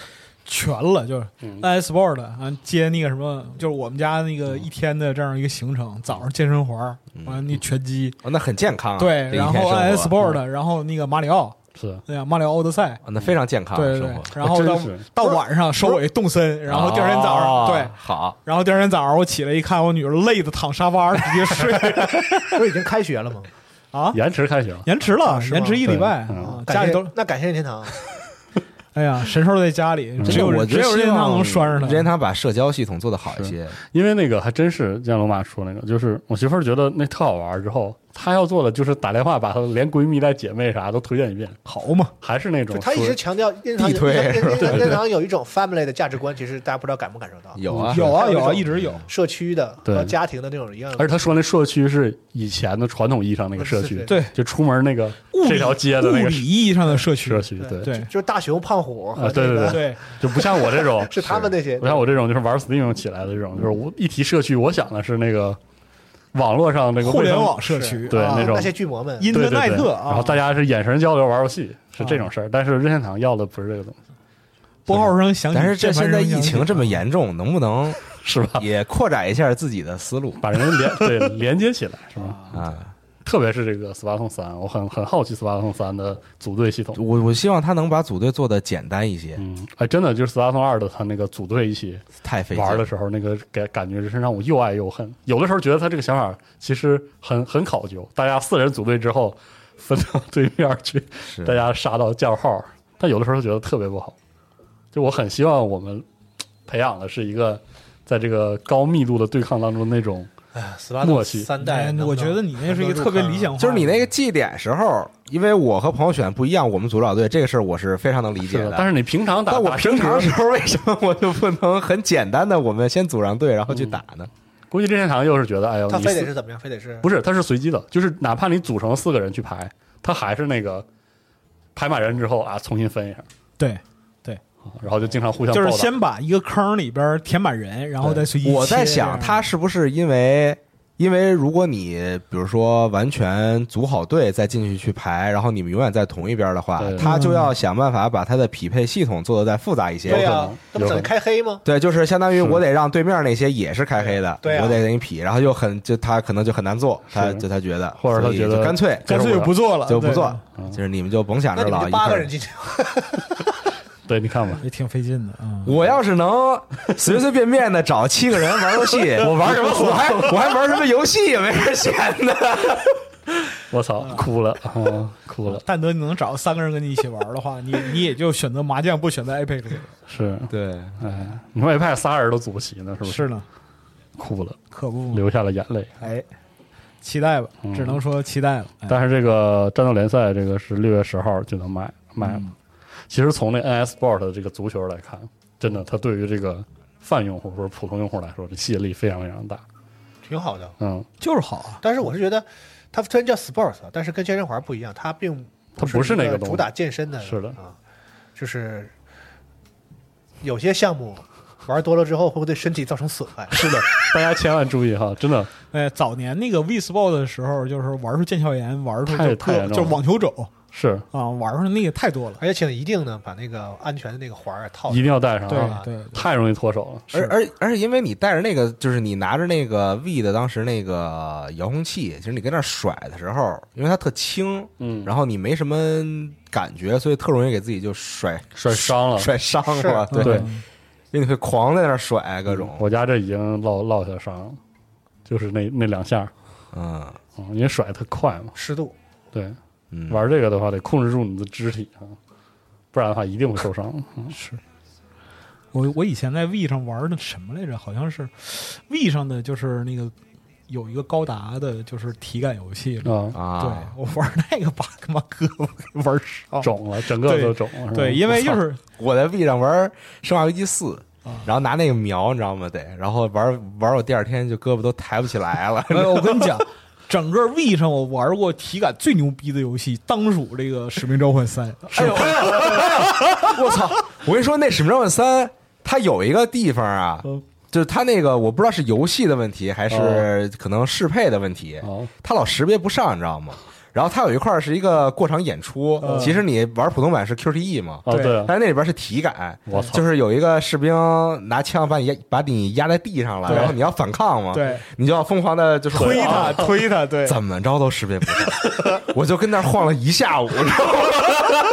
S5: 全了，就是
S3: 嗯
S5: S board 啊，接那个什么，就是我们家那个一天的这样一个行程，早上健身环儿，完了那拳击，
S2: 哦那很健康啊。
S5: 对，
S2: 这一
S5: 然
S2: 天
S5: 后
S2: 生活
S5: S board，然后那个马里奥，
S3: 是，
S5: 对呀，马里奥奥德赛。
S2: 哦那非常健康
S5: 对
S2: 的
S5: 对对
S2: 生活。，
S5: 然后到
S3: 哦真是
S5: 到晚上收尾动身，然后第二天早上、
S2: 哦
S5: 对，
S2: 好，
S5: 然后第二天早上我起来一看，我女儿累的躺沙发上直接睡
S4: 不是已经开学了吗？
S5: 啊，
S3: 延迟开学了。
S5: 延迟了，
S4: 是吗
S5: 延迟一礼拜
S3: 对嗯
S5: 啊，
S4: 感
S5: 家里
S4: 谢
S5: 都
S4: 那感谢任天堂，
S5: 哎呀，神兽在家里，只
S2: 真的
S5: 有
S2: 嗯我
S5: 只有任天堂能拴上
S2: 任天
S5: 他。
S2: 堂把社交系统做得好一些，
S3: 因为那个还真是像龙马说那个，就是我媳妇儿觉得那特好玩儿，之后她要做的就是打电话把她连闺蜜带姐妹啥都推荐一遍，
S5: 好嘛，
S3: 还是那种
S4: 就他一直
S3: 说
S4: 强调任天堂
S2: 地推
S4: 任
S2: 是吧
S4: 任任天堂有一种 family 的价值观，其实大家不知道感不感受到，
S2: 有啊
S5: 有啊
S4: 还
S5: 有
S4: 有
S5: 啊，
S4: 一种
S5: 一直有。
S4: 社区的
S3: 对
S4: 和家庭的那种一样的。
S3: 而且他说那社区是以前的传统意义上那个社
S4: 嗯是
S3: 区，
S4: 是
S5: 对
S3: 就出门那个
S5: 物理
S3: 这条街的那
S5: 物
S3: 个
S5: 理意义上的社区
S3: 社，区，对，
S5: 对
S4: 就是大熊、胖虎和
S3: 啊对
S4: 那个，
S3: 对
S5: 对，
S3: 就不像我这种
S4: 是他们那些
S3: 不像我这种就是玩 Steam 起来的这种，就是我一提社区，我想的是那个网络上那个
S5: 互
S3: 卫
S5: 联
S3: 生
S5: 网社区，
S3: 对
S5: 啊
S3: 那种
S4: 那些巨魔们，
S5: 因
S3: 对对对
S5: Internet 啊
S3: 然后大家是眼神交流玩游戏是这种事儿，但是任天堂要的不是这个东西，
S5: 拨号声响起，
S2: 但是这
S5: 键盘
S2: 现
S5: 啊
S2: 在
S5: 声响
S2: 疫
S5: 起
S2: 情这么，严重，能不 能
S3: 是吧？
S2: 也扩展一下自己的思路
S3: 把人连对连接起来是吧？
S2: 啊？
S3: 特别是这个 Splatoon 三，我很很好奇 Splatoon 三的组队系统。
S2: 我我希望他能把组队做的简单一些，
S3: 嗯，哎，真的就是 Splatoon 二的，它那个组队一起
S2: 太费劲
S3: 玩的
S2: 了。
S3: 时候，那个感感觉是让我又爱又恨。有的时候觉得他这个想法其实很很考究，大家四人组队之后分到对面去，
S2: 是
S3: 大家杀到叫号。但有的时候觉得特别不好。就我很希望我们培养的是一个在这个高密度的对抗当中那种，
S4: 死巴
S3: 默契
S4: 三代
S5: 哎，
S4: 能不能，
S5: 我觉得你那是一个特别理想化的，
S2: 就是你那个祭点时候，因为我和朋友选不一样，我们组老队这个事儿我是非常能理解
S3: 是的。但是你平常打，
S2: 但我
S3: 打
S2: 平
S3: 升
S2: 常
S3: 级
S2: 时候为什么我就不能很简单的我们先组上队，然后
S3: 嗯
S2: 去打呢？
S3: 估计任天堂又是觉得，哎呦，
S4: 他
S3: 你
S4: 非得
S3: 四
S4: 是怎么样，非得是
S3: 不是，它是随机的，就是哪怕你组成四个人去排，它还是那个排满人之后啊，重新分一下，
S5: 对，
S3: 然后就经常互相
S5: 就是
S3: 暴打
S5: 先把一个坑里边填满人，然后再随机切。
S2: 我在想，他是不是因为，因为如果你比如说完全组好队再进去去排，然后你们永远在同一边的话
S3: 对，嗯
S2: 他就要想办法把他的匹配系统做得再复杂一
S4: 对
S2: 些。
S4: 呀，
S3: 有可
S4: 那不等于
S3: 能
S4: 开黑吗？
S2: 对，就是相当于
S3: 是
S2: 我得让对面那些也是开黑的，
S4: 对啊
S2: 我得给你匹，然后就很就他可能就很难做，他
S3: 是
S2: 就他觉得，
S3: 或者他
S2: 所以
S3: 觉得
S2: 就干脆
S5: 干脆就不做了，
S2: 就不做，
S3: 嗯
S2: 就是你们就甭想
S4: 那
S2: 着
S4: 你们
S2: 老
S4: 就
S2: 一
S4: 八
S2: 块
S4: 个
S2: 儿
S4: 人进去，
S3: 对，你看吧
S5: 对，也挺费劲的啊。
S2: 我要是能随随便便的找七个人玩游戏，我玩什么？我还我还玩什么游戏也没人闲的。
S3: 我操，哭了啊，哭了，
S5: 但得你能找三个人跟你一起玩的话，你你也就选择麻将，不选择 Apex。
S3: 是，
S2: 对，
S3: 哎，你说 a 派仨人都组不齐呢，是不
S5: 是呢，
S3: 哭了，
S5: 可不嘛，
S3: 流下了眼泪。
S5: 哎，期待吧，只能说期待了。哎
S3: 但是这个战斗联赛，这个是六月十号就能买买了。其实从那 NS Sport 的这个足球来看，真的，它对于这个泛用户或者普通用户来说，这吸引力非常非常大。
S4: 挺好的。
S3: 嗯，
S5: 就是好啊，
S4: 但是我是觉得，它虽然叫 sports，啊但是跟健身环不一样，它并
S3: 它不是那
S4: 一
S3: 个
S4: 个
S3: 东西
S4: 主打健身的，
S3: 是的
S4: 啊，就是有些项目玩多了之后会对身体造成损害。
S3: 是的， 大家千万注意哈，真的
S5: 哎，早年那个 V Sport 的时候，就是玩出腱鞘炎，玩出
S3: 太
S5: 就
S3: 太严
S5: 各
S3: 重了
S5: 就是网球肘，
S3: 是
S5: 啊，玩儿上那个太多了。
S4: 而且请一定呢，把那个安全的那个环儿啊套
S3: 一
S4: 上。
S3: 定要带上
S5: 对
S3: 啊，
S5: 哎对，
S3: 太容易脱手了。
S2: 而而而且因为你带着那个，就是你拿着那个 V 的当时那个遥控器，其实你跟那儿甩的时候，因为它特轻，
S3: 嗯，
S2: 然后你没什么感觉，所以特容易给自己就甩
S3: 摔伤了。
S2: 甩伤了吧？对，
S3: 对嗯
S5: 嗯
S2: 因为你会狂在那儿甩各种，
S3: 我家这已经落落下伤了，就是那那两下，
S2: 嗯
S3: 嗯，因为甩得特快嘛。
S4: 适度，
S3: 对，
S2: 嗯，
S3: 玩这个的话得控制住你的肢体啊，不然的话一定会受伤。嗯
S5: 是。我我以前在 V 上玩的什么来着？好像是 V 上的，就是那个有一个高达的，就是体感游戏。
S3: 啊，
S5: 对
S2: 啊，
S5: 我玩那个把他妈胳膊给玩伤。
S3: 肿了，整个
S5: 对
S3: 都肿了。是吧
S5: 对，因为就是
S2: 我在 V 上玩《生化危机四》
S5: 啊，。
S2: 然后拿那个瞄，你知道吗？得，然后玩玩，我第二天就胳膊都抬不起来了
S5: 哎，我跟你讲，整个 V 上我玩过体感最牛逼的游戏，当属这个《使命召唤三》。
S2: 我操！我跟你说，那《使命召唤三》它有一个地方啊，
S3: 嗯
S2: 就是它那个我不知道是游戏的问题还是可能适配的问题，
S3: 哦
S2: 它老识别不上，你知道吗？然后它有一块儿是一个过场演出，其实你玩普通版是 QTE 嘛，
S3: 嗯哦对啊
S2: 但是那里边是体感
S3: 我，操
S2: 就是有一个士兵拿枪把你压把你压在地上了，
S5: 对
S2: 然后你要反抗嘛，
S5: 哎对，啊
S2: 你就要疯狂的就是推
S5: 他，推他， 对
S2: 怎么着都识别不上， 我就跟那儿晃了一下午，你知 道吗？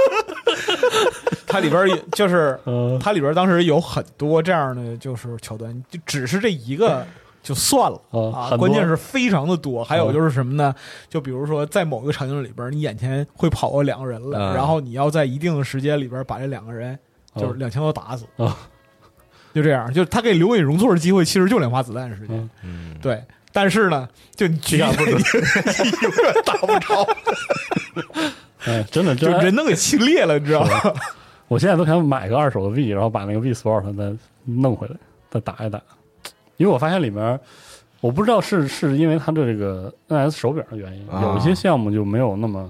S5: 它里边儿也就是
S3: 嗯
S5: 它里边儿当时有很多这样的就是桥段，就只是这一个就算了
S3: 嗯
S5: 啊，
S3: 很多
S5: 关键是非常的多。还有就是什么呢？就比如说在某个场景里边儿，你眼前会跑过两个人来，
S2: 嗯
S5: 然后你要在一定的时间里边儿把这两个人就是
S3: 嗯
S5: 两枪都打死
S3: 嗯，
S5: 就这样，就是他给留给你容错的机会，其实就两发子弹的时间
S3: 嗯，
S5: 对。但是呢，就你
S3: 体感 不准
S5: 永远打不着，
S3: 哎，真的，
S5: 就
S3: 就
S5: 人都给气裂了，你知道吗？
S3: 我现在都想买个二手的 V，然后把那个 V Sport 再弄回来，再打一打。因为我发现里面，我不知道是是因为它的这个 NS 手柄的原因，
S2: 啊
S3: 有一些项目就没有那么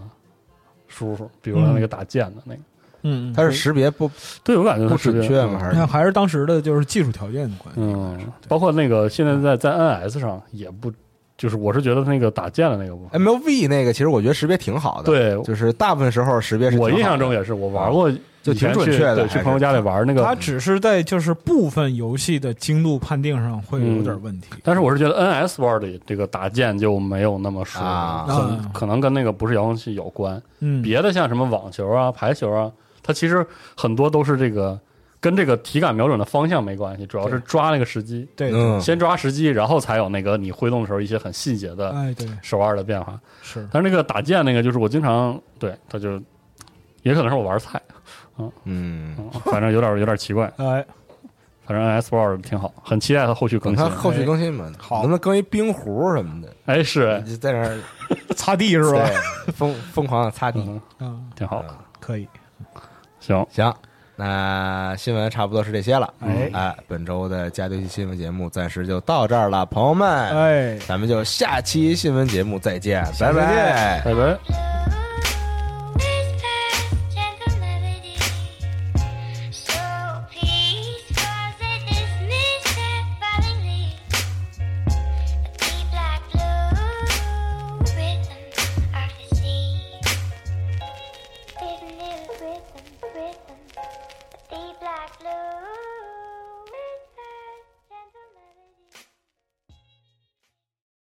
S3: 舒服，比如说那个打剑的那个，
S5: 嗯，
S2: 它是识别不
S3: 对我感觉它
S2: 不
S3: 是
S2: 准确吗？还
S5: 你
S2: 是
S5: 看，还是当时的就是技术条件的关系。
S3: 嗯，包括那个现在在在 NS 上也不，就是我是觉得那个打剑的那个部分，
S2: M L V 那个，其实我觉得识别挺好的，，
S3: 对
S2: 就是大部分时候识别是挺好
S3: 我
S2: 的
S3: 印象中也是，我玩过以
S2: 啊就
S3: 前
S2: 挺
S3: 去，
S2: 准确的
S3: 对
S2: 还
S3: 去
S2: 是
S3: 朋友家里玩那个，
S5: 它只是在就是部分游戏的精度判定上会有点问题。
S3: 但是我是觉得 NS 玩的这个打剑就没有那么舒服，
S2: 啊
S3: 可可能跟那个不是遥控器有关。
S5: 嗯，
S3: 别的像什么网球啊、排球啊，它其实很多都是这个跟这个体感瞄准的方向没关系，主要是抓那个时机，
S5: 对，
S2: 嗯，
S3: 先抓时机，然后才有那个你挥动的时候一些很细节
S2: 啊
S3: 的
S5: 哎对，
S3: 手腕的变化。
S5: 是
S3: 但是那个打剑那个，就是我经常对它就也可能是我玩 菜，
S2: 嗯，
S3: 嗯，反正有点有点奇怪。
S5: 哎，
S3: 反正 S Ball 挺好，很期待它后续
S2: 等
S3: 更
S5: 嗯
S3: 新
S2: 它。后续更新嘛，
S5: 哎好
S2: 能不能更一冰壶什么的，
S3: 哎，是哎
S2: 你就在那儿
S5: 擦地是吧？
S2: 对疯疯狂的擦地。
S3: 嗯，
S5: 嗯，
S3: 挺好。
S5: 可以。
S3: 行，
S2: 行，那新闻差不多是这些了，
S5: 哎
S2: 哎，本周的加丢系新闻节目暂时就到这儿了，朋友们，
S5: 哎。
S2: 咱们就下期新闻节目再见，拜
S5: 期再见
S2: 拜。
S3: 拜拜。
S7: 「君の声が